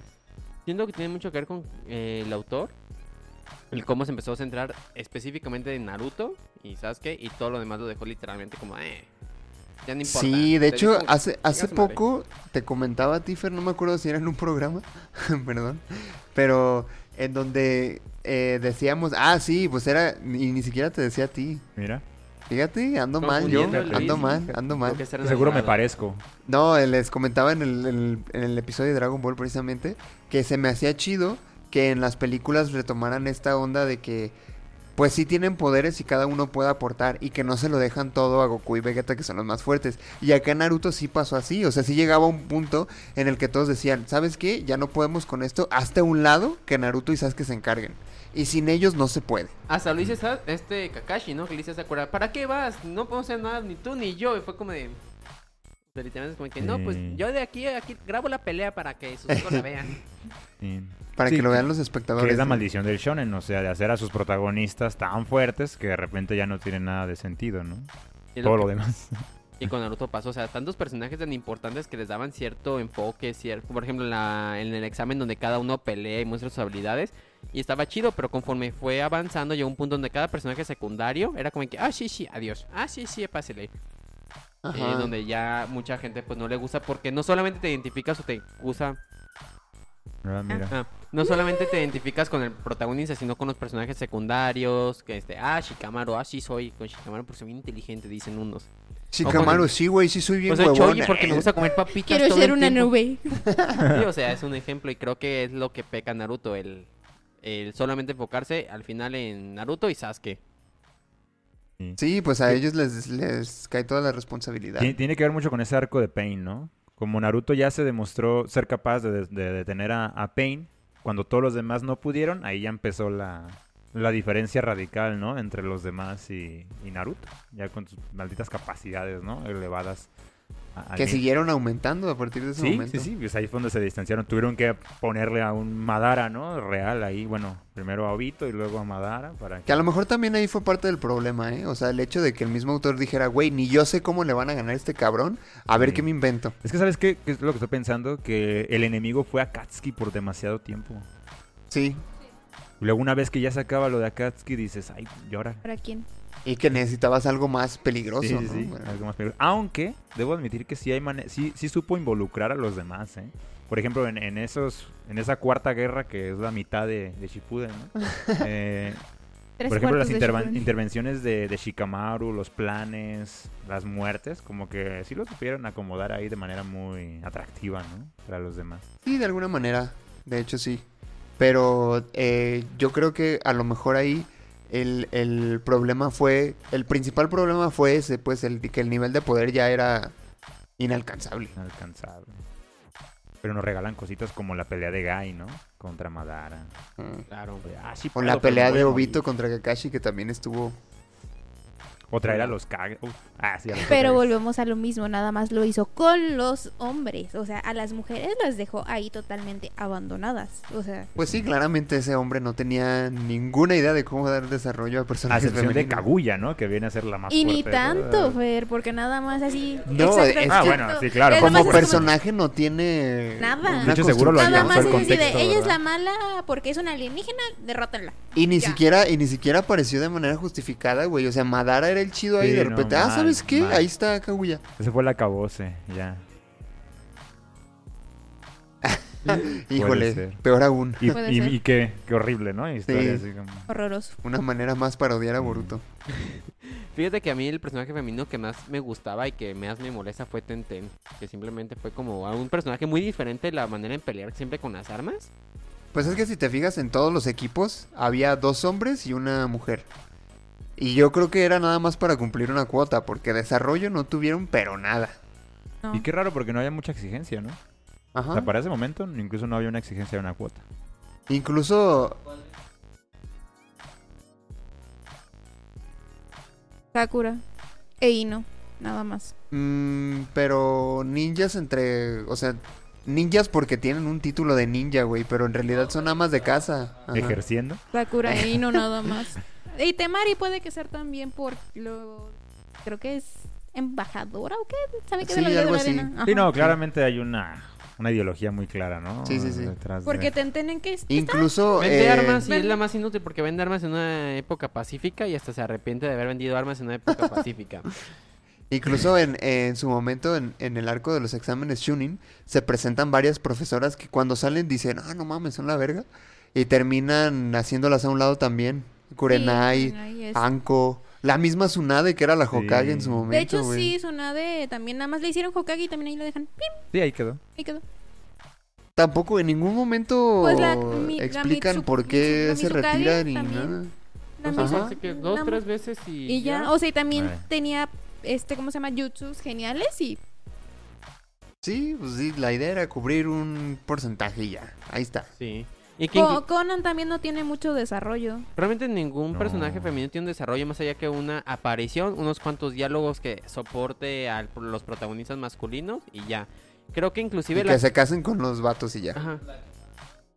Speaker 4: Siento que tiene mucho que ver con eh, el autor. El cómo se empezó a centrar específicamente en Naruto y Sasuke. Y todo lo demás lo dejó literalmente como... Eh, ya no importa.
Speaker 1: Sí, de
Speaker 4: Te
Speaker 1: hecho,
Speaker 4: dijo,
Speaker 1: hace,
Speaker 4: "Chinga
Speaker 1: hace
Speaker 4: su madre".
Speaker 1: poco te comentaba a ti, Fer, no me acuerdo si era en un programa, perdón, pero en donde eh, decíamos, ah, sí, pues era, y ni siquiera te decía a ti.
Speaker 2: Mira,
Speaker 1: Fíjate, ando mal yo,
Speaker 4: Confundiendo el
Speaker 1: ando
Speaker 4: ritmo.
Speaker 1: mal, ando
Speaker 4: Tengo que
Speaker 1: mal.
Speaker 4: estar
Speaker 2: seguro me
Speaker 4: enamorado.
Speaker 2: parezco.
Speaker 1: No, eh, les comentaba en el, en el- en el episodio de Dragon Ball precisamente que se me hacía chido que en las películas retomaran esta onda de que pues sí tienen poderes y cada uno puede aportar y que no se lo dejan todo a Goku y Vegeta que son los más fuertes. Y acá en Naruto sí pasó así, o sea, sí llegaba un punto en el que todos decían, ¿sabes qué? Ya no podemos con esto, hazte a un lado que Naruto y Sasuke se encarguen. Y sin ellos no se puede.
Speaker 4: Hasta lo dice Sa- este Kakashi, ¿no? Que le dice a Sakura, ¿para qué vas? No podemos hacer nada ni tú ni yo. Y fue como de... o sea, Literalmente es como que no, pues
Speaker 2: Sí.
Speaker 4: yo de aquí a aquí grabo la pelea para que sus hijos la vean.
Speaker 2: Sí.
Speaker 1: Para
Speaker 2: Sí,
Speaker 1: que lo vean los espectadores.
Speaker 2: Que es la
Speaker 1: ¿no?
Speaker 2: maldición del shonen, o sea, de hacer a sus protagonistas tan fuertes que de repente ya no tienen nada de sentido, ¿no?
Speaker 4: Y es lo
Speaker 2: Todo
Speaker 4: que-
Speaker 2: lo demás.
Speaker 4: Y con Naruto pasó, o sea, tantos personajes tan importantes que les daban cierto enfoque, cierto, por ejemplo, en, la- en el examen donde cada uno pelea y muestra sus habilidades, y estaba chido, pero conforme fue avanzando llegó un punto donde cada personaje secundario era como que, ah, sí, sí, adiós, ah, sí, sí, pásele.
Speaker 1: Ajá.
Speaker 4: Eh, donde ya mucha gente pues no le gusta porque no solamente te identificas o te usa,
Speaker 2: Ah, mira.
Speaker 4: ah, no solamente te identificas con el protagonista, sino con los personajes secundarios, que este, ah, Shikamaru, ah, sí soy con Shikamaru porque soy bien inteligente, dicen unos.
Speaker 1: Shikamaru, sí, güey, sí soy bien
Speaker 4: O sea,
Speaker 1: huevón.
Speaker 4: Choji porque me gusta comer papitas
Speaker 3: Quiero
Speaker 4: todo
Speaker 3: ser
Speaker 4: el
Speaker 3: una
Speaker 4: tiempo.
Speaker 3: nube.
Speaker 4: Sí, o sea, es un ejemplo y creo que es lo que peca Naruto, el, el solamente enfocarse al final en Naruto y Sasuke.
Speaker 1: Sí, pues a ellos les, les cae toda la responsabilidad.
Speaker 2: Tiene, tiene que ver mucho con ese arco de Pain, ¿no? Como Naruto ya se demostró ser capaz de, de- de detener a, a Pain, cuando todos los demás no pudieron, ahí ya empezó la, la diferencia radical, ¿no? Entre los demás y, y Naruto, ya con sus malditas capacidades, ¿no? Elevadas. a- al
Speaker 1: Que
Speaker 2: nivel.
Speaker 1: siguieron aumentando a partir de ese
Speaker 2: Ah, Sí,
Speaker 1: momento.
Speaker 2: sí, sí, pues ahí fue donde se distanciaron. Tuvieron que ponerle a un Madara, ¿no? Real ahí, bueno, primero a Obito y luego a Madara para
Speaker 1: Que a lo mejor también ahí fue parte del problema, ¿eh? O sea, el hecho de que el mismo autor dijera, güey, ni yo sé cómo le van a ganar a este cabrón, a ver
Speaker 2: Sí.
Speaker 1: qué me invento.
Speaker 2: Es que, ¿sabes qué? ¿Qué es lo que estoy pensando? Que el enemigo fue Akatsuki por demasiado tiempo.
Speaker 1: Sí.
Speaker 2: Y luego una vez que ya se acaba lo de Akatsuki, dices, ay, llora.
Speaker 3: ¿Para quién?
Speaker 1: Y que necesitabas algo más peligroso,
Speaker 2: Sí, sí,
Speaker 1: ¿no?
Speaker 2: sí,
Speaker 1: Bueno,
Speaker 2: algo más peligroso. Aunque, debo admitir que sí, hay mane- sí, sí supo involucrar a los demás, ¿eh? Por ejemplo, en, en esos, en esa cuarta guerra que es la mitad de, de Shippuden, ¿no? Eh,
Speaker 3: Tres
Speaker 2: por ejemplo,
Speaker 3: cuartos
Speaker 2: las
Speaker 3: de
Speaker 2: interven-
Speaker 3: Shippuden.
Speaker 2: intervenciones de, de Shikamaru, los planes, las muertes, como que sí lo supieron acomodar ahí de manera muy atractiva, ¿no? Para los demás.
Speaker 1: Sí, de alguna manera. De hecho, sí. Pero eh, yo creo que a lo mejor ahí el, el problema fue. El principal problema fue ese, pues, el que el nivel de poder ya era inalcanzable.
Speaker 2: Inalcanzable. Pero nos regalan cositas como la pelea de Gai, ¿no? Contra Madara.
Speaker 1: Mm.
Speaker 4: Claro.
Speaker 2: Ah, sí
Speaker 1: O
Speaker 2: puedo,
Speaker 1: la
Speaker 2: pero
Speaker 1: pelea
Speaker 2: me
Speaker 1: de
Speaker 2: voy a
Speaker 1: Obito
Speaker 2: morir.
Speaker 1: contra Kakashi, que también estuvo
Speaker 2: O traer a los Kage. Uf, ah, sí, a los
Speaker 3: Pero
Speaker 2: Kage.
Speaker 3: volvemos a lo mismo, nada más lo hizo con los hombres. O sea, a las mujeres las dejó ahí totalmente abandonadas. O sea,
Speaker 1: Pues sí, claramente ese hombre no tenía ninguna idea de cómo dar desarrollo a
Speaker 2: A
Speaker 1: personajes
Speaker 2: excepción de
Speaker 1: femeninos.
Speaker 2: Kaguya, ¿no? Que viene a ser la más
Speaker 3: y ni
Speaker 2: fuerte Ah, de
Speaker 3: tanto,
Speaker 2: todas.
Speaker 3: Fer, porque nada más así.
Speaker 1: No,
Speaker 3: exacto,
Speaker 1: es que-
Speaker 3: exacto.
Speaker 2: Ah, bueno, sí, claro.
Speaker 3: Es nada
Speaker 1: Como
Speaker 3: más es
Speaker 1: personaje no tiene
Speaker 3: Nada.
Speaker 1: una
Speaker 3: De
Speaker 2: hecho, seguro lo
Speaker 3: Nada
Speaker 1: construcción.
Speaker 2: llevamos al
Speaker 3: más es así de,
Speaker 2: contexto,
Speaker 3: ella es
Speaker 2: ¿verdad?
Speaker 3: la mala porque es una alienígena, derrótenla.
Speaker 1: Y ni
Speaker 3: Ya.
Speaker 1: siquiera y ni siquiera apareció de manera justificada, güey. O sea, Madara era el chido ahí
Speaker 2: Sí,
Speaker 1: de
Speaker 2: no,
Speaker 1: repente. ah,
Speaker 2: mal,
Speaker 1: ¿sabes qué?
Speaker 2: mal.
Speaker 1: Ahí está Kaguya.
Speaker 2: Ese fue el acabose, ya.
Speaker 1: Híjole,
Speaker 2: ser.
Speaker 1: peor aún.
Speaker 2: Y,
Speaker 3: Puede
Speaker 2: y-
Speaker 3: ser.
Speaker 2: y qué, qué horrible, ¿no? Historia así como-
Speaker 3: Horroroso.
Speaker 1: Una manera más para odiar a Boruto.
Speaker 4: Fíjate que a mí el personaje femenino que más me gustaba y que más me molesta fue Tenten. Que simplemente fue como un personaje muy diferente la manera en pelear siempre con las armas.
Speaker 1: Pues es que si te fijas en todos los equipos, había dos hombres y una mujer. Y yo creo que era nada más para cumplir una cuota, porque desarrollo no tuvieron, pero nada.
Speaker 3: No.
Speaker 2: Y qué raro porque no había mucha exigencia, ¿no? O
Speaker 1: Ajá.
Speaker 2: sea, para ese momento incluso no había una exigencia de una cuota.
Speaker 1: Incluso
Speaker 3: Sakura e Ino, nada más.
Speaker 1: Mm, pero ninjas entre, o sea, ninjas porque tienen un título de ninja, güey, pero en realidad son amas de casa. Ajá.
Speaker 2: Ejerciendo.
Speaker 3: Sakura e Ino, nada más. Y Temari puede que ser también por lo. Creo que es embajadora o qué. ¿Sabe qué
Speaker 1: Sí,
Speaker 3: de la Vida de
Speaker 1: algo
Speaker 3: la
Speaker 1: así.
Speaker 3: Arena?
Speaker 2: Sí,
Speaker 3: Ajá.
Speaker 2: no, claramente hay una, una ideología muy clara, ¿no?
Speaker 1: Sí, sí, sí.
Speaker 2: Detrás de-
Speaker 3: Porque te entienden que es.
Speaker 1: Incluso
Speaker 4: Vende
Speaker 1: eh,
Speaker 4: armas y es
Speaker 3: Vende-
Speaker 4: la más inútil porque vende armas en una época pacífica y hasta se arrepiente de haber vendido armas en una época pacífica.
Speaker 1: Incluso en, en su momento, en, en el arco de los exámenes Shunin, se presentan varias profesoras que cuando salen dicen, ah, no mames, son la verga. Y terminan haciéndolas a un lado también. Kurenai,
Speaker 3: Kurenai es-
Speaker 1: Anko, la misma Tsunade que era la
Speaker 2: Sí.
Speaker 1: Hokage en su momento.
Speaker 3: De hecho,
Speaker 1: güey.
Speaker 3: sí, Tsunade también nada más le hicieron Hokage y también ahí la dejan. ¡Pim!
Speaker 2: Sí, ahí quedó.
Speaker 3: Ahí quedó.
Speaker 1: Tampoco en ningún momento
Speaker 3: Pues la- mi- la
Speaker 1: explican
Speaker 3: Mitsu-
Speaker 1: por qué
Speaker 3: Mitsu- la
Speaker 1: se
Speaker 3: Mitsukage
Speaker 1: retiran y
Speaker 3: también.
Speaker 1: nada.
Speaker 3: La
Speaker 4: Pues
Speaker 1: Ajá.
Speaker 3: misma-
Speaker 4: Así que dos,
Speaker 3: la-
Speaker 4: tres veces y,
Speaker 3: Y ya, o sea, y también
Speaker 2: Ay.
Speaker 3: tenía este, ¿cómo se llama? Jutsus geniales y
Speaker 1: Sí, pues sí, la idea era cubrir un porcentaje y ya. Ahí está.
Speaker 4: Sí. Y que
Speaker 3: Ko-
Speaker 4: inclu-
Speaker 3: Conan también no tiene mucho desarrollo.
Speaker 4: realmente ningún
Speaker 2: No.
Speaker 4: personaje femenino tiene un desarrollo más allá que una aparición, unos cuantos diálogos que soporte a los protagonistas masculinos y ya. Creo que
Speaker 1: Y
Speaker 4: inclusive
Speaker 1: que
Speaker 4: la...
Speaker 1: se casen con los vatos y
Speaker 3: Ah,
Speaker 1: ya.
Speaker 4: Ajá.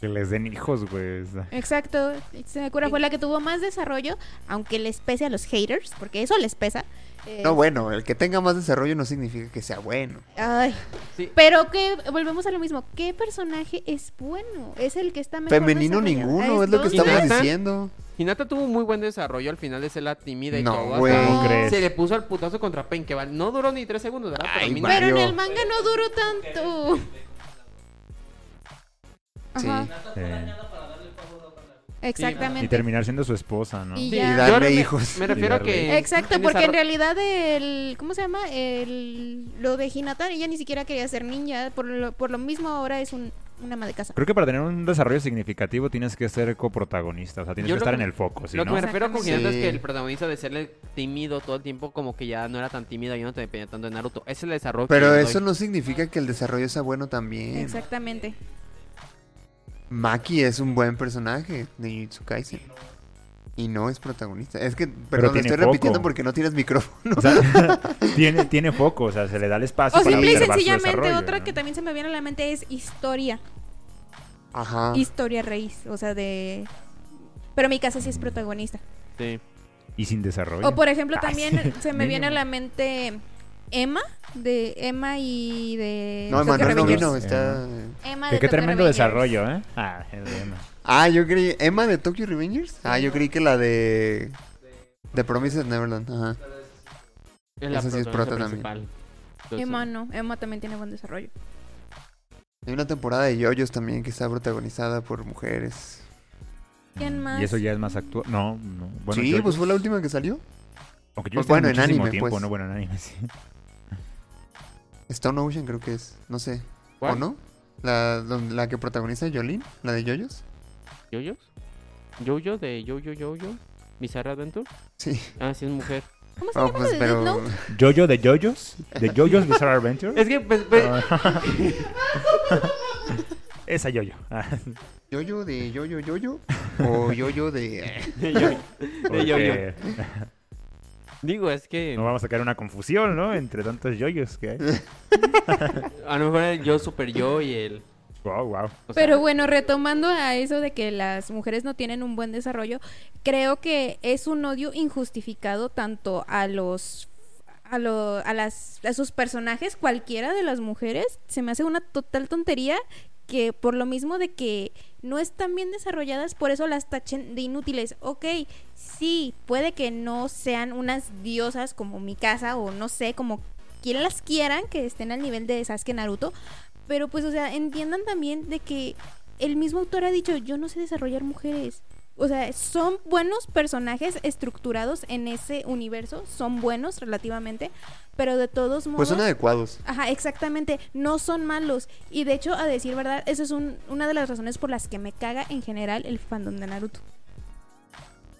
Speaker 2: Que les den hijos, pues, güey. o sea.
Speaker 3: Exacto, Sakura fue la que tuvo más desarrollo, aunque les pese a los haters, porque eso les pesa. Eh,
Speaker 1: No, bueno, el que tenga más desarrollo no significa que sea bueno.
Speaker 3: ay,
Speaker 4: Sí.
Speaker 3: Pero que volvemos a lo mismo, ¿qué personaje es bueno? Es el que está mejor
Speaker 1: Femenino
Speaker 3: desarrollado. Ah,
Speaker 1: ninguno, es lo que
Speaker 3: Entonces,
Speaker 4: ¿Y
Speaker 1: estamos
Speaker 4: neta?
Speaker 1: diciendo.
Speaker 4: Hinata tuvo muy buen desarrollo al final de ser la tímida y
Speaker 1: No,
Speaker 4: todo.
Speaker 1: güey.
Speaker 4: hasta-
Speaker 2: ¿Cómo crees?
Speaker 4: Se le puso al putazo contra Pen, que va- no duró ni tres segundos, ¿verdad? Pero
Speaker 1: Ay,
Speaker 4: a mí no-
Speaker 1: va.
Speaker 3: Pero en
Speaker 1: Mario.
Speaker 3: el manga no duró tanto.
Speaker 1: Sí.
Speaker 3: Ajá,
Speaker 2: Sí. Y
Speaker 3: exactamente.
Speaker 2: eh, terminar siendo su esposa, ¿no?
Speaker 3: Y
Speaker 4: Sí,
Speaker 3: ya.
Speaker 1: Y
Speaker 4: yo
Speaker 1: darle
Speaker 4: me-
Speaker 1: hijos.
Speaker 4: Me refiero a que...
Speaker 3: Exacto, porque en
Speaker 4: desarrollo-
Speaker 3: realidad el, ¿cómo se llama? El, lo de Hinata, ella ni siquiera quería ser niña, por lo, por lo mismo ahora es un, una ama de casa.
Speaker 2: Creo que para tener un desarrollo significativo tienes que ser coprotagonista, o sea, tienes
Speaker 4: Yo
Speaker 2: que
Speaker 4: lo
Speaker 2: estar
Speaker 4: que-
Speaker 2: en el foco, si
Speaker 4: Lo
Speaker 2: no.
Speaker 4: que me refiero con Hinata es
Speaker 1: Sí.
Speaker 4: que el protagonista de serle tímido todo el tiempo, como que ya no era tan tímida y no te dependía tanto de Naruto. Ese es el desarrollo. que yo
Speaker 1: Pero
Speaker 4: le
Speaker 1: eso
Speaker 4: doy.
Speaker 1: no significa que el desarrollo sea bueno también.
Speaker 3: Exactamente.
Speaker 1: Maki es un buen personaje de Jujutsu Kaisen. Y no es protagonista. Es que, perdón,
Speaker 2: tiene
Speaker 1: estoy
Speaker 2: foco.
Speaker 1: repitiendo porque no tienes micrófono.
Speaker 2: O sea, tiene, tiene foco, o sea, se le da el espacio
Speaker 3: O
Speaker 2: para
Speaker 3: simple y
Speaker 2: observar su
Speaker 3: sencillamente,
Speaker 2: desarrollo,
Speaker 3: otra
Speaker 2: ¿no?
Speaker 3: que también se me viene a la mente es historia.
Speaker 2: Ah.
Speaker 1: Ajá.
Speaker 3: Historia raíz, o sea, de... Pero mi casa sí es protagonista.
Speaker 4: Sí.
Speaker 2: Y sin desarrollo.
Speaker 3: O por ejemplo,
Speaker 2: Ah,
Speaker 3: también
Speaker 2: sí.
Speaker 3: se me viene a
Speaker 2: Mínimo.
Speaker 3: la mente Emma, de Emma y de...
Speaker 1: No, Emanuel no
Speaker 3: Tokyo Revengers.
Speaker 1: vino, está...
Speaker 3: Emma
Speaker 2: Que
Speaker 3: de
Speaker 2: qué
Speaker 3: Tokyo
Speaker 2: tremendo
Speaker 3: Revengers.
Speaker 2: desarrollo, ¿eh? Ah, el tema.
Speaker 1: Ah, yo creí... ¿Emma de Tokyo Revengers? Ah, yo creí que la de... De Promises Neverland, ajá.
Speaker 4: Es la
Speaker 1: Esa sí es
Speaker 4: protagonista
Speaker 1: prota también.
Speaker 4: principal. Entonces,
Speaker 3: Emma no, Emma también tiene buen desarrollo.
Speaker 1: Hay una temporada de yoyos también que está protagonizada por mujeres.
Speaker 3: ¿Quién
Speaker 2: Mm,
Speaker 3: más?
Speaker 2: Y eso ya es más actual. No, no. Bueno,
Speaker 1: sí,
Speaker 2: yo-
Speaker 1: pues fue la última que salió.
Speaker 2: Aunque yo
Speaker 1: pues
Speaker 2: estuve
Speaker 1: bueno, en
Speaker 2: muchísimo
Speaker 1: anime,
Speaker 2: tiempo,
Speaker 1: pues.
Speaker 2: ¿no? Bueno, en anime, sí.
Speaker 1: Stone Ocean creo que es, no sé.
Speaker 4: ¿Cuál?
Speaker 1: ¿O no? La, don- la que protagoniza Jolene, la de yoyos.
Speaker 4: ¿Yoyos? ¿Yoyo de Yoyo Yoyo? ¿Bizarre Adventure?
Speaker 1: Sí.
Speaker 4: Ah, sí, es mujer.
Speaker 3: ¿Cómo se
Speaker 1: Ah,
Speaker 3: llama?
Speaker 1: pues,
Speaker 3: ¿De Death
Speaker 1: pero...
Speaker 3: Note?
Speaker 2: ¿Jojo de Jojo's? ¿De Jojo's Bizarre Adventure?
Speaker 4: Es que, pues, pues,
Speaker 2: Ah. Esa Jojo. Ah,
Speaker 1: ¿Yoyo de yoyo yoyo? ¿O yoyo de...?
Speaker 4: de Yoyo. De Yoyo.
Speaker 2: porque-
Speaker 4: Digo, es que
Speaker 2: No vamos a sacar una confusión, ¿no? Entre tantos yoyos que hay.
Speaker 4: a lo mejor el yo super yo y el...
Speaker 2: Wow, wow.
Speaker 4: o sea,
Speaker 3: Pero bueno, retomando a eso de que las mujeres no tienen un buen desarrollo, creo que es un odio injustificado tanto a los a, lo- a las a sus personajes cualquiera de las mujeres, se me hace una total tontería que por lo mismo de que no están bien desarrolladas, por eso las tachen de inútiles. Ok, sí, puede que no sean unas diosas como mi casa o no sé, como quien las quieran, que estén al nivel de Sasuke Naruto, pero pues, o sea, entiendan también de que el mismo autor ha dicho, yo no sé desarrollar mujeres. O sea, son buenos personajes estructurados en ese universo, son buenos relativamente, pero de todos modos...
Speaker 1: Pues son adecuados.
Speaker 3: Ajá, exactamente, no son malos. Y de hecho, a decir verdad, esa es un- una de las razones por las que me caga en general el fandom de Naruto.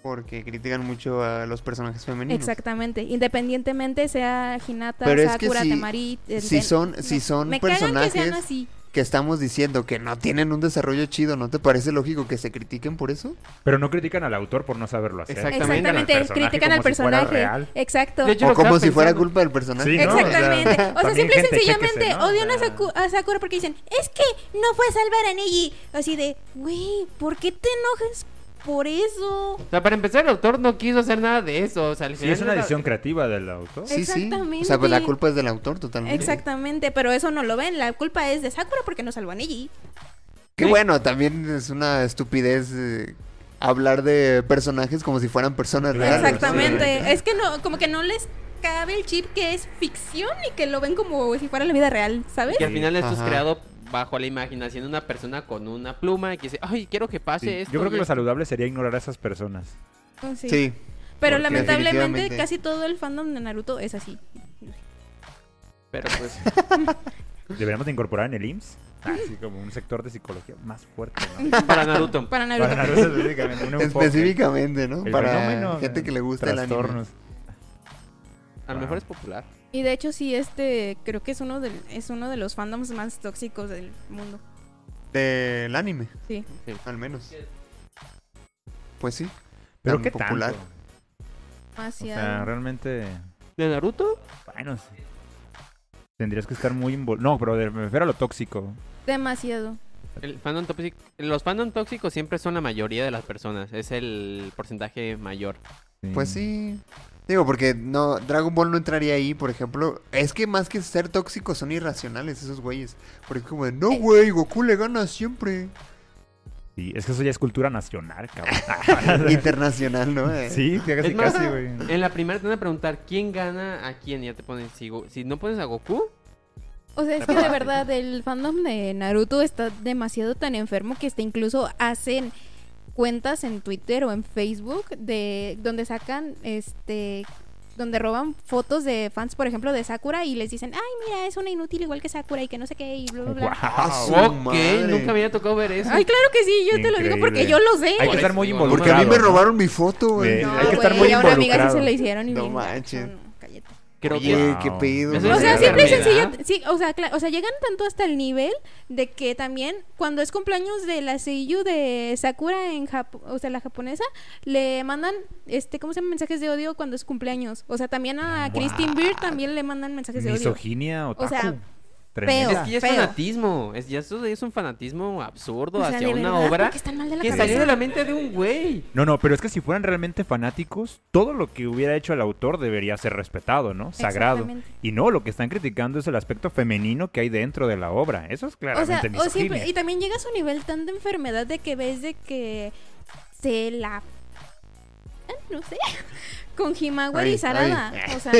Speaker 1: Porque critican mucho a los personajes femeninos.
Speaker 3: Exactamente, independientemente sea Hinata,
Speaker 1: Pero es que
Speaker 3: Sakura,
Speaker 1: si-
Speaker 3: Temari... eh,
Speaker 1: si
Speaker 3: Zen-
Speaker 1: son- si son
Speaker 3: me cagan que sean
Speaker 1: personajes-
Speaker 3: así.
Speaker 1: Que estamos diciendo que no tienen un desarrollo chido, ¿no te parece lógico que se critiquen por eso?
Speaker 2: Pero no critican al autor por no saberlo hacer.
Speaker 4: Exactamente.
Speaker 3: Exactamente, critican al
Speaker 2: como si fuera
Speaker 3: personaje.
Speaker 2: real.
Speaker 3: Exacto.
Speaker 4: De hecho, lo
Speaker 1: o como
Speaker 4: estaba
Speaker 1: si fuera
Speaker 4: pensando.
Speaker 1: culpa del personaje.
Speaker 2: Sí, ¿no?
Speaker 3: Exactamente.
Speaker 2: O
Speaker 3: O
Speaker 2: sea,
Speaker 3: sea,
Speaker 2: también
Speaker 3: simple y
Speaker 2: gente,
Speaker 3: sencillamente
Speaker 2: chéquese, ¿no?
Speaker 3: odian a,
Speaker 4: O sea-
Speaker 3: Saku- a Sakura porque dicen, es que no fue a salvar a Neji. Así de, güey, ¿por qué te enojas por eso?
Speaker 4: O sea, para empezar, el autor no quiso hacer nada de eso. O sea, al
Speaker 2: Sí,
Speaker 4: final
Speaker 2: es una
Speaker 4: era-
Speaker 2: edición creativa del autor.
Speaker 1: Sí, sí. O sea,
Speaker 3: Exactamente.
Speaker 1: pues la culpa es del autor totalmente.
Speaker 3: Exactamente, pero eso no lo ven. La culpa es de Sakura porque no salvó a Neji.
Speaker 1: Que bueno, también es una estupidez eh, hablar de personajes como si fueran personas
Speaker 2: Claro,
Speaker 1: reales.
Speaker 3: Exactamente. Es que no, como que no les cabe el chip que es ficción y que lo ven como si fuera la vida real, ¿sabes?
Speaker 4: Que al final esto es
Speaker 1: Ajá.
Speaker 4: creado bajo la imaginación de una persona con una pluma que dice, ay, quiero que pase
Speaker 2: Sí,
Speaker 4: esto.
Speaker 2: Yo creo que
Speaker 4: y
Speaker 2: lo
Speaker 4: esto".
Speaker 2: saludable sería ignorar a esas personas.
Speaker 3: Sí.
Speaker 1: Sí.
Speaker 3: pero
Speaker 1: porque
Speaker 3: lamentablemente
Speaker 1: definitivamente-
Speaker 3: casi todo el fandom de Naruto es así.
Speaker 4: Pero pues,
Speaker 2: Deberíamos de incorporar en el IMSS así como un sector de psicología más fuerte, ¿no?
Speaker 4: para Naruto.
Speaker 3: Para Naruto.
Speaker 2: Para Naruto específicamente, un enfoque.
Speaker 1: Específicamente, ¿no?
Speaker 2: El
Speaker 1: Para
Speaker 2: fenómeno
Speaker 1: gente
Speaker 2: de
Speaker 1: que le gusta el anime.
Speaker 2: trastornos.
Speaker 4: A lo mejor es popular.
Speaker 3: Y de hecho sí, este creo que es uno del, es uno de los fandoms más tóxicos del mundo.
Speaker 1: Del anime,
Speaker 3: Sí.
Speaker 1: al menos. Pues sí.
Speaker 2: Pero
Speaker 1: Tan
Speaker 2: qué
Speaker 1: popular.
Speaker 2: tanto. O
Speaker 3: Demasiado.
Speaker 2: sea, realmente,
Speaker 4: ¿De Naruto?
Speaker 2: bueno, sí. tendrías que estar muy involucrado. No, pero de- me refiero a lo tóxico.
Speaker 3: Demasiado.
Speaker 4: El fandom tóxico- los fandom tóxicos siempre son la mayoría de las personas. Es el porcentaje mayor.
Speaker 2: Mm.
Speaker 1: Pues sí. Digo, porque no, Dragon Ball no entraría ahí, por ejemplo. Es que más que ser tóxicos, son irracionales esos güeyes. Porque es como de,
Speaker 3: Eh,
Speaker 1: no, güey, Goku le gana siempre.
Speaker 2: Sí, es que eso ya es cultura nacional, cabrón.
Speaker 1: Internacional, ¿no? Eh,
Speaker 2: sí, casi,
Speaker 4: Es más,
Speaker 2: casi, güey.
Speaker 4: En la primera te van a preguntar quién gana a quién. Y ya te ponen, si, Go- si no pones a Goku,
Speaker 3: O sea, es que de verdad el fandom de Naruto está demasiado tan enfermo que hasta incluso hacen cuentas en Twitter o en Facebook de donde sacan este donde roban fotos de fans, por ejemplo, de Sakura y les dicen, "Ay, mira, es una inútil igual que Sakura y que no sé qué" y bla bla bla.
Speaker 1: Ah,
Speaker 2: Guau.
Speaker 1: su
Speaker 4: ok,
Speaker 1: madre.
Speaker 4: nunca me había tocado ver eso.
Speaker 3: Ay, claro que sí, yo te lo digo porque
Speaker 2: Increíble.
Speaker 3: yo lo sé.
Speaker 2: Hay
Speaker 4: Por
Speaker 2: que estar
Speaker 4: eso
Speaker 2: muy
Speaker 4: digo, ¿no?
Speaker 2: involucrado.
Speaker 1: Porque a mí me
Speaker 2: ¿no?
Speaker 1: robaron mi foto, güey.
Speaker 2: Eh,
Speaker 3: No,
Speaker 2: hay que estar
Speaker 3: güey,
Speaker 2: muy
Speaker 3: a una amiga sí se
Speaker 2: involucrado.
Speaker 3: la hicieron y
Speaker 1: No
Speaker 3: bien
Speaker 1: manches.
Speaker 3: gacho, no, cállate.
Speaker 4: Creo
Speaker 1: Oye,
Speaker 4: que...
Speaker 2: Wow.
Speaker 1: qué pedo.
Speaker 4: Eso
Speaker 1: güey.
Speaker 3: O sea,
Speaker 4: Entonces,
Speaker 3: simple y
Speaker 4: ¿verdad?
Speaker 3: sencillo. Sí, o sea, cla- o sea, llegan tanto hasta el nivel de que también cuando es cumpleaños de la Seiyu de Sakura en Japón, o sea, la japonesa, le mandan, este, ¿cómo se llama? Mensajes de odio cuando es cumpleaños. O sea, también a
Speaker 2: What?
Speaker 3: Christine Beer también le mandan mensajes de odio.
Speaker 2: Misoginia, otaku.
Speaker 3: sea,
Speaker 4: Es
Speaker 2: Tremenda.
Speaker 4: que ya es
Speaker 3: Feo.
Speaker 4: fanatismo. Es, ya eso es un fanatismo absurdo
Speaker 3: O sea,
Speaker 4: hacia
Speaker 3: de
Speaker 4: una
Speaker 3: verdad,
Speaker 4: obra
Speaker 3: porque están mal de la
Speaker 4: que
Speaker 3: cabeza.
Speaker 4: salió de la mente de un güey.
Speaker 2: No, no, pero es que si fueran realmente fanáticos, todo lo que hubiera hecho el autor debería ser respetado, ¿no? Sagrado.
Speaker 3: Exactamente.
Speaker 2: Y no, lo que están criticando es el aspecto femenino que hay dentro de la obra. Eso es
Speaker 3: O sea,
Speaker 2: claramente
Speaker 3: o siempre-
Speaker 2: misoginia.
Speaker 3: y también llega a su nivel tan de enfermedad de que ves de que se la no sé, con Himawari y
Speaker 1: Ay,
Speaker 3: Sarada.
Speaker 1: ay.
Speaker 3: O sea,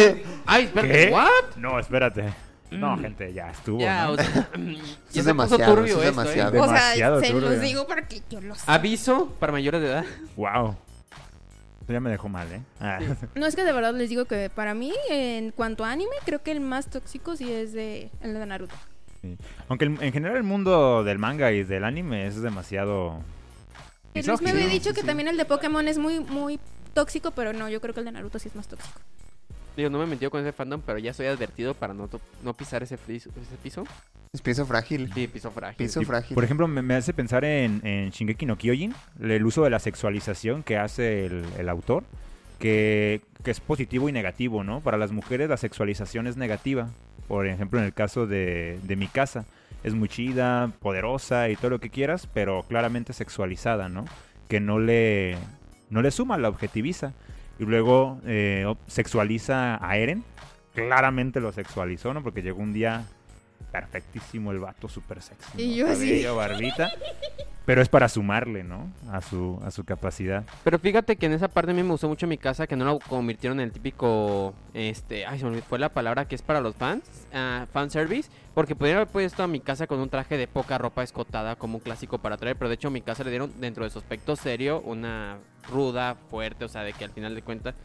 Speaker 4: Ay, espérate,
Speaker 2: ¿Qué?
Speaker 4: ¿what?
Speaker 2: No, espérate. No,
Speaker 4: Mm.
Speaker 2: gente, ya estuvo.
Speaker 4: Ya,
Speaker 2: ¿no?
Speaker 4: o sea,
Speaker 1: Eso
Speaker 4: ya
Speaker 1: es
Speaker 4: se puso
Speaker 1: demasiado,
Speaker 4: turbio
Speaker 1: eso es
Speaker 4: esto, ¿eh?
Speaker 1: demasiado.
Speaker 3: o sea,
Speaker 2: demasiado
Speaker 3: se
Speaker 2: turbio.
Speaker 3: los digo porque yo lo sé.
Speaker 4: Ah. Aviso para mayores de edad.
Speaker 2: Wow. Eso ya me dejó mal, ¿eh? Ah.
Speaker 3: No, es que de verdad les digo que para mí, en cuanto a anime, creo que el más tóxico sí es de, el de Naruto.
Speaker 2: Aunque el- en general el mundo del manga y del anime es demasiado.
Speaker 3: Que Luis me
Speaker 2: misógino.
Speaker 3: había dicho
Speaker 1: sí,
Speaker 3: que
Speaker 1: sí.
Speaker 3: también el de Pokémon es muy, muy tóxico, pero no, yo creo que el de Naruto sí es más tóxico.
Speaker 4: Digo, no me metió con ese fandom, pero ya soy advertido para no, to- no pisar ese, friso- ese piso.
Speaker 1: Es piso frágil.
Speaker 4: Sí, piso frágil.
Speaker 1: Piso
Speaker 2: Y,
Speaker 1: frágil.
Speaker 2: Por ejemplo, me, me hace pensar en, en Shingeki no Kyojin, el uso de la sexualización que hace el, el autor, que, que es positivo y negativo, ¿no? Para las mujeres la sexualización es negativa. Por ejemplo, en el caso de, de mi casa, es muy chida, poderosa y todo lo que quieras, pero claramente sexualizada, ¿no? Que no le, no le suma, la objetiviza. Y luego eh, ob- sexualiza a Eren. Claramente lo sexualizó, ¿no? Porque llegó un día perfectísimo el vato, súper sexy. ¿no?
Speaker 3: Y yo así.
Speaker 2: Cabello, barbita. Pero es para sumarle, ¿no? A su, a su capacidad.
Speaker 4: Pero fíjate que en esa parte a mí me gustó mucho mi casa, que no lo convirtieron en el típico, este, ay, se me olvidó- fue la palabra que es para los fans, ah, fanservice, porque pudieron haber puesto a mi casa con un traje de poca ropa escotada como un clásico para traer, pero de hecho a mi casa le dieron dentro de su aspecto serio una ruda, fuerte, o sea, de que al final de cuentas...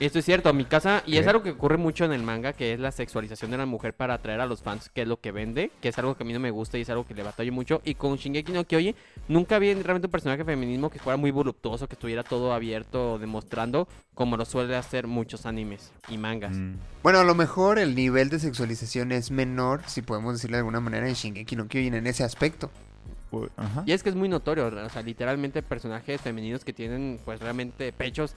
Speaker 4: Esto es cierto, mi casa, y es
Speaker 2: ¿Qué?
Speaker 4: algo que ocurre mucho en el manga, que es la sexualización de la mujer para atraer a los fans, que es lo que vende, que es algo que a mí no me gusta y es algo que le batallo mucho, y con Shingeki no Kyojin Nunca vi realmente un personaje feminismo que fuera muy voluptuoso, que estuviera todo abierto, demostrando como lo suele hacer muchos animes y mangas.
Speaker 2: Mm.
Speaker 1: Bueno, a lo mejor el nivel de sexualización es menor, si podemos decirlo de alguna manera, en Shingeki no Kyojin en ese aspecto.
Speaker 2: Uy, ajá.
Speaker 4: Y es que es muy notorio, o sea, literalmente personajes femeninos que tienen pues realmente pechos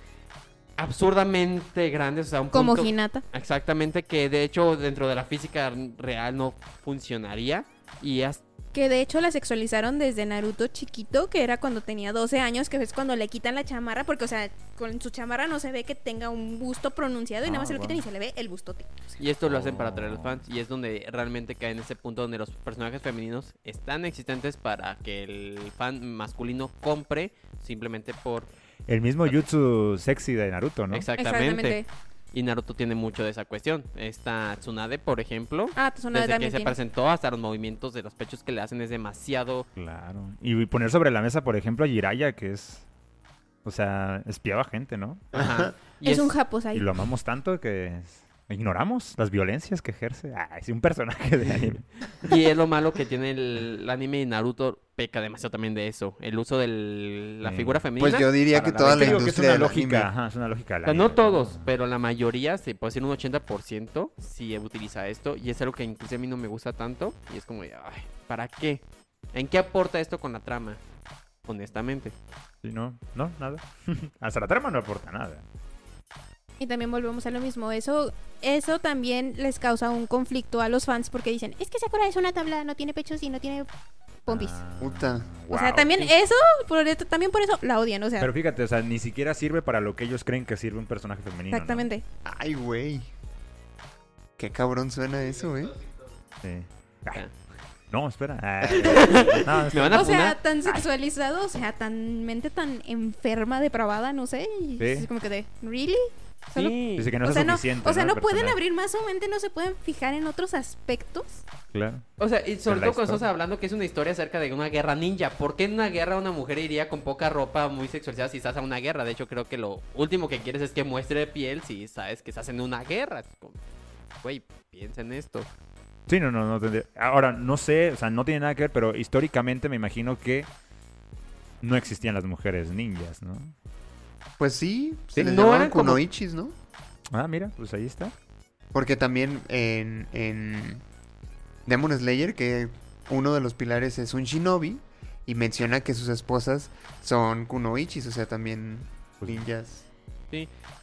Speaker 4: absurdamente grandes, o sea, un
Speaker 3: Como
Speaker 4: punto-
Speaker 3: Hinata.
Speaker 4: Exactamente, que de hecho dentro de la física real no funcionaría y hasta
Speaker 3: Que de hecho la sexualizaron desde Naruto chiquito, que era cuando tenía 12 años, que es cuando le quitan la chamarra, porque, o sea, con su chamarra no se ve que tenga un busto pronunciado y nada
Speaker 2: Ah,
Speaker 3: más se lo quitan
Speaker 2: guau.
Speaker 3: y se le ve el bustote.
Speaker 4: Y esto lo hacen para atraer a los
Speaker 2: Oh.
Speaker 4: fans. Y es donde realmente cae en ese punto donde los personajes femeninos están existentes para que el fan masculino compre simplemente por...
Speaker 2: El mismo jutsu sexy de Naruto, ¿no?
Speaker 4: Exactamente. Y Naruto tiene mucho de esa cuestión. Esta Tsunade, por ejemplo,
Speaker 3: Ah, Tsunade
Speaker 4: desde que
Speaker 3: también
Speaker 4: se
Speaker 3: tiene.
Speaker 4: presentó hasta los movimientos de los pechos que le hacen es demasiado...
Speaker 2: Claro. Y poner sobre la mesa, por ejemplo, a Jiraya, que es. O sea, espiaba gente, ¿no?
Speaker 4: Ajá. Y
Speaker 3: Es, un japosai.
Speaker 2: Y lo amamos tanto que es- ignoramos las violencias que ejerce. Ah, es un personaje de anime.
Speaker 4: Y es lo malo que tiene el, el anime de Naruto, peca demasiado también de eso. El uso de la
Speaker 2: Sí.
Speaker 4: figura femenina.
Speaker 1: Pues yo diría
Speaker 4: para
Speaker 1: que
Speaker 4: la
Speaker 1: toda
Speaker 2: Es que
Speaker 1: la
Speaker 2: digo que es
Speaker 1: industria
Speaker 2: una
Speaker 1: del
Speaker 2: lógica.
Speaker 1: anime.
Speaker 2: Ajá, es una lógica del
Speaker 4: O sea,
Speaker 2: anime,
Speaker 4: no todos, pero la mayoría, se puede decir un 80%, si utiliza esto. Y es algo que incluso a mí no me gusta tanto. Y es como, de, ay, ¿para qué? ¿En qué aporta esto con la trama? Honestamente.
Speaker 2: Sí, no, no, nada. Hasta la trama no aporta nada.
Speaker 3: Y también volvemos a lo mismo. Eso, eso también les causa un conflicto a los fans porque dicen, es que Sakura es una tabla, no tiene pechos y no tiene pompis.
Speaker 2: Ah,
Speaker 1: Puta.
Speaker 3: o sea,
Speaker 2: guau.
Speaker 3: también eso, por esto- también por eso la odian, o sea,
Speaker 2: Pero fíjate, o sea, ni siquiera sirve para lo que ellos creen que sirve un personaje femenino. ¿no?
Speaker 3: exactamente.
Speaker 1: Ay, güey. Qué cabrón suena eso, ¿eh?
Speaker 2: Sí.
Speaker 4: Ah.
Speaker 2: No, espera. Ah, no,
Speaker 4: Me van a
Speaker 3: O sea,
Speaker 4: funar.
Speaker 3: tan sexualizado, o sea, tan mente tan enferma, depravada, no sé. y
Speaker 2: Sí.
Speaker 3: Es como que de, ¿really? Solo-
Speaker 4: Sí.
Speaker 2: dice que no
Speaker 3: o
Speaker 2: es
Speaker 3: sea, no,
Speaker 2: suficiente.
Speaker 3: o sea, no pueden
Speaker 2: Personal.
Speaker 3: abrir más su mente, no se pueden fijar en otros aspectos.
Speaker 2: Claro.
Speaker 4: O sea, y sobre
Speaker 2: la
Speaker 4: todo cuando
Speaker 2: historia.
Speaker 4: estás hablando que es una historia acerca de una guerra ninja. ¿Por qué en una guerra una mujer iría con poca ropa muy sexualizada si estás a una guerra? De hecho, creo que lo último que quieres es que muestre piel si sabes que estás en una guerra. Es como, Güey, piensa en esto.
Speaker 2: Sí, no, no, no tendría- Ahora, no sé, o sea, no tiene nada que ver, pero históricamente me imagino que no existían las mujeres ninjas, ¿no?
Speaker 1: Pues sí,
Speaker 4: Sí,
Speaker 1: se les
Speaker 4: no
Speaker 1: llamaban
Speaker 4: eran como-
Speaker 1: kunoichis, ¿no?
Speaker 2: Ah, mira, pues ahí está.
Speaker 1: Porque también en, en Demon Slayer, que uno de los pilares es un shinobi, y menciona que sus esposas son kunoichis, o sea, también
Speaker 2: Pues-
Speaker 1: ninjas.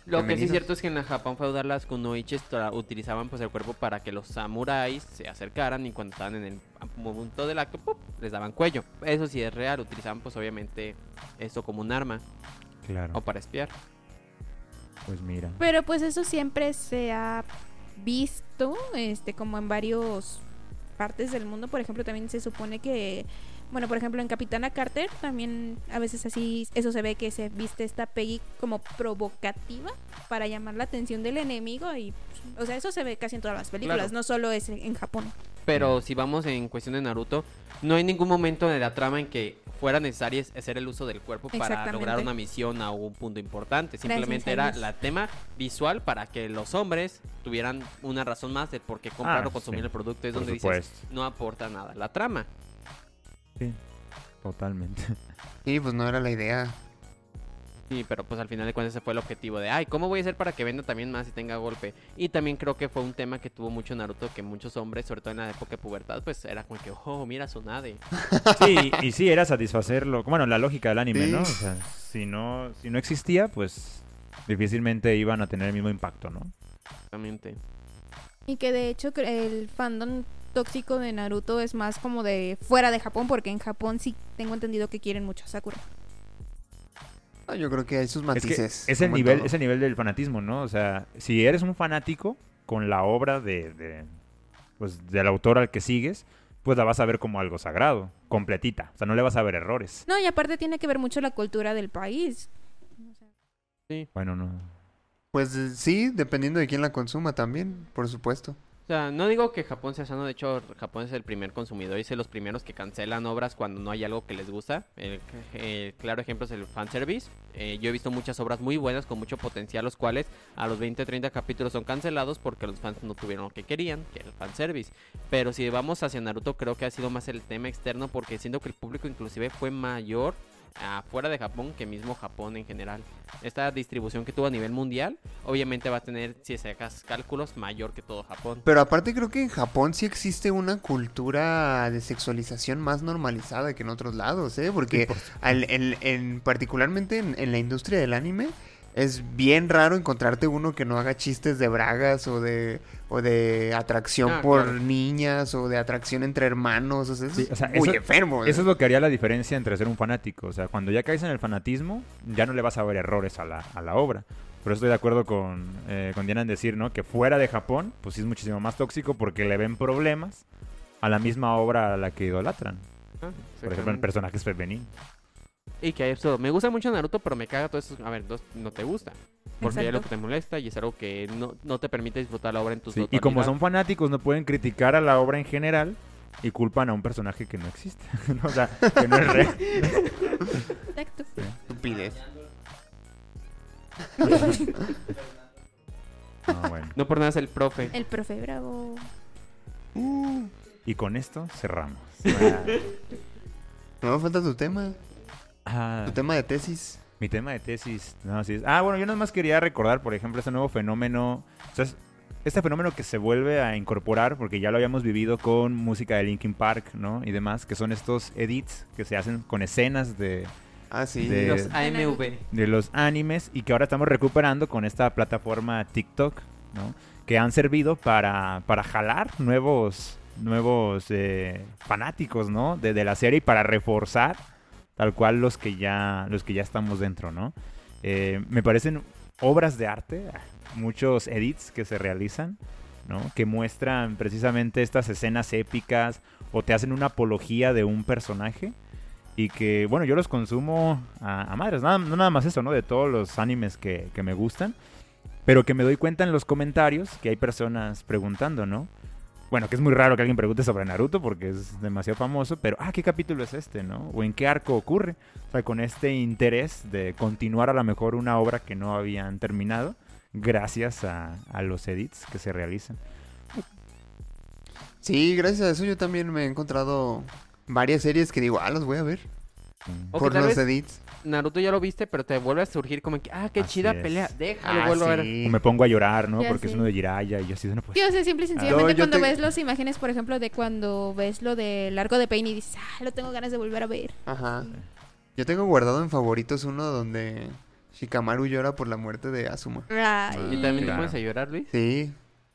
Speaker 4: Lo que sí es
Speaker 1: femeninos.
Speaker 4: cierto es que en la Japón feudal las kunoichis tra- utilizaban pues el cuerpo para que los samuráis se acercaran y cuando estaban en el punto del acto ¡pop!, les daban cuello. Eso sí es real, utilizaban pues obviamente esto como un arma o
Speaker 2: Claro,
Speaker 4: para espiar.
Speaker 2: pues mira.
Speaker 3: Pero pues eso siempre se ha visto, este, como en varios partes del mundo. Por ejemplo, también se supone que, bueno, por ejemplo, en Capitana Carter también a veces así, eso se ve que se viste esta Peggy como provocativa para llamar la atención del enemigo y, pues, o sea, eso se ve casi en todas las películas,
Speaker 4: Claro.
Speaker 3: no solo es en en Japón.
Speaker 4: Pero si vamos en cuestión de Naruto, no hay ningún momento de la trama en que fuera necesario es- hacer el uso del cuerpo para
Speaker 3: Exactamente.
Speaker 4: lograr una misión o un punto importante.
Speaker 3: Gracias
Speaker 4: Simplemente
Speaker 3: a
Speaker 4: era
Speaker 3: Dios.
Speaker 4: la tema visual para que los hombres tuvieran una razón más de por qué comprar
Speaker 2: Ah,
Speaker 4: o consumir
Speaker 2: sí,
Speaker 4: el producto. Es
Speaker 2: por
Speaker 4: donde dices,
Speaker 2: supuesto.
Speaker 4: no aporta nada la trama.
Speaker 2: Sí, totalmente.
Speaker 1: Sí, pues no era la idea.
Speaker 4: Sí, pero pues al final de cuentas ese fue el objetivo de, ay, ¿cómo voy a hacer para que venda también más y tenga golpe? Y también creo que fue un tema que tuvo mucho Naruto, que muchos hombres, sobre todo en la época de pubertad, pues era como que, oh, mira Tsunade.
Speaker 2: Sí, y sí, era satisfacerlo. Bueno, la lógica del anime,
Speaker 1: Sí.
Speaker 2: ¿no? O sea, si no, si no existía, pues difícilmente iban a tener el mismo impacto, ¿no?
Speaker 4: Exactamente.
Speaker 3: Y que de hecho cre- el fandom tóxico de Naruto es más como de fuera de Japón, porque en Japón sí tengo entendido que quieren mucho a Sakura.
Speaker 1: No, yo creo que hay sus
Speaker 2: Es, que
Speaker 1: matices.
Speaker 2: es el
Speaker 1: como en
Speaker 2: nivel,
Speaker 1: todo.
Speaker 2: es el nivel del fanatismo, ¿no? O sea, si eres un fanático con la obra de, de, pues, del autor al que sigues, pues la vas a ver como algo sagrado, completita. O sea, no le vas a ver errores.
Speaker 3: No, y aparte tiene que ver mucho la cultura del país.
Speaker 2: Bueno, no.
Speaker 1: Pues eh, sí, dependiendo de quién la consuma también, por supuesto.
Speaker 4: O sea, no digo que Japón sea sano, de hecho Japón es el primer consumidor y es de los primeros que cancelan obras cuando no hay algo que les gusta. El, el claro ejemplo es el fanservice. Eh, yo he visto muchas obras muy buenas con mucho potencial, los cuales a los 20 o 30 capítulos son cancelados porque los fans no tuvieron lo que querían, que era el fanservice. Pero si vamos hacia Naruto creo que ha sido más el tema externo porque siento que el público inclusive fue mayor afuera de Japón que mismo Japón en general. Esta distribución que tuvo a nivel mundial obviamente va a tener, si sacas cálculos, mayor que todo Japón.
Speaker 1: Pero aparte creo que en Japón sí existe una cultura de sexualización más normalizada que en otros lados, ¿eh? Porque al- en- en- particularmente en, en la industria del anime es bien raro encontrarte uno que no haga chistes de bragas o de, o de atracción
Speaker 4: Ah,
Speaker 1: por
Speaker 4: claro.
Speaker 1: niñas o de atracción entre hermanos. O sea, eso
Speaker 2: Sí,
Speaker 1: es
Speaker 2: o sea,
Speaker 1: muy
Speaker 2: eso-
Speaker 1: enfermo. ¿eh?
Speaker 2: Eso es lo que haría la diferencia entre ser un fanático. O sea, cuando ya caes en el fanatismo, ya no le vas a ver errores a la, a la obra. Por eso estoy de acuerdo con, eh, con Diana en decir, ¿no? Que fuera de Japón, pues sí es muchísimo más tóxico porque le ven problemas a la misma obra a la que idolatran.
Speaker 4: Ah,
Speaker 2: Por ejemplo, en
Speaker 4: exactamente.
Speaker 2: personajes femeninos.
Speaker 4: Y que hay absurdo. Me gusta mucho Naruto, pero me caga todo eso. A ver, dos- no te gusta. Porque es
Speaker 3: Exacto.
Speaker 4: lo que te molesta y es algo que no, no te permite disfrutar la obra en tus
Speaker 2: Sí, Y como son fanáticos, no pueden criticar a la obra en general y culpan a un personaje que no existe. ¿no? O sea, que no es real.
Speaker 3: Exacto.
Speaker 1: Estupidez.
Speaker 2: No, bueno.
Speaker 4: No por nada es el profe.
Speaker 3: El profe Bravo.
Speaker 4: Pues,
Speaker 1: Uh,
Speaker 2: Y con esto cerramos.
Speaker 1: No, falta tu tema.
Speaker 2: Ah,
Speaker 1: Tu tema de tesis.
Speaker 2: Mi tema de tesis. No, sí es- Ah, bueno, yo nada más quería recordar, por ejemplo, este nuevo fenómeno. o sea, es- este fenómeno que se vuelve a incorporar, porque ya lo habíamos vivido con música de Linkin Park, ¿no? Y demás, que son estos edits que se hacen con escenas de,
Speaker 1: Ah, sí.
Speaker 2: De-
Speaker 4: Los AMV.
Speaker 2: de los animes y que ahora estamos recuperando con esta plataforma TikTok, ¿no? Que han servido para, para jalar nuevos, nuevos eh, fanáticos, ¿no? De, de la serie y para reforzar tal cual los que ya, los que ya estamos dentro, ¿no? Eh, me parecen obras de arte, muchos edits que se realizan, ¿no? Que muestran precisamente estas escenas épicas o te hacen una apología de un personaje y que, bueno, yo los consumo a, a madres, nada, no nada más eso, ¿no? De todos los animes que, que me gustan, pero que me doy cuenta en los comentarios que hay personas preguntando, ¿no? Bueno, que es muy raro que alguien pregunte sobre Naruto porque es demasiado famoso, pero, ah, ¿qué capítulo es este, no? O en qué arco ocurre. O sea, con este interés de continuar a lo mejor una obra que no habían terminado gracias a, a los edits que se realizan.
Speaker 1: Sí, gracias a eso yo también me he encontrado varias series que digo, ah, las voy a ver.
Speaker 2: Mm.
Speaker 3: Oh.
Speaker 4: O que
Speaker 1: por
Speaker 4: tal
Speaker 1: los
Speaker 4: vez
Speaker 1: edits.
Speaker 4: Naruto ya lo viste, pero te vuelve a surgir como que, ah, qué
Speaker 2: Así
Speaker 4: chida
Speaker 2: es.
Speaker 4: pelea. Déjalo,
Speaker 1: Ah,
Speaker 4: vuelvo a ver.
Speaker 1: sí.
Speaker 2: O me pongo a llorar, ¿no?
Speaker 3: Ya
Speaker 2: Porque es
Speaker 3: sé.
Speaker 2: uno de Jiraya y yo así, no, pues...
Speaker 3: Sí, o sea, simple
Speaker 4: ah,
Speaker 3: y
Speaker 1: No,
Speaker 3: sencillamente
Speaker 1: yo
Speaker 3: cuando
Speaker 1: te-
Speaker 3: ves las imágenes, por ejemplo, de cuando ves lo del arco de Pain y dices, ah, lo tengo ganas de volver a ver.
Speaker 1: Ajá. Yo tengo guardado en favoritos uno donde Shikamaru llora por la muerte de Asuma.
Speaker 3: Ay.
Speaker 4: Ah, ¿Y también te
Speaker 2: Claro.
Speaker 4: pones a llorar, Luis?
Speaker 1: Sí.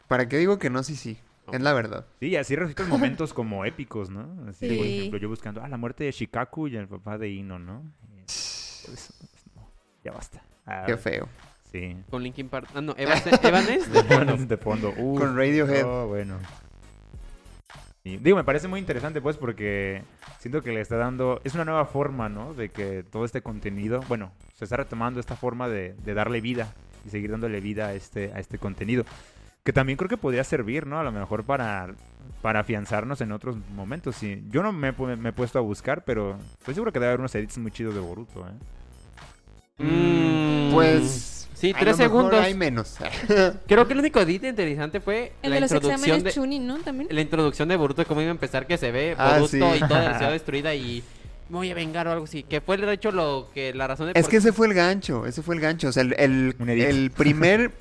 Speaker 1: ¿Para qué digo que no? Sí, sí. Es la verdad.
Speaker 2: Sí, y así registran momentos como épicos, ¿no? Así, por
Speaker 3: Sí.
Speaker 2: ejemplo, yo buscando, ah, la muerte de Shikaku y el papá de Ino, ¿no? Eh, pues, no, ya basta. Ah,
Speaker 1: Qué feo.
Speaker 2: Sí.
Speaker 4: Con Linkin Park. Ah, no, Evas- Evanes.
Speaker 2: De fondo. de fondo. Uh,
Speaker 1: Con Radiohead.
Speaker 2: no, bueno. Y, digo, me parece muy interesante, pues, porque siento que le está dando. Es una nueva forma, ¿no? De que todo este contenido. Bueno, se está retomando esta forma de, de darle vida y seguir dándole vida a este, a este contenido. Que también creo que podría servir, ¿no? A lo mejor para, para afianzarnos en otros momentos. Sí, yo no me, he pu- me he puesto a buscar, pero estoy seguro que debe haber unos edits muy chidos de Boruto, ¿eh?
Speaker 4: Mm,
Speaker 1: Pues.
Speaker 4: Sí,
Speaker 1: a
Speaker 4: tres
Speaker 1: lo mejor
Speaker 4: segundos.
Speaker 1: Hay menos.
Speaker 4: Creo que el único edit interesante fue
Speaker 3: El
Speaker 4: la
Speaker 3: de los
Speaker 4: introducción
Speaker 3: exámenes
Speaker 4: de,
Speaker 3: Chunin, ¿no? También.
Speaker 4: la introducción de Boruto, cómo iba a empezar, que se ve
Speaker 1: Ah,
Speaker 4: Boruto
Speaker 1: sí.
Speaker 4: y toda la ciudad destruida y me voy a vengar o algo así. Que fue el hecho lo que la razón de
Speaker 1: es
Speaker 4: por-
Speaker 1: que ese fue el gancho. Ese fue el gancho. O sea, el, el,
Speaker 2: Un edit.
Speaker 1: el primer.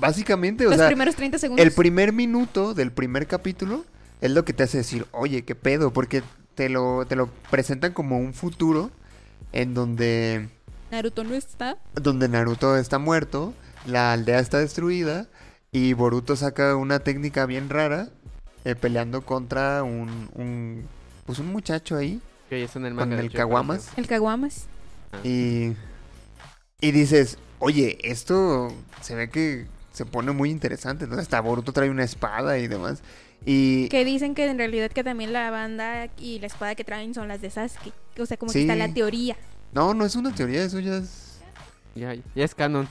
Speaker 1: Básicamente, o
Speaker 4: Pues
Speaker 3: Los
Speaker 1: sea.
Speaker 3: primeros 30 segundos.
Speaker 1: El primer minuto del primer capítulo es lo que te hace decir, oye, qué pedo, porque te lo, te lo presentan como un futuro en donde
Speaker 3: Naruto no está.
Speaker 1: donde Naruto está muerto, la aldea está destruida y Boruto saca una técnica bien rara eh, peleando contra un, un- pues un muchacho ahí
Speaker 4: Que ya está en el
Speaker 1: con
Speaker 4: manga. de
Speaker 1: el
Speaker 4: hecho, pero-
Speaker 1: Kawamas
Speaker 3: El Caguamas.
Speaker 1: y, y dices, oye, esto se ve que se pone muy interesante, entonces hasta Boruto trae una espada y demás. Y
Speaker 3: Que dicen que en realidad que también la banda y la espada que traen son las de Sasuke. O sea, como
Speaker 1: Sí.
Speaker 3: que está la teoría.
Speaker 1: no, no es una teoría, eso ya es...
Speaker 4: Ya, pues, ya es canon.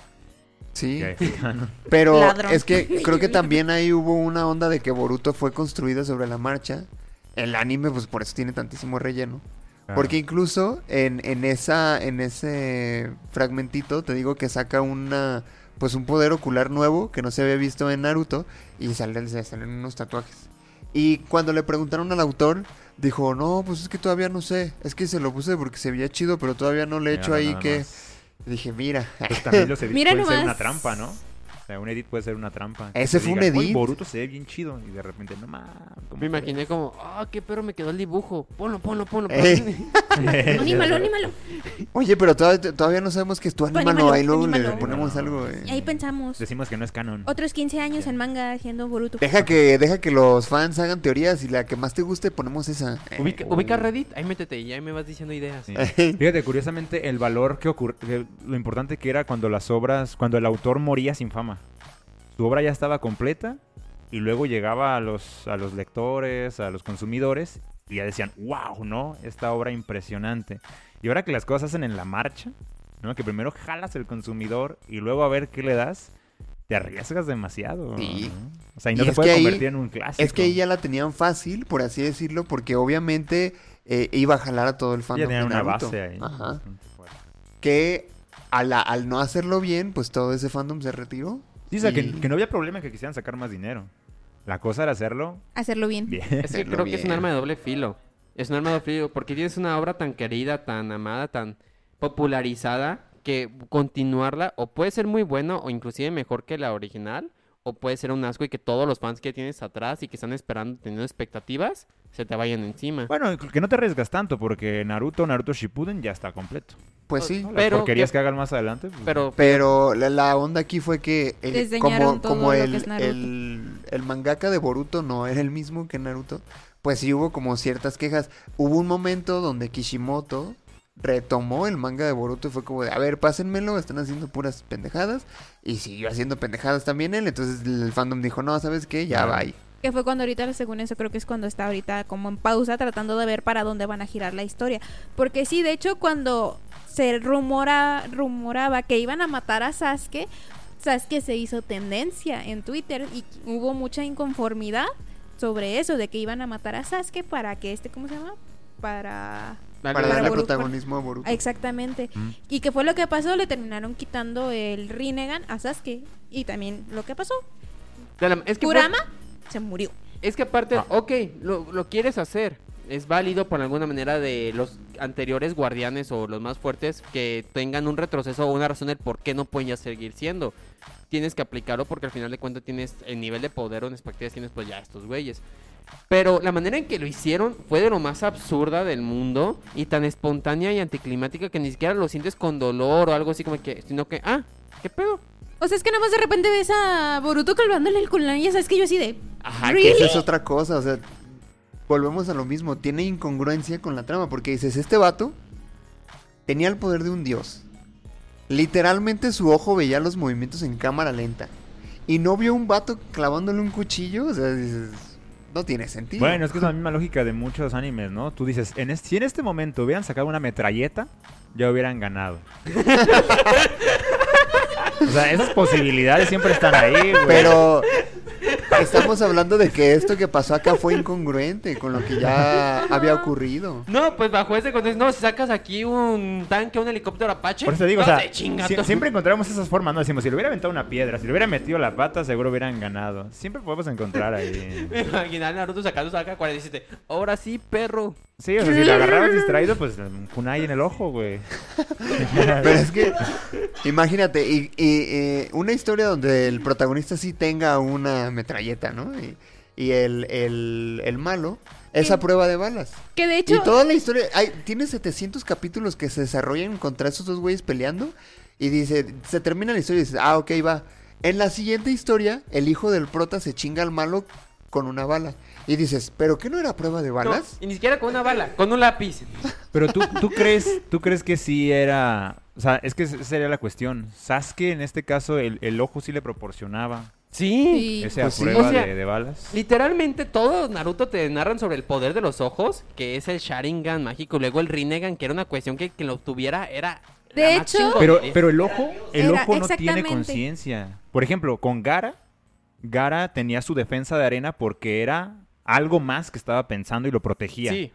Speaker 1: Sí,
Speaker 2: Ya, no.
Speaker 1: pero
Speaker 3: Ladrón.
Speaker 1: es que creo que también ahí hubo una onda de que Boruto fue construido sobre la marcha. El anime, pues por eso tiene tantísimo relleno.
Speaker 2: Ah.
Speaker 1: Porque incluso en, en esa, en ese fragmentito te digo que saca una pues un poder ocular nuevo que no se había visto en Naruto y salen, se salen unos tatuajes. Y cuando le preguntaron al autor, dijo, no, pues es que todavía no sé, es que se lo puse porque se veía chido, pero todavía no le he
Speaker 2: Ya,
Speaker 1: hecho
Speaker 2: Ah, no,
Speaker 1: ahí
Speaker 2: nada
Speaker 1: que...
Speaker 2: más.
Speaker 1: Dije, mira,
Speaker 2: Pues también los edits
Speaker 3: Mira
Speaker 2: pueden ser
Speaker 3: nomás.
Speaker 2: una trampa, ¿no? O sea, un edit puede ser una trampa. Que
Speaker 1: Ese
Speaker 2: te
Speaker 1: fue un
Speaker 2: digan, "Uy,
Speaker 1: edit".
Speaker 2: Boruto se ve bien chido. Y de repente, no mames. ¿cómo
Speaker 4: Me imaginé
Speaker 2: crees?"
Speaker 4: como, ah, qué perro me quedó el dibujo. Ponlo, ponlo, ponlo. ponlo".
Speaker 1: Ey.
Speaker 3: Anímalo, anímalo.
Speaker 1: oye, pero todavía, todavía no sabemos que es tu anima, no,
Speaker 3: anímalo,
Speaker 1: ahí luego le
Speaker 3: anímalo.
Speaker 1: ponemos algo. eh.
Speaker 3: Y ahí pensamos.
Speaker 2: Decimos que no es canon.
Speaker 3: Otros 15 años en manga haciendo Boruto.
Speaker 1: Deja que, deja que los fans hagan teorías y la que más te guste ponemos esa. Eh,
Speaker 4: Ubica, ubica Reddit, ahí métete y ahí me vas diciendo ideas.
Speaker 2: Sí.
Speaker 1: Ey.
Speaker 2: Fíjate, curiosamente, el valor que ocurre, lo importante que era cuando las obras, cuando el autor moría sin fama. Su obra ya estaba completa y luego llegaba a los, a los lectores, a los consumidores y ya decían, wow, ¿no? Esta obra impresionante. Y ahora que las cosas hacen en la marcha, ¿no? Que primero jalas el consumidor y luego a ver qué le das, te arriesgas demasiado.
Speaker 1: Sí.
Speaker 2: ¿no? O sea, y
Speaker 1: Y
Speaker 2: no se
Speaker 1: es
Speaker 2: puede
Speaker 1: que ahí-
Speaker 2: convertir en un clásico.
Speaker 1: Es que ahí ya la tenían fácil, por así decirlo, porque obviamente eh, iba a jalar a todo el
Speaker 2: Ya
Speaker 1: fandom.
Speaker 2: tenían
Speaker 1: de
Speaker 2: una
Speaker 1: Naruto.
Speaker 2: base ahí.
Speaker 1: Ajá.
Speaker 2: bastante fuerte.
Speaker 1: Que a la- al no hacerlo bien, pues todo ese fandom se retiró.
Speaker 2: Sí, o sea,
Speaker 1: Y-
Speaker 2: que, que no había problema en que quisieran sacar más dinero. La cosa era hacerlo
Speaker 3: Hacerlo bien.
Speaker 2: bien.
Speaker 4: Es que
Speaker 1: Lo
Speaker 4: creo que es un
Speaker 1: bien.
Speaker 4: arma de doble filo. Es un arma de doble filo porque tienes una obra tan querida, tan amada, tan popularizada que continuarla o puede ser muy bueno o inclusive mejor que la original o puede ser un asco y que todos los fans que tienes atrás y que están esperando, teniendo expectativas, se te vayan encima.
Speaker 2: Bueno, que no te arriesgas tanto porque Naruto, Naruto Shippuden ya está completo.
Speaker 1: Pues sí.
Speaker 2: ¿no? Las
Speaker 4: Pero-
Speaker 2: porquerías que hagan más adelante. pues,
Speaker 4: Pero
Speaker 1: Pero la, la onda aquí fue que eh,
Speaker 3: Desdeñaron
Speaker 1: como,
Speaker 3: todo
Speaker 1: como
Speaker 3: lo que
Speaker 1: el,
Speaker 3: es Naruto.
Speaker 1: el, el mangaka de Boruto no era el mismo que Naruto, pues sí hubo como ciertas quejas. Hubo un momento donde Kishimoto retomó el manga de Boruto y fue como de, a ver, pásenmelo, están haciendo puras pendejadas. Y siguió haciendo pendejadas también él, entonces el fandom dijo, no, ¿sabes qué? Ya
Speaker 2: Claro.
Speaker 1: va ahí.
Speaker 3: Que fue cuando ahorita, según eso, creo que es cuando está ahorita como en pausa tratando de ver para dónde van a girar la historia. Porque sí, de hecho, cuando se rumora, rumoraba que iban a matar a Sasuke, Sasuke se hizo tendencia en Twitter y hubo mucha inconformidad sobre eso, de que iban a matar a Sasuke para que este, ¿cómo se llama? Para...
Speaker 1: Para
Speaker 4: dale, dale,
Speaker 1: darle
Speaker 3: Boruto, para-
Speaker 1: protagonismo a Boruto.
Speaker 3: Exactamente.
Speaker 2: Mm.
Speaker 3: Y que fue lo que pasó, le terminaron quitando el Rinnegan a Sasuke. Y también lo que pasó,
Speaker 4: dale, es que fue-
Speaker 3: Kurama se murió.
Speaker 4: Es que aparte,
Speaker 2: Ah.
Speaker 4: ok, lo, lo quieres hacer. Es válido por alguna manera de los anteriores guardianes o los más fuertes que tengan un retroceso o una razón del por qué no pueden ya seguir siendo. Tienes que aplicarlo porque al final de cuentas tienes el nivel de poder o en expectativas tienes pues ya estos güeyes. Pero la manera en que lo hicieron fue de lo más absurda del mundo y tan espontánea y anticlimática que ni siquiera lo sientes con dolor o algo así como que, sino que, ah, ¿qué pedo?
Speaker 3: O sea, es que nada más de repente ves a Boruto calvándole el colán y ya sabes que yo así de...
Speaker 1: Ah,
Speaker 4: Ajá,
Speaker 1: Que
Speaker 3: ¿really?
Speaker 1: esa es otra cosa, o sea, volvemos a lo mismo, tiene incongruencia con la trama, porque dices, este vato tenía el poder de un dios. Literalmente su ojo veía los movimientos en cámara lenta. Y no vio un vato clavándole un cuchillo, o sea, dices, no tiene sentido.
Speaker 2: Bueno, es que es la misma lógica de muchos animes, ¿no? Tú dices, en es- si en este momento hubieran sacado una metralleta, ya hubieran ganado. o sea, esas posibilidades siempre están ahí, güey.
Speaker 1: Pero estamos hablando de que esto que pasó acá fue incongruente con lo que ya había ocurrido.
Speaker 4: No, pues bajo ese contexto, no, si sacas aquí un tanque, un helicóptero Apache.
Speaker 2: Por eso te digo,
Speaker 4: no
Speaker 2: o sea,
Speaker 4: te chinga
Speaker 2: sie-
Speaker 4: todo.
Speaker 2: siempre encontramos esas formas, ¿no? Decimos, si le hubiera aventado una piedra, si le hubiera metido la pata, seguro hubieran ganado. Siempre podemos encontrar ahí.
Speaker 4: Me imaginé a Naruto sacando su AK-47. Ahora sí, perro.
Speaker 2: Sí, o sea, si la agarrabas distraído, pues un kunai en el ojo, güey.
Speaker 1: Pero es que, imagínate, y, y, eh, una historia donde el protagonista sí tenga una metralleta, ¿no? Y, y el, el- el malo esa prueba de balas.
Speaker 3: Que de hecho,
Speaker 1: Y toda la historia, hay, tiene 700 capítulos que se desarrollan contra esos dos güeyes peleando. Y dice, se termina la historia y dices, ah, ok, va. En la siguiente historia, el hijo del prota se chinga al malo con una bala. Y dices, ¿pero qué no era prueba de
Speaker 4: No,
Speaker 1: balas?
Speaker 4: y ni siquiera con una bala, con un lápiz.
Speaker 2: Pero tú, tú crees, tú crees que sí era. O sea, es que esa sería la cuestión. Sasuke, en este caso, el, el ojo sí le proporcionaba
Speaker 4: Sí.
Speaker 3: sí.
Speaker 2: esa
Speaker 1: Pues sí.
Speaker 2: prueba
Speaker 4: O sea,
Speaker 2: de, de balas.
Speaker 4: Literalmente todo Naruto te narran sobre el poder de los ojos, que es el Sharingan mágico, luego el Rinnegan, que era una cuestión que quien lo obtuviera era... la
Speaker 3: De
Speaker 4: máxima
Speaker 3: hecho-
Speaker 2: Pero,
Speaker 4: potencia.
Speaker 2: pero el ojo, el
Speaker 3: Era-
Speaker 2: ojo no tiene
Speaker 3: exactamente.
Speaker 2: conciencia. Por ejemplo, con Gara, Gara tenía su defensa de arena porque era algo más que estaba pensando y lo protegía.
Speaker 4: Sí.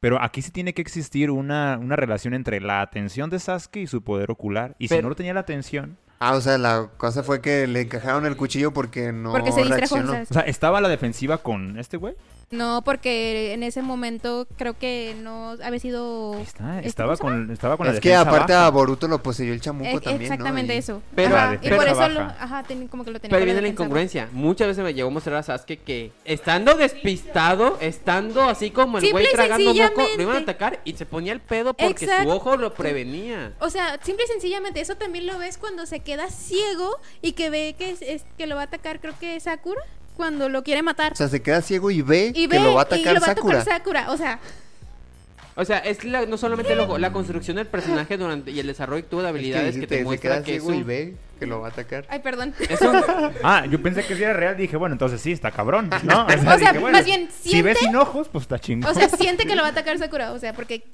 Speaker 2: Pero aquí sí tiene que existir una, una relación entre la atención de Sasuke y su poder ocular. Y si
Speaker 4: Pero-
Speaker 2: no lo tenía la atención,
Speaker 1: Ah, o sea, la cosa fue que le encajaron el cuchillo porque no
Speaker 3: porque se distrajo.
Speaker 1: reaccionó.
Speaker 3: ¿sabes?
Speaker 2: o sea, estaba a la defensiva con este güey.
Speaker 3: No, porque en ese momento creo que no había sido.
Speaker 2: Ahí está,
Speaker 3: este,
Speaker 2: estaba
Speaker 3: ¿cómo
Speaker 2: con, estaba con la
Speaker 1: es que
Speaker 2: defensa
Speaker 1: aparte
Speaker 2: baja.
Speaker 1: a Boruto lo poseyó el
Speaker 3: se
Speaker 1: chamuco
Speaker 3: llama? E-
Speaker 1: también, ¿no?
Speaker 3: Exactamente
Speaker 1: Y-
Speaker 3: eso.
Speaker 4: Pero-
Speaker 1: ah,
Speaker 3: Ajá,
Speaker 2: La
Speaker 3: y
Speaker 2: defensa
Speaker 3: por eso lo,
Speaker 2: baja.
Speaker 3: ajá, ten- como que lo tenía
Speaker 4: Pero
Speaker 3: con
Speaker 4: viene la
Speaker 3: defensa baja.
Speaker 4: incongruencia. Muchas veces me llegó a mostrar a Sasuke que estando despistado, estando así como el güey
Speaker 3: Simple y
Speaker 4: tragando moco, lo iban a
Speaker 3: sencillamente.
Speaker 4: atacar y se ponía el pedo porque su
Speaker 3: Exacto.
Speaker 4: ojo lo prevenía.
Speaker 3: O sea, simple y sencillamente, eso también lo ves cuando se queda ciego y que ve que, es, es- que lo va a atacar, creo que Sakura, cuando lo quiere matar.
Speaker 1: O sea, se queda ciego y ve,
Speaker 3: y ve
Speaker 1: que lo va a
Speaker 3: y
Speaker 1: atacar
Speaker 3: lo va a
Speaker 1: Sakura.
Speaker 3: tocar Sakura. O sea,
Speaker 4: O sea, es la- no solamente el ojo, la construcción del personaje durante y el desarrollo y de habilidades que
Speaker 1: dijiste,
Speaker 4: te
Speaker 1: se
Speaker 4: muestra
Speaker 1: queda
Speaker 4: que es
Speaker 1: ciego y
Speaker 4: un,
Speaker 1: ve que lo va a atacar.
Speaker 3: ay, perdón.
Speaker 4: es un-
Speaker 2: Ah, yo pensé que si era real, dije, bueno, entonces sí, está cabrón, ¿no? O
Speaker 3: sea,
Speaker 2: dije,
Speaker 3: más bien,
Speaker 2: Si
Speaker 3: siente-
Speaker 2: ves sin ojos, pues está chingón.
Speaker 3: O sea, siente que lo va a atacar Sakura. O sea, porque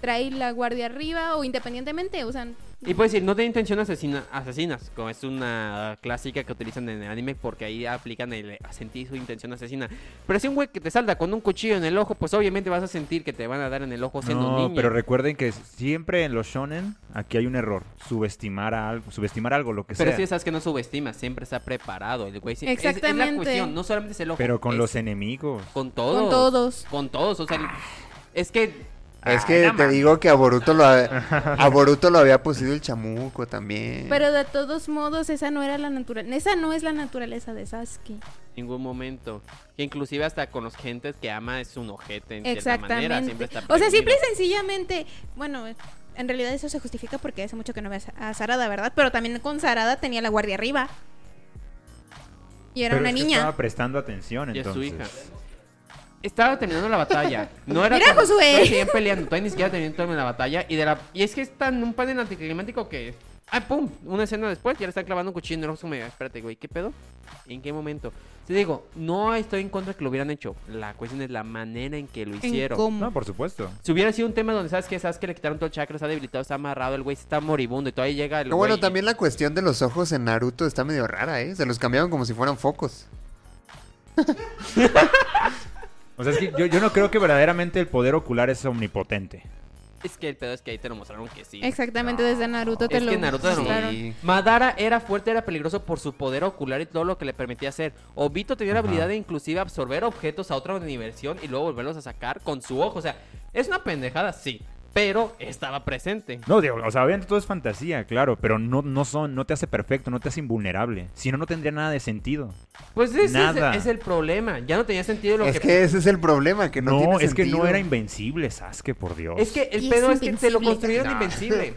Speaker 3: trae la guardia arriba o independientemente. O sea,
Speaker 4: Y puedes decir, no tiene intención asesina, asesinas, como es una clásica que utilizan en el anime porque ahí aplican el eh, sentir su intención asesina. Pero si un güey que te salta con un cuchillo en el ojo, pues obviamente vas a sentir que te van a dar en el ojo siendo
Speaker 2: No,
Speaker 4: niño.
Speaker 2: pero recuerden que siempre en los shonen aquí hay un error, subestimar a algo, subestimar algo lo que
Speaker 4: Pero
Speaker 2: sea.
Speaker 4: sí sabes que no subestima, siempre está preparado. El güey sí- es- es la
Speaker 3: Exactamente.
Speaker 4: cuestión, no solamente es el ojo.
Speaker 2: Pero con
Speaker 4: es
Speaker 2: los Ah. enemigos.
Speaker 4: Con todos.
Speaker 3: con todos.
Speaker 4: Con todos, o sea, el- es que...
Speaker 1: Es
Speaker 4: Ay,
Speaker 1: que
Speaker 4: no
Speaker 1: te
Speaker 4: mames.
Speaker 1: digo que a Boruto lo, ha- a Boruto lo había poseído el chamuco también.
Speaker 3: Pero de todos modos, esa no era la naturaleza. Esa no es la naturaleza de Sasuke.
Speaker 4: ningún momento. Que inclusive hasta con los gentes que ama es un ojete en cierta manera.
Speaker 3: Exactamente.
Speaker 4: Siempre está
Speaker 3: o sea, simple
Speaker 4: prevenido.
Speaker 3: y sencillamente, bueno, en realidad eso se justifica porque hace mucho que no ves a Sarada, ¿verdad? Pero también con Sarada tenía la guardia arriba. Y era
Speaker 2: Pero
Speaker 3: una
Speaker 2: es que
Speaker 3: niña.
Speaker 2: estaba prestando atención,
Speaker 4: Y a
Speaker 2: entonces.
Speaker 4: su hija. Estaba terminando la batalla. No era
Speaker 3: Mira,
Speaker 4: como-
Speaker 3: Josué.
Speaker 4: todavía Seguían peleando. Todavía ni siquiera terminando la batalla. Y, de la... y es que es tan un panel anticlimático que. ¡Ah, pum! Una escena después ya le están clavando un cuchillo en el ojo. como, Espérate, güey, ¿qué pedo? ¿En qué momento? Te digo, no estoy en contra de que lo hubieran hecho. La cuestión es la manera en que lo
Speaker 3: en
Speaker 4: hicieron.
Speaker 3: cómo.
Speaker 2: No, por supuesto.
Speaker 4: Si hubiera sido un tema donde sabes que sabes que le quitaron todo el chakra, está debilitado, está amarrado, el güey está moribundo y todavía llega el
Speaker 1: No, Ah, bueno,
Speaker 4: güey y-
Speaker 1: también la cuestión de los ojos en Naruto está medio rara, ¿eh? Se los cambiaron como si fueran focos.
Speaker 2: O sea, es que yo, yo no creo que verdaderamente el poder ocular es omnipotente.
Speaker 4: Es que el pedo es que ahí te lo mostraron que sí.
Speaker 3: Exactamente, desde Naruto te
Speaker 4: Es
Speaker 3: lo
Speaker 4: que Naruto era un-
Speaker 3: mostraron.
Speaker 1: Sí.
Speaker 4: Madara era fuerte, era peligroso por su poder ocular y todo lo que le permitía hacer. Obito tenía la
Speaker 2: Ajá.
Speaker 4: habilidad de inclusive absorber objetos a otra dimensión y luego volverlos a sacar con su ojo. O sea, es una pendejada, sí, pero estaba presente.
Speaker 2: No, digo, o sea, obviamente todo es fantasía, claro, pero no, no son, no te hace perfecto, no te hace invulnerable. Si no, no tendría nada de sentido.
Speaker 4: Pues ese es,
Speaker 2: Nada.
Speaker 4: es el problema. Ya no tenía sentido lo
Speaker 1: Es
Speaker 4: que...
Speaker 1: que ese es el problema, que no,
Speaker 2: No,
Speaker 1: tiene
Speaker 2: es que no
Speaker 1: sentido.
Speaker 2: era invencible, Sasuke, por Dios.
Speaker 4: Es que el
Speaker 3: Y
Speaker 4: pedo
Speaker 3: es
Speaker 4: es, que te lo
Speaker 3: invencible.
Speaker 4: construyeron
Speaker 1: Nah.
Speaker 4: invencible.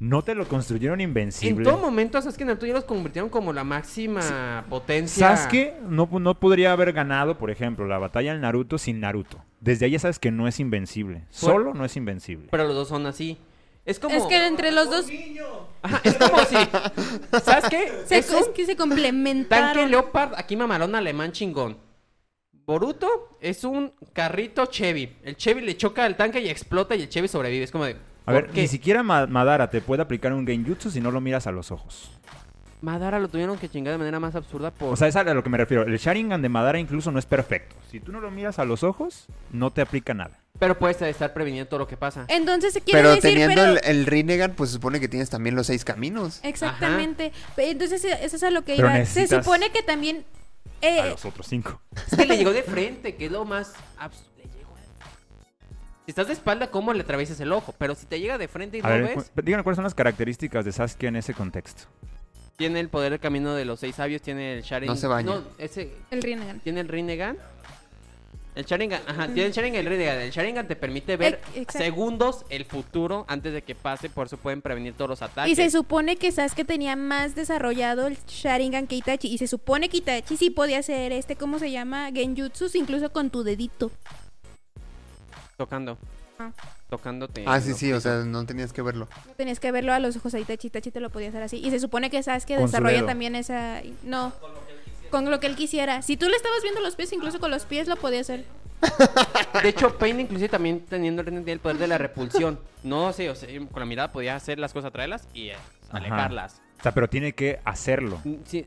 Speaker 2: No te lo construyeron
Speaker 4: En
Speaker 2: invencible.
Speaker 4: todo momento, a Sasuke y Naruto ya los convirtieron como la máxima potencia.
Speaker 2: Sasuke no, no podría haber ganado, por ejemplo, la batalla del Naruto sin Naruto. Desde ahí ya sabes que no es invencible. Solo no es invencible.
Speaker 4: Pero los dos son así. Es como...
Speaker 3: Es que entre los dos
Speaker 4: Ajá, es como si... Sasuke
Speaker 3: se,
Speaker 4: es un
Speaker 3: es que se complementaron.
Speaker 4: Tanque Leopard, aquí mamalón alemán chingón. Boruto es un carrito Chevy. El Chevy le choca al tanque y explota y el Chevy sobrevive. Es como de.
Speaker 2: A
Speaker 4: ¿por
Speaker 2: ver,
Speaker 4: qué?
Speaker 2: ni siquiera Ma- Madara te puede aplicar un genjutsu si no lo miras a los ojos.
Speaker 4: Madara lo tuvieron que chingar de manera más absurda por.
Speaker 2: O sea, es a lo que me refiero. El Sharingan de Madara incluso no es perfecto. Si tú no lo miras a los ojos, no te aplica nada.
Speaker 4: Pero puedes estar previniendo todo lo que pasa.
Speaker 3: Entonces se quiere
Speaker 1: Pero
Speaker 3: decir,
Speaker 1: teniendo
Speaker 3: pero... Eh,
Speaker 1: El, el Rinnegan, pues se supone que tienes también los seis caminos.
Speaker 3: Exactamente. Pe- Entonces eh, eso es a lo que
Speaker 2: Pero
Speaker 3: iba. Se
Speaker 2: necesitas-
Speaker 3: supone que también... eh,
Speaker 2: A los otros cinco.
Speaker 4: Es que le llegó de frente, que es lo más. abs- le llegó. Si estás de espalda, ¿cómo le atraviesas el ojo? Pero si te llega de frente y
Speaker 2: A
Speaker 4: lo
Speaker 2: ver,
Speaker 4: ves,
Speaker 2: cu- díganme cuáles son las características de Sasuke en ese contexto.
Speaker 4: tiene el poder del camino de los seis sabios, tiene el Sharingan.
Speaker 1: No se baña.
Speaker 4: No, ese.
Speaker 3: el Rinnegan.
Speaker 4: Tiene el Rinnegan. El Sharingan, ajá, tiene el Sharingan y el Rinnegan. El Sharingan te permite ver
Speaker 3: Ex- exacto.
Speaker 4: segundos el futuro antes de que pase, por eso pueden prevenir todos los ataques.
Speaker 3: Y se supone que Sasuke tenía más desarrollado el Sharingan que Itachi. Y se supone que Itachi sí podía hacer este, ¿cómo se llama? Genjutsu, incluso con tu dedito.
Speaker 4: Tocando.
Speaker 3: Ah.
Speaker 4: Tocándote.
Speaker 1: Ah, sí,
Speaker 4: ¿no?
Speaker 1: sí, o sea, no tenías que verlo.
Speaker 3: No tenías que verlo a los ojos a Itachi. Itachi te lo podía hacer así. Y se supone que Sasuke
Speaker 2: Con su
Speaker 3: desarrolla
Speaker 2: dedo.
Speaker 3: también esa. No. Con lo que él quisiera. Si tú le estabas viendo los pies, incluso con los pies lo podía hacer.
Speaker 4: De hecho, Pain inclusive también teniendo el Rinnegan tiene el poder de la repulsión. No sé, o sea, con la mirada podía hacer las cosas, atraerlas y eh,
Speaker 2: Ajá.
Speaker 4: alejarlas.
Speaker 2: O sea, pero tiene que hacerlo.
Speaker 4: Mm, Sí.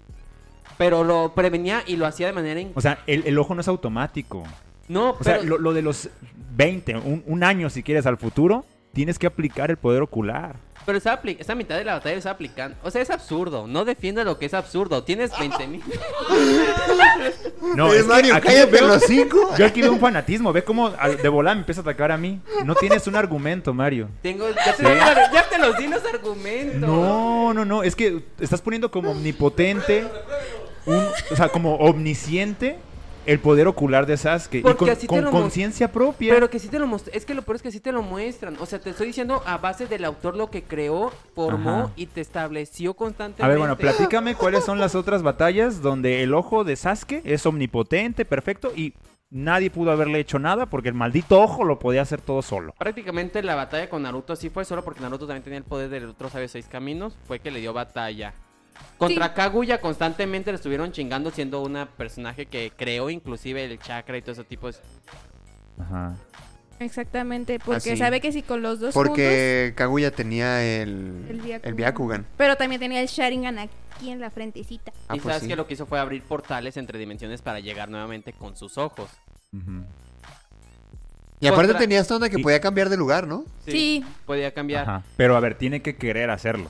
Speaker 4: Pero lo prevenía y lo hacía de manera... in-
Speaker 2: O sea, el, el ojo no es automático.
Speaker 4: No,
Speaker 2: O
Speaker 4: pero...
Speaker 2: sea, lo, lo de los 20, un, un año si quieres al futuro, tienes que aplicar el poder ocular.
Speaker 4: Pero está apli- esta mitad de la batalla lo está aplicando. O sea, es absurdo. No defienda lo que es absurdo. Tienes 20 mil.
Speaker 2: No,
Speaker 1: Eh,
Speaker 2: es que
Speaker 1: Mario,
Speaker 2: aquí
Speaker 1: cállate
Speaker 2: yo-
Speaker 1: los cinco.
Speaker 2: Yo aquí veo un fanatismo, ve cómo al- de volar me empieza a atacar a mí. No tienes un argumento, Mario.
Speaker 4: Tengo, ya, te, ya- ya te los di los argumentos.
Speaker 2: No, no, no, es que estás poniendo como omnipotente, un- o sea, como omnisciente el poder ocular de Sasuke.
Speaker 4: Porque
Speaker 2: y
Speaker 4: así te
Speaker 2: con-
Speaker 4: lo
Speaker 2: con
Speaker 4: mos-
Speaker 2: conciencia propia.
Speaker 4: Pero que sí te lo muestran. Es que lo peor es que sí te lo muestran. O sea, te estoy diciendo a base del autor lo que creó, formó
Speaker 2: Ajá.
Speaker 4: y te estableció constantemente.
Speaker 2: A ver, bueno, platícame cuáles son las otras batallas donde el ojo de Sasuke es omnipotente, perfecto, y nadie pudo haberle hecho nada porque el maldito ojo lo podía hacer todo solo.
Speaker 4: Prácticamente la batalla con Naruto sí fue solo porque Naruto también tenía el poder del otro sabe seis caminos. Fue que le dio batalla. Contra
Speaker 3: Sí.
Speaker 4: Kaguya constantemente le estuvieron chingando siendo una personaje que creó inclusive el chakra y todo ese tipo de...
Speaker 2: Ajá.
Speaker 3: Exactamente. Porque
Speaker 1: Así.
Speaker 3: sabe que si con los dos juntos.
Speaker 1: Ah, Porque Kaguya tenía el,
Speaker 3: El
Speaker 1: el
Speaker 3: Byakugan.
Speaker 1: Byakugan.
Speaker 3: Pero también tenía el Sharingan aquí en la frentecita.
Speaker 1: Ah,
Speaker 4: y
Speaker 1: pues
Speaker 4: sabes
Speaker 1: sí.
Speaker 4: que lo que hizo fue abrir portales entre dimensiones para llegar nuevamente con sus ojos.
Speaker 2: Ujú.
Speaker 1: Y aparte
Speaker 4: Contra-
Speaker 1: tenía esta onda que
Speaker 2: Y-
Speaker 1: podía cambiar de lugar, ¿no?
Speaker 3: Sí.
Speaker 4: Podía cambiar.
Speaker 2: Ajá. Pero a ver, tiene que querer hacerlo.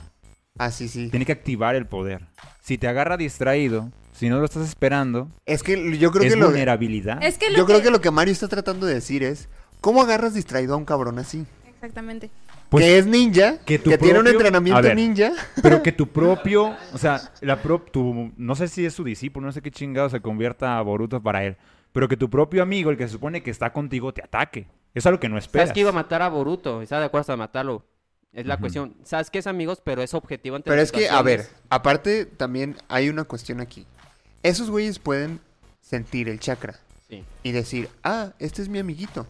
Speaker 1: Ah, sí, sí.
Speaker 2: Tiene que activar el poder. Si te agarra distraído, si no lo estás esperando,
Speaker 1: Es que yo creo
Speaker 2: es
Speaker 1: que lo,
Speaker 2: vulnerabilidad.
Speaker 3: Es que lo
Speaker 1: yo creo que lo que Mario está tratando de decir es ¿Cómo agarras distraído a un cabrón así?
Speaker 3: Exactamente.
Speaker 2: Pues-
Speaker 1: que es ninja, que,
Speaker 2: que tu
Speaker 1: tiene un
Speaker 2: propio- a
Speaker 1: entrenamiento
Speaker 2: ver.
Speaker 1: ninja.
Speaker 2: Pero que tu propio, o sea, la pro- tu, no sé si es su discípulo, no sé qué chingado se convierta a Boruto para él. Pero que tu propio amigo, el que se supone que está contigo, te ataque. Es algo que no esperas.
Speaker 4: Sabes que iba a matar a Boruto, está de acuerdo hasta matarlo. Es la
Speaker 2: Ujú.
Speaker 4: cuestión. Sabes que es amigos, pero es objetivo ante
Speaker 1: Pero
Speaker 4: las
Speaker 1: es que, a ver,
Speaker 4: situaciones.
Speaker 1: aparte también hay una cuestión aquí. Esos güeyes pueden sentir el chakra
Speaker 4: Sí.
Speaker 1: y decir, ah, este es mi amiguito.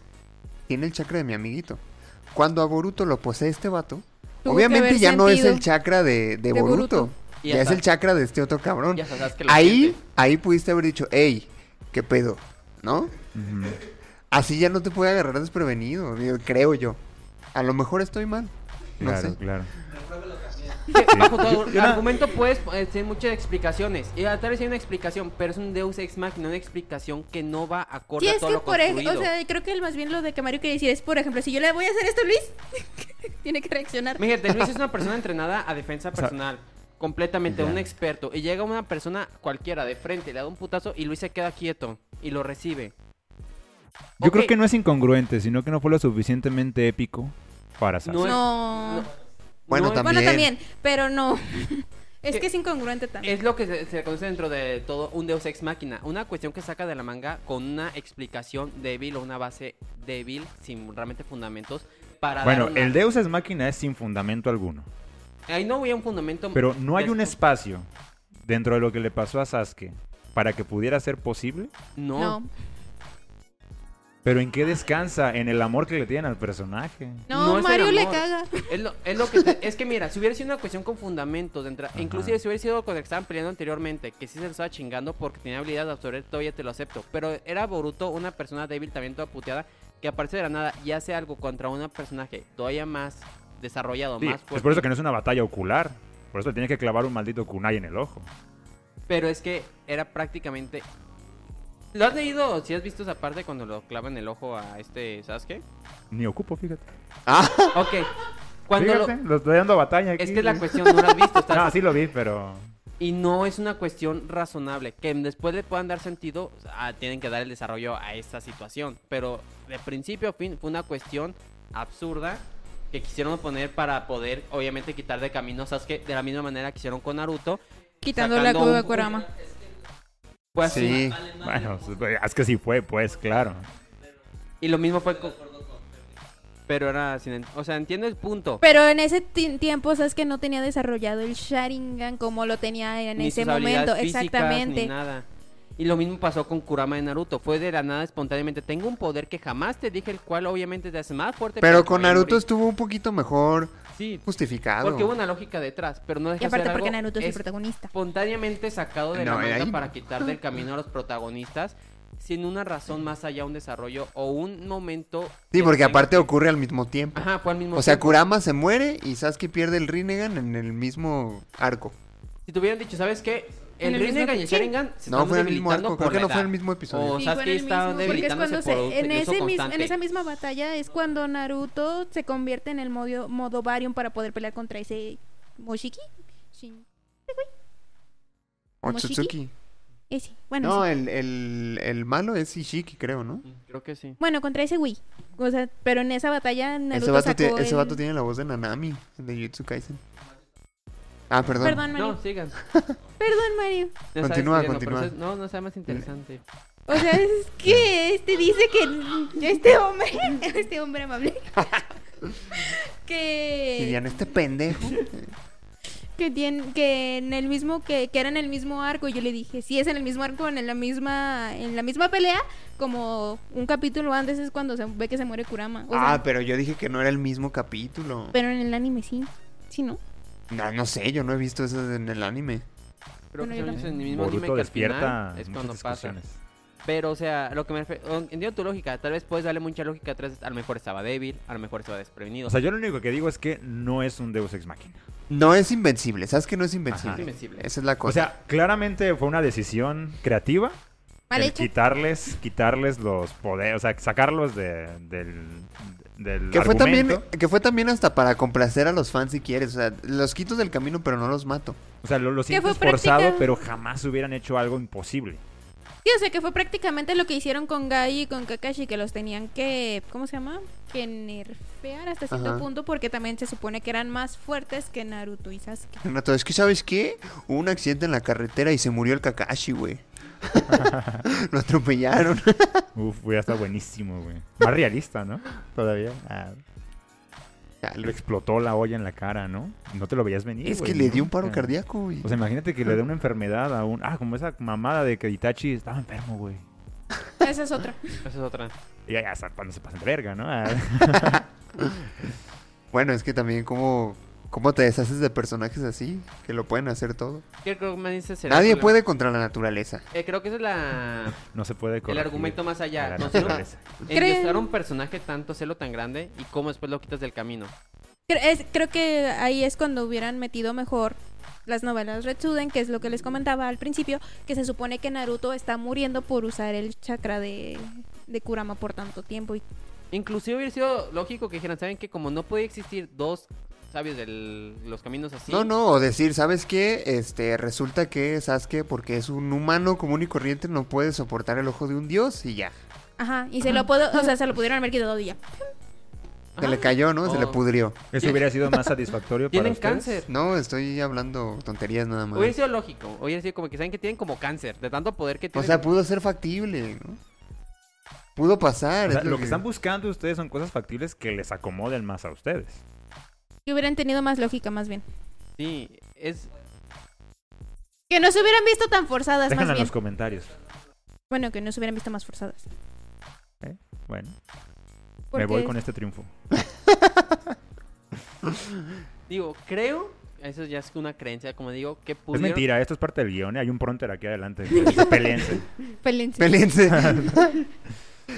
Speaker 1: Tiene el chakra de mi amiguito. Cuando a Boruto lo posee este vato,
Speaker 3: Tuvo que
Speaker 1: obviamente
Speaker 3: haber
Speaker 1: ya no es
Speaker 3: sentido.
Speaker 1: el chakra de, de
Speaker 3: De
Speaker 1: Boruto.
Speaker 3: Boruto.
Speaker 4: Y
Speaker 1: Ya
Speaker 4: ya
Speaker 1: es
Speaker 4: está.
Speaker 1: el chakra de este otro cabrón.
Speaker 4: Ya sabes que lo
Speaker 1: Ahí,
Speaker 4: siente.
Speaker 1: ahí pudiste haber dicho, hey, qué pedo, ¿no?
Speaker 2: Ujú.
Speaker 1: Así ya no te puede agarrar desprevenido, digo, creo yo. A lo mejor estoy mal. No
Speaker 2: Claro,
Speaker 1: sé.
Speaker 2: claro.
Speaker 4: Que Bajo todo
Speaker 2: yo no-
Speaker 4: argumento puedes eh, tener muchas explicaciones. Y tal vez hay una explicación, pero es un Deus Ex Machina, una explicación que no va acorde
Speaker 3: Sí,
Speaker 4: a
Speaker 3: es
Speaker 4: todo
Speaker 3: que
Speaker 4: lo
Speaker 3: por ejemplo,
Speaker 4: construido.
Speaker 3: o sea, creo que el- más bien lo de que Mario quiere decir es, por ejemplo, si yo le voy a hacer esto a Luis, tiene que reaccionar.
Speaker 4: Fíjate, Luis es una persona entrenada a defensa
Speaker 2: sea,
Speaker 4: personal. completamente
Speaker 2: ya.
Speaker 4: un experto. Y llega una persona cualquiera de frente, le da un putazo y Luis se queda quieto y lo recibe.
Speaker 2: Yo creo
Speaker 4: Ok,
Speaker 2: que no es incongruente, sino que no fue lo suficientemente épico para Sasuke.
Speaker 4: No es-
Speaker 3: No.
Speaker 1: Bueno,
Speaker 4: no-
Speaker 1: también.
Speaker 3: Bueno, también, pero no. es
Speaker 4: Eh,
Speaker 3: que es incongruente también.
Speaker 4: Es lo que se, se conoce dentro de todo un Deus Ex Máquina. Una cuestión que saca de la manga con una explicación débil o una base débil sin realmente fundamentos para
Speaker 2: Bueno,
Speaker 4: dar una-
Speaker 2: el Deus es máquina es sin fundamento alguno.
Speaker 4: Ahí no había un fundamento...
Speaker 2: Pero no hay un
Speaker 4: Des-
Speaker 2: espacio dentro de lo que le pasó a Sasuke para que pudiera ser posible.
Speaker 4: No.
Speaker 3: no.
Speaker 2: Pero ¿en qué descansa? En el amor que le tienen al personaje.
Speaker 3: No,
Speaker 4: No es el
Speaker 3: Mario le
Speaker 4: amor.
Speaker 3: caga.
Speaker 4: Es lo, es lo que... te- es que mira, si hubiera sido una cuestión con fundamentos, dentro-
Speaker 2: Ajá.
Speaker 4: inclusive si hubiera sido cuando estaban peleando anteriormente, que sí se lo estaba chingando porque tenía habilidad de absorber, todavía te lo acepto. Pero era Boruto una persona débil también toda puteada que aparece de la nada y hace algo contra un personaje todavía más desarrollado,
Speaker 2: Sí,
Speaker 4: más fuerte.
Speaker 2: es por eso que no es una batalla ocular. Por eso le tiene que clavar un maldito kunai en el ojo.
Speaker 4: Pero es que era prácticamente. ¿Lo has leído? Si has visto esa parte cuando lo clavan el ojo a este Sasuke.
Speaker 2: Ni ocupo, fíjate.
Speaker 4: Ok. Cuando lo-
Speaker 2: Fíjate, lo... estoy dando batalla aquí.
Speaker 4: Es que es la cuestión, no lo has visto. estás-
Speaker 2: No, sí lo vi, pero...
Speaker 4: Y no es una cuestión razonable. Que después le puedan dar sentido, ah, tienen que dar el desarrollo a esta situación. Pero de principio a fin fue una cuestión absurda que quisieron poner para poder, obviamente, quitar de camino a Sasuke de la misma manera que hicieron con Naruto.
Speaker 3: Quitando la
Speaker 4: Sacando
Speaker 3: cueva
Speaker 4: un-
Speaker 3: a Kurama.
Speaker 4: Pues
Speaker 1: sí.
Speaker 2: Bueno, es que sí fue, pues, claro.
Speaker 4: Y lo mismo fue con... Pero era sin... ent- O sea, entiendo el punto.
Speaker 3: Pero en ese ti- tiempo, sabes que no tenía desarrollado el Sharingan como lo tenía en
Speaker 4: ni
Speaker 3: ese
Speaker 4: sus habilidades
Speaker 3: momento,
Speaker 4: físicas,
Speaker 3: exactamente.
Speaker 4: Ni nada. Y lo mismo pasó con Kurama de Naruto. Fue de la nada espontáneamente. Tengo un poder que jamás te dije, el cual obviamente te hace más fuerte.
Speaker 1: Pero
Speaker 4: te
Speaker 1: con
Speaker 4: puede
Speaker 1: Naruto
Speaker 4: morir".
Speaker 1: estuvo un poquito mejor
Speaker 4: Sí,
Speaker 1: justificado.
Speaker 4: porque hubo una lógica detrás. Pero no deja
Speaker 3: Y
Speaker 4: de
Speaker 3: aparte
Speaker 4: ser
Speaker 3: porque
Speaker 4: algo
Speaker 3: Naruto es el
Speaker 4: es-
Speaker 3: protagonista.
Speaker 4: espontáneamente sacado de
Speaker 1: No,
Speaker 4: la manga
Speaker 1: ahí-
Speaker 4: para quitar del camino a los protagonistas sin una razón más allá, un desarrollo o un momento.
Speaker 1: Sí,
Speaker 4: que
Speaker 1: porque
Speaker 4: tenga-
Speaker 1: aparte ocurre al mismo tiempo.
Speaker 4: Ajá, fue al mismo
Speaker 1: O sea,
Speaker 4: tiempo.
Speaker 1: Kurama se muere y Sasuke pierde el Rinnegan en el mismo arco.
Speaker 4: Si te hubieran dicho, ¿sabes qué?
Speaker 3: En
Speaker 4: El
Speaker 3: el mismo
Speaker 4: Rinnegan y el
Speaker 3: tiempo.
Speaker 4: Sharingan se
Speaker 1: No,
Speaker 4: están
Speaker 1: fue en el mismo
Speaker 4: debilitando
Speaker 1: arco.
Speaker 4: por
Speaker 1: Creo que
Speaker 4: la
Speaker 1: no fue
Speaker 4: edad.
Speaker 1: en el mismo episodio.
Speaker 4: O
Speaker 3: Sí,
Speaker 4: Sasuke
Speaker 3: fue en el
Speaker 4: está
Speaker 3: mismo, porque es
Speaker 4: debilitándose
Speaker 3: cuando
Speaker 4: por un
Speaker 3: se, en,
Speaker 4: uso
Speaker 3: ese mis- en
Speaker 4: constante.
Speaker 3: esa misma batalla es cuando Naruto se convierte en el modo, modo Varium para poder pelear contra ese Moshiki. Shin-
Speaker 1: O
Speaker 3: como Ah,
Speaker 1: Tsutsuki.
Speaker 3: ese, bueno,
Speaker 1: No, eh.
Speaker 3: ese.
Speaker 1: el, el, el malo es Ishiki, creo, ¿no?
Speaker 4: Mm, Creo que sí.
Speaker 3: bueno, contra ese Wii. O sea, pero en esa batalla Naruto
Speaker 1: Ese vato,
Speaker 3: sacó
Speaker 1: tiene, ese
Speaker 3: el-
Speaker 1: vato tiene la voz de Nanami, de Jutsu Kaisen. Ah, perdón.
Speaker 3: Perdón, Mario.
Speaker 4: No, sigan.
Speaker 3: Perdón, Mario.
Speaker 4: Ya sabes,
Speaker 1: Continúa,
Speaker 4: Juliano, pero
Speaker 1: continúa.
Speaker 4: eso es- No, no sea más interesante.
Speaker 3: O sea, es que este dice que este hombre, este hombre amable, que, eh,
Speaker 1: Dirían, este pendejo.
Speaker 3: que, tiene, que en el mismo, que, que era en el mismo arco, y yo le dije, si es en el mismo arco, en la misma, en la misma pelea, como un capítulo antes es cuando se ve que se muere Kurama. O sea,
Speaker 1: ah, pero yo dije que no era el mismo capítulo.
Speaker 3: pero en el anime sí, sí, ¿no?
Speaker 1: No, no sé, yo no he visto eso en el anime.
Speaker 4: Creo
Speaker 3: Bueno,
Speaker 4: que
Speaker 3: yo
Speaker 4: son
Speaker 3: también.
Speaker 4: ellos en el mismo anime que
Speaker 2: Boruto
Speaker 4: al
Speaker 2: despierta
Speaker 4: final es
Speaker 2: muchas
Speaker 4: cuando pasa.
Speaker 2: discusiones.
Speaker 4: Pero, o sea, lo que me refiero. Entiendo tu lógica. Tal vez puedes darle mucha lógica atrás. A lo mejor estaba débil, a lo mejor estaba desprevenido.
Speaker 2: O sea, yo lo único que digo es que no es un Deus Ex Machina.
Speaker 1: No es invencible, ¿sabes que no es
Speaker 2: Ajá.
Speaker 1: invencible?
Speaker 4: Invencible.
Speaker 1: Esa es la cosa.
Speaker 2: O sea, claramente fue una decisión creativa
Speaker 3: Mal
Speaker 2: el
Speaker 3: hecho.
Speaker 2: quitarles, quitarles los poderes, o sea, sacarlos de, del, del
Speaker 1: que fue, también,
Speaker 2: argumento.
Speaker 1: que fue también hasta para complacer a los fans si quieres. O sea, los quito del camino, pero no los mato.
Speaker 2: O sea, lo, lo siento
Speaker 3: fue
Speaker 2: forzado,
Speaker 3: práctica.
Speaker 2: pero jamás hubieran hecho algo imposible.
Speaker 3: Sí, o sea, que fue prácticamente lo que hicieron con Gai y con Kakashi, que los tenían que, ¿cómo se llama? Que nerfear hasta cierto
Speaker 1: Ajá.
Speaker 3: punto, porque también se supone que eran más fuertes que Naruto y Sasuke.
Speaker 1: Renato, es que ¿sabes qué? Hubo un accidente en la carretera y se murió el Kakashi, güey. Lo atropellaron.
Speaker 2: Uf, hubiera estado buenísimo, güey. Más realista, ¿no? Todavía. Ah, le
Speaker 1: Chale.
Speaker 2: explotó la olla en la cara, ¿no? No te lo veías venir.
Speaker 1: Es
Speaker 2: güey,
Speaker 1: que le dio un
Speaker 2: nunca.
Speaker 1: paro cardíaco, güey.
Speaker 2: O sea, imagínate que le dé una enfermedad a un... Ah, como esa mamada de que Itachi estaba enfermo, güey.
Speaker 3: Esa es otra.
Speaker 4: Esa es otra.
Speaker 2: Y ya, ya, cuando se pasan de verga, ¿no? Ah,
Speaker 1: Bueno, es que también como... ¿Cómo te deshaces de personajes así? Que lo pueden hacer todo.
Speaker 4: ¿Qué creo que me dices? será
Speaker 1: Nadie
Speaker 4: problema?
Speaker 1: puede contra la naturaleza.
Speaker 4: Eh, creo que esa es la...
Speaker 2: no se puede
Speaker 4: el
Speaker 2: corregir
Speaker 4: argumento más allá.
Speaker 2: la
Speaker 4: No, sino
Speaker 2: naturaleza.
Speaker 4: endiosar
Speaker 3: Creo-
Speaker 4: un personaje tanto, hacerlo tan grande y cómo después lo quitas del camino.
Speaker 3: Cre- es- creo que ahí es cuando hubieran metido mejor las novelas Retsuden, que es lo que les comentaba al principio, que se supone que Naruto está muriendo por usar el chakra de, de Kurama por tanto tiempo. Y
Speaker 4: Inclusive hubiera sido lógico que dijeran, ¿saben que Como no puede existir dos sabios de los caminos así.
Speaker 1: No, no, o decir, ¿sabes qué? Este, resulta que Sasuke, porque es un humano común y corriente, no puede soportar el ojo de un dios y ya.
Speaker 3: ajá, y se lo puedo, o sea, se lo pudieron haber quitado y ya.
Speaker 4: Ajá.
Speaker 1: Se le cayó, ¿no? Se le
Speaker 4: Oh.
Speaker 1: pudrió.
Speaker 2: Eso hubiera sido más satisfactorio para
Speaker 4: Tienen
Speaker 2: ustedes.
Speaker 4: cáncer.
Speaker 1: No, estoy hablando tonterías nada más.
Speaker 4: Hubiera sido lógico. Hubiera sido como que saben que tienen como cáncer. De tanto poder que
Speaker 1: O
Speaker 4: tienen.
Speaker 1: sea, pudo ser factible, ¿no? Pudo pasar.
Speaker 2: O sea,
Speaker 1: es
Speaker 2: lo que están buscando ustedes son cosas factibles que les acomoden más a ustedes.
Speaker 3: Que hubieran tenido más lógica, más bien.
Speaker 4: Sí, es...
Speaker 3: Que no se hubieran visto tan forzadas,
Speaker 2: Déjenla
Speaker 3: más
Speaker 2: en
Speaker 3: bien.
Speaker 2: los comentarios.
Speaker 3: Bueno, que no se hubieran visto más forzadas.
Speaker 2: Bueno,
Speaker 3: Porque
Speaker 2: me voy con este triunfo.
Speaker 4: Digo, creo... Eso ya es una creencia, como digo, que
Speaker 2: Es
Speaker 4: pudieron...
Speaker 2: mentira, esto es parte del guión. ¿eh? Hay un pronter aquí adelante. Peleense.
Speaker 3: Pelense.
Speaker 1: Pelense.
Speaker 4: Te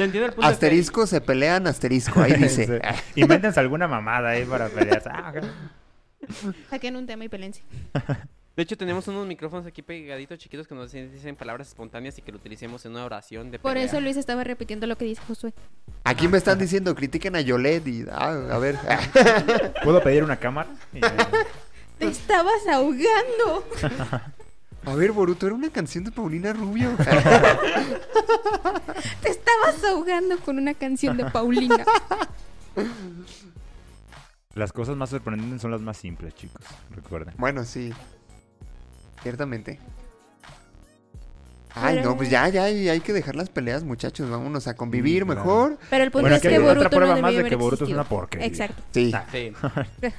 Speaker 4: entiendo el punto de que-
Speaker 1: asterisco, se pelean, asterisco. Ahí dice.
Speaker 2: Invéntense alguna mamada ahí para pelearse. Ah, ok.
Speaker 3: Saquen un tema y pelense.
Speaker 4: De hecho, tenemos unos micrófonos aquí pegaditos chiquitos que nos dicen- dicen palabras espontáneas y que lo utilicemos en una oración de
Speaker 3: Por
Speaker 4: pelea.
Speaker 3: eso Luis estaba repitiendo lo que dice Josué.
Speaker 1: Aquí me están diciendo, critiquen a Yolet y... ah, a ver.
Speaker 2: ¿Puedo pedir una cámara? Y- eh,
Speaker 3: ¡Te estabas ahogando!
Speaker 1: A ver, Boruto, era una canción de Paulina Rubio.
Speaker 3: Te estabas ahogando con una canción de Paulina.
Speaker 2: Las cosas más sorprendentes son las más simples, chicos. Recuerden.
Speaker 1: bueno, sí. Ciertamente. Ay,
Speaker 3: Pero-
Speaker 1: no, pues ya, ya, ya hay que dejar las peleas, muchachos. Vámonos a convivir
Speaker 2: Sí, claro.
Speaker 1: mejor.
Speaker 3: Pero el punto
Speaker 2: Bueno,
Speaker 3: es
Speaker 2: aquí
Speaker 3: que
Speaker 2: hay
Speaker 3: Boruto
Speaker 2: otra prueba
Speaker 3: no
Speaker 2: más
Speaker 3: debió
Speaker 2: de
Speaker 3: haber
Speaker 2: que Boruto es
Speaker 3: existido.
Speaker 2: una porquería.
Speaker 3: Exacto.
Speaker 1: Sí.
Speaker 2: Ah.
Speaker 4: Sí.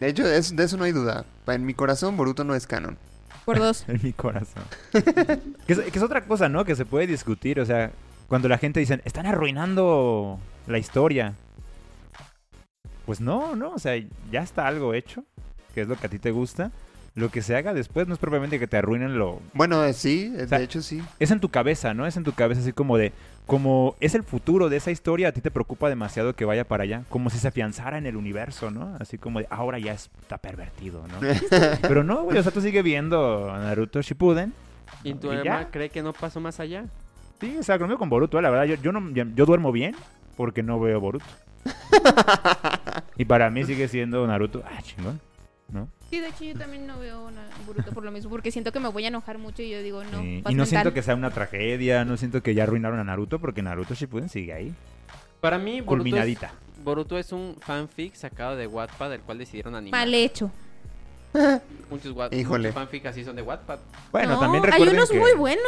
Speaker 1: De hecho, es- de eso no hay duda. En mi corazón, Boruto no es canon.
Speaker 3: Por dos.
Speaker 2: En mi corazón. que, es, que es otra cosa, ¿no? Que se puede discutir. O sea, cuando la gente dice, están arruinando la historia. Pues no, no. O sea, ya está algo hecho, que es lo que a ti te gusta. Lo que se haga después no es propiamente que te arruinen lo,
Speaker 1: Bueno, eh, sí, eh,
Speaker 2: sea,
Speaker 1: de hecho sí.
Speaker 2: es en tu cabeza, ¿no? Es en tu cabeza así como de, como es el futuro de esa historia, a ti te preocupa demasiado que vaya para allá, como si se afianzara en el universo, ¿no? Así como de, ahora ya está pervertido, ¿no? Pero no, güey, o sea, tú sigue viendo a Naruto Shippuden.
Speaker 4: ¿Y tu
Speaker 2: ¿Y
Speaker 4: hermana
Speaker 2: ya?
Speaker 4: cree que no pasó más allá?
Speaker 2: Sí, o sea, conmigo con Boruto, eh, la verdad, yo, yo, no, yo duermo bien porque no veo Boruto. y para mí sigue siendo Naruto, ah, chingón, ¿no?
Speaker 3: Sí, de hecho yo también no veo una Boruto por lo mismo, porque siento que me voy a enojar mucho y yo digo, no,
Speaker 2: y,
Speaker 3: paz
Speaker 2: y no siento
Speaker 3: mental.
Speaker 2: que sea una tragedia, no siento que ya arruinaron a Naruto porque Naruto Shippuden sigue ahí,
Speaker 4: Para mí, Boruto es,
Speaker 2: culminadita.
Speaker 4: Boruto es un fanfic sacado de Wattpad, del cual decidieron animar.
Speaker 3: Mal hecho.
Speaker 4: Muchos, Watt-
Speaker 1: Híjole.
Speaker 4: muchos fanfic así son de Wattpad.
Speaker 2: Bueno,
Speaker 3: No,
Speaker 2: también
Speaker 3: hay
Speaker 2: recuerden
Speaker 3: unos
Speaker 2: que-
Speaker 3: muy buenos.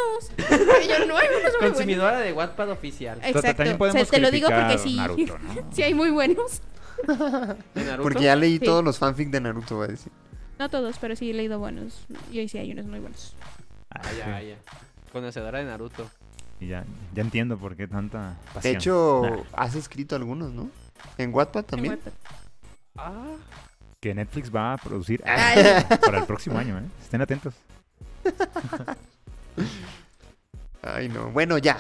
Speaker 3: Yo no, hay unos muy buenos.
Speaker 4: Consumidora de Wattpad oficial.
Speaker 3: Exacto.
Speaker 2: Ta- ta- También
Speaker 3: O sea,
Speaker 2: podemos
Speaker 3: te lo digo
Speaker 2: criticar
Speaker 3: porque sí,
Speaker 2: Naruto, ¿no?
Speaker 3: sí hay muy buenos.
Speaker 4: ¿De Naruto?
Speaker 1: Porque ya leí
Speaker 3: Sí.
Speaker 1: todos los fanfic de Naruto, voy a decir.
Speaker 3: No todos, pero sí he leído buenos. Y ahí sí hay unos muy buenos.
Speaker 2: Ah,
Speaker 4: Ah, ya, ya. Conocedora de Naruto.
Speaker 2: sí, ya, ya entiendo por qué tanta
Speaker 1: De
Speaker 2: pasión.
Speaker 1: hecho,
Speaker 2: Nah,
Speaker 1: has escrito algunos, ¿no? En Wattpad también.
Speaker 4: Ah,
Speaker 2: que Netflix va a producir ah,
Speaker 3: Ay.
Speaker 2: para el próximo año, ¿eh? Estén atentos.
Speaker 1: Ay, no. Bueno, ya.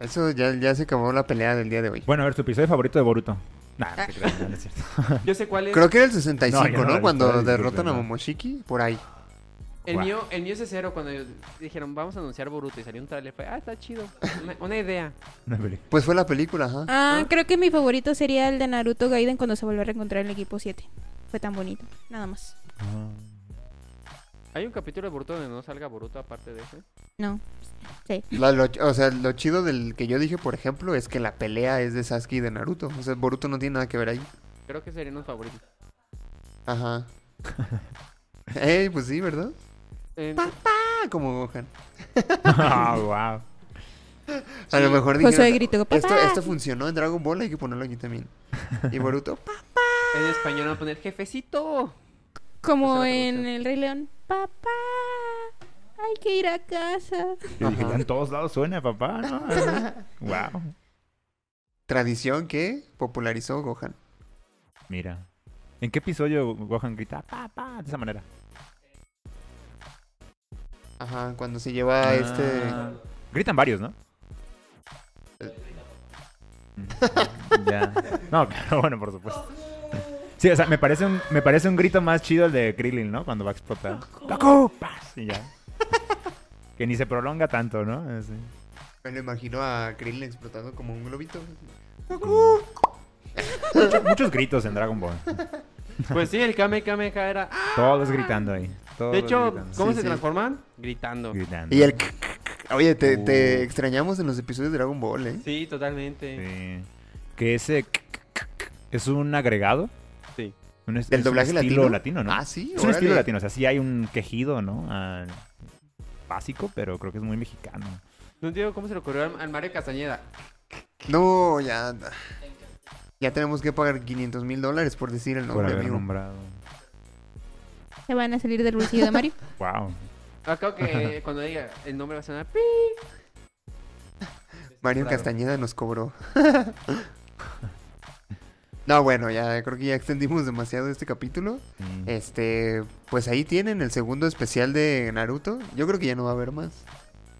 Speaker 1: Eso ya, ya se acabó la pelea del día de hoy.
Speaker 2: Bueno, a ver, tu episodio favorito de Boruto. Nah,
Speaker 3: Ah.
Speaker 2: no te creas, no, no es cierto.
Speaker 4: yo sé cuál es.
Speaker 1: Creo que era el
Speaker 2: No,
Speaker 1: 65,
Speaker 2: yo
Speaker 1: ¿no?
Speaker 2: no la vi, no la
Speaker 1: Cuando
Speaker 2: vi,
Speaker 1: derrotan a
Speaker 2: ¿verdad?
Speaker 1: Momoshiki, por ahí.
Speaker 4: El,
Speaker 2: Guau.
Speaker 4: mío, el mío es cero. Cuando ellos dijeron, vamos a anunciar Boruto y salió un trailer, fue, ah, está chido. Una, una idea.
Speaker 2: Una peli.
Speaker 1: Pues fue la película, ajá.
Speaker 3: Ah, creo que mi favorito sería el de Naruto Gaiden cuando se volvió a reencontrar el equipo 7. Fue tan bonito. Nada más.
Speaker 2: Ah.
Speaker 4: Hay un capítulo de Boruto donde no salga Boruto aparte de ese.
Speaker 3: No.
Speaker 1: La- lo- o sea, lo chido del que yo dije, por ejemplo, es que la pelea es de Sasuke y de Naruto. O sea, Boruto no tiene nada que ver ahí.
Speaker 4: Creo que serían los favoritos.
Speaker 1: Ajá. Eh, pues sí, ¿verdad?
Speaker 4: Eh,
Speaker 1: Ah, como Gohan.
Speaker 2: Ah, wow.
Speaker 1: A lo mejor dijeron,
Speaker 3: Josué gritó, papá.
Speaker 1: esto, esto funcionó en Dragon Ball, hay que ponerlo aquí también. Y Boruto, pa.
Speaker 4: en español van a poner jefecito.
Speaker 3: Como
Speaker 4: Esa es la
Speaker 3: en
Speaker 4: traducción.
Speaker 3: El Rey León. Papá, hay que ir a casa.
Speaker 2: Yo dije,
Speaker 1: Ajá.
Speaker 2: ya en todos lados suena, papá, ¿no? wow.
Speaker 1: Tradición que popularizó Gohan.
Speaker 2: Mira. ¿En qué episodio Gohan grita papá de esa manera?
Speaker 1: Ajá, cuando se lleva
Speaker 2: Ah.
Speaker 1: este... Eh.
Speaker 2: Gritan varios, ¿no? ya. No, claro, bueno, por supuesto. Sí, o sea, me parece un, me parece un grito más chido el de Krillin, ¿no? Cuando va a explotar. ¡Goku! ¡Pas! Y ya. Que ni se prolonga tanto, ¿no? Eh, Así.
Speaker 1: Me lo imagino a Krillin explotando como un globito.
Speaker 2: Mucho- muchos gritos en Dragon Ball.
Speaker 4: Pues sí, el Kame Kame Ka era. ¡Ah!
Speaker 2: Todos gritando ahí. Todos
Speaker 4: De hecho,
Speaker 2: gritando.
Speaker 4: ¿cómo
Speaker 1: Sí,
Speaker 4: se
Speaker 1: sí.
Speaker 4: transforman? Gritando.
Speaker 2: Gritando.
Speaker 1: Y el... c- c- c- Oye, te, te
Speaker 2: Uh.
Speaker 1: extrañamos en los episodios de Dragon Ball, ¿eh?
Speaker 4: Sí, totalmente.
Speaker 2: Sí. Que ese es un agregado.
Speaker 4: Sí.
Speaker 2: Un es-
Speaker 1: ¿Del
Speaker 2: es un
Speaker 1: doblaje
Speaker 2: estilo
Speaker 1: latino?
Speaker 2: latino, ¿no?
Speaker 1: Ah, sí.
Speaker 2: Es un estilo
Speaker 1: órale.
Speaker 2: latino, o sea, sí hay un quejido, ¿no? Ah, básico, pero creo que es muy mexicano.
Speaker 4: No entiendo cómo se le ocurrió al, al Mario Castañeda.
Speaker 1: No, ya. Ya tenemos que pagar 500 mil dólares por decir el
Speaker 2: por
Speaker 1: nombre,
Speaker 2: haber
Speaker 1: amigo.
Speaker 2: nombrado.
Speaker 3: Se van a salir del bolsillo de Mario.
Speaker 2: Wow.
Speaker 4: Acabo que cuando diga el nombre va a sonar. ¡pi!
Speaker 1: Mario
Speaker 4: Claro.
Speaker 1: Castañeda nos cobró. no, bueno, ya creo que ya extendimos demasiado este capítulo. Este, pues ahí tienen el segundo especial de Naruto. Yo creo que ya no va a haber más.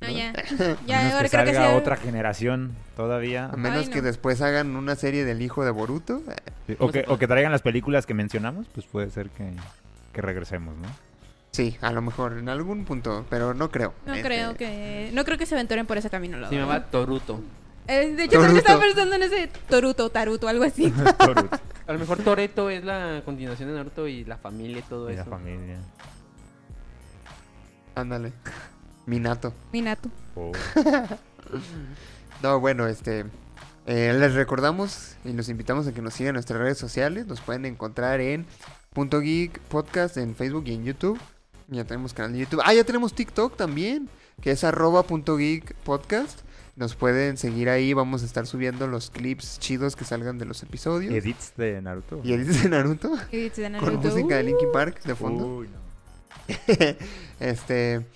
Speaker 3: No, ya.
Speaker 2: A
Speaker 3: Ya,
Speaker 2: menos
Speaker 3: ahora
Speaker 2: que
Speaker 3: creo que
Speaker 2: salga
Speaker 3: sea.
Speaker 2: otra generación todavía.
Speaker 1: A menos
Speaker 3: no.
Speaker 1: que después hagan una serie del hijo de Boruto. eh,
Speaker 2: Sí, O que, o que traigan las películas que mencionamos, pues puede ser que, que regresemos, ¿no?
Speaker 1: Sí, a lo mejor en algún punto, pero no creo.
Speaker 3: No
Speaker 1: Este,
Speaker 3: creo que. No creo que se aventuren por ese camino. La
Speaker 4: Se
Speaker 3: verdad.
Speaker 4: llamaba Toruto.
Speaker 3: Eh, de hecho, creo
Speaker 1: Toruto.
Speaker 3: que estaba pensando en ese Toruto, Taruto, algo así.
Speaker 2: Torut
Speaker 4: A lo mejor Toreto es la continuación de Naruto y la familia y todo
Speaker 2: y la
Speaker 4: eso.
Speaker 2: familia.
Speaker 1: Ándale. Minato.
Speaker 3: Minato.
Speaker 2: Oh.
Speaker 1: No, bueno, este. eh, les recordamos y los invitamos a que nos sigan en nuestras redes sociales. Nos pueden encontrar en Punto Geek Podcast en Facebook y en YouTube. Ya tenemos canal de YouTube. Ah, ya tenemos TikTok también. que es arroba.geekpodcast. Nos pueden seguir ahí, vamos a estar subiendo los clips chidos que salgan de los episodios.
Speaker 2: Edits de Naruto.
Speaker 1: Y el de Naruto,
Speaker 3: Edits de
Speaker 1: con
Speaker 3: Naruto.
Speaker 1: música de Linkin Park de fondo.
Speaker 2: Uy, no.
Speaker 1: este,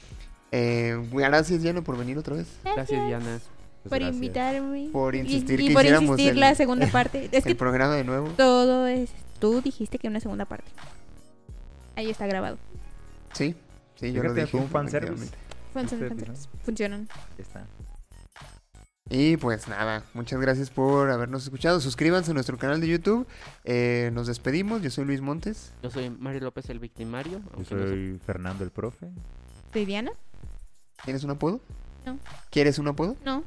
Speaker 1: eh, gracias, Diana, por venir otra vez.
Speaker 4: Gracias, Diana.
Speaker 3: Por
Speaker 2: Pues gracias.
Speaker 3: invitarme.
Speaker 1: Por
Speaker 3: Y-
Speaker 1: insistir
Speaker 3: y,
Speaker 1: que
Speaker 3: por
Speaker 1: hiciéramos
Speaker 3: insistir
Speaker 1: el-
Speaker 3: la segunda parte. Es que
Speaker 1: El programa de nuevo.
Speaker 3: todo es. Tú dijiste que una segunda parte. Ahí está grabado.
Speaker 1: Sí, sí, yo lo
Speaker 2: Fíjate,
Speaker 1: dije.
Speaker 2: fue un fanservice.
Speaker 1: efectivamente.
Speaker 3: Funcionan,
Speaker 2: Este,
Speaker 3: funcionan. funcionan.
Speaker 2: Ya está.
Speaker 1: Y pues nada, muchas gracias por habernos escuchado. Suscríbanse a nuestro canal de YouTube. Eh, nos despedimos. Yo soy Luis Montes.
Speaker 4: Yo soy Mario López, el victimario.
Speaker 2: Yo
Speaker 4: aunque no se-
Speaker 2: soy Fernando el profe.
Speaker 3: ¿Soy Diana?
Speaker 1: ¿Tienes un apodo?
Speaker 3: No.
Speaker 1: ¿Quieres un apodo?
Speaker 3: No.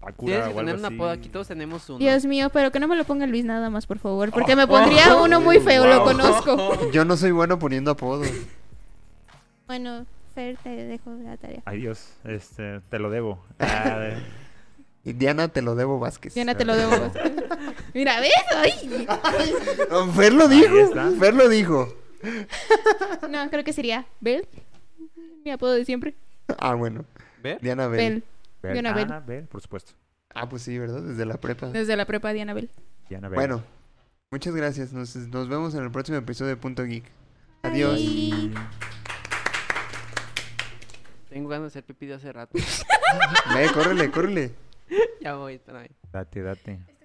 Speaker 2: Sakura
Speaker 4: Tienes que
Speaker 2: o algo
Speaker 4: tener un
Speaker 2: así.
Speaker 4: apodo aquí, todos tenemos uno.
Speaker 3: Dios mío, pero que no me lo ponga Luis nada más, por favor. Porque me pondría uno muy feo, lo
Speaker 2: Wow.
Speaker 3: conozco.
Speaker 1: Yo no soy bueno poniendo apodos.
Speaker 3: Bueno, Fer, te dejo la tarea.
Speaker 2: Ay Dios, este, te lo debo. Ah, de-
Speaker 1: Y Diana, te lo debo Vázquez.
Speaker 3: Diana, te lo debo. Mira, ¿ves? Ay.
Speaker 1: Oh, Fer lo
Speaker 2: Ahí
Speaker 1: dijo.
Speaker 2: está.
Speaker 1: Fer lo dijo.
Speaker 3: No, creo que sería Bel. Mi apodo de siempre.
Speaker 1: Ah, bueno.
Speaker 4: ¿Ve?
Speaker 1: Diana Bell.
Speaker 3: Bel.
Speaker 2: Bel.
Speaker 3: Yo una Bel.
Speaker 2: Ah, Bel, por supuesto.
Speaker 1: Ah, pues sí, ¿verdad? Desde la prepa.
Speaker 3: Desde la prepa Diana Bel.
Speaker 2: Diana Bel.
Speaker 1: Bueno, muchas gracias. Nos, nos vemos en el próximo episodio de Punto Geek. Adiós.
Speaker 3: Bye.
Speaker 4: Tengo ganas de hacer pipí de hace rato.
Speaker 1: Ve, córrele, córrele.
Speaker 4: ya voy, trae.
Speaker 2: Date, date.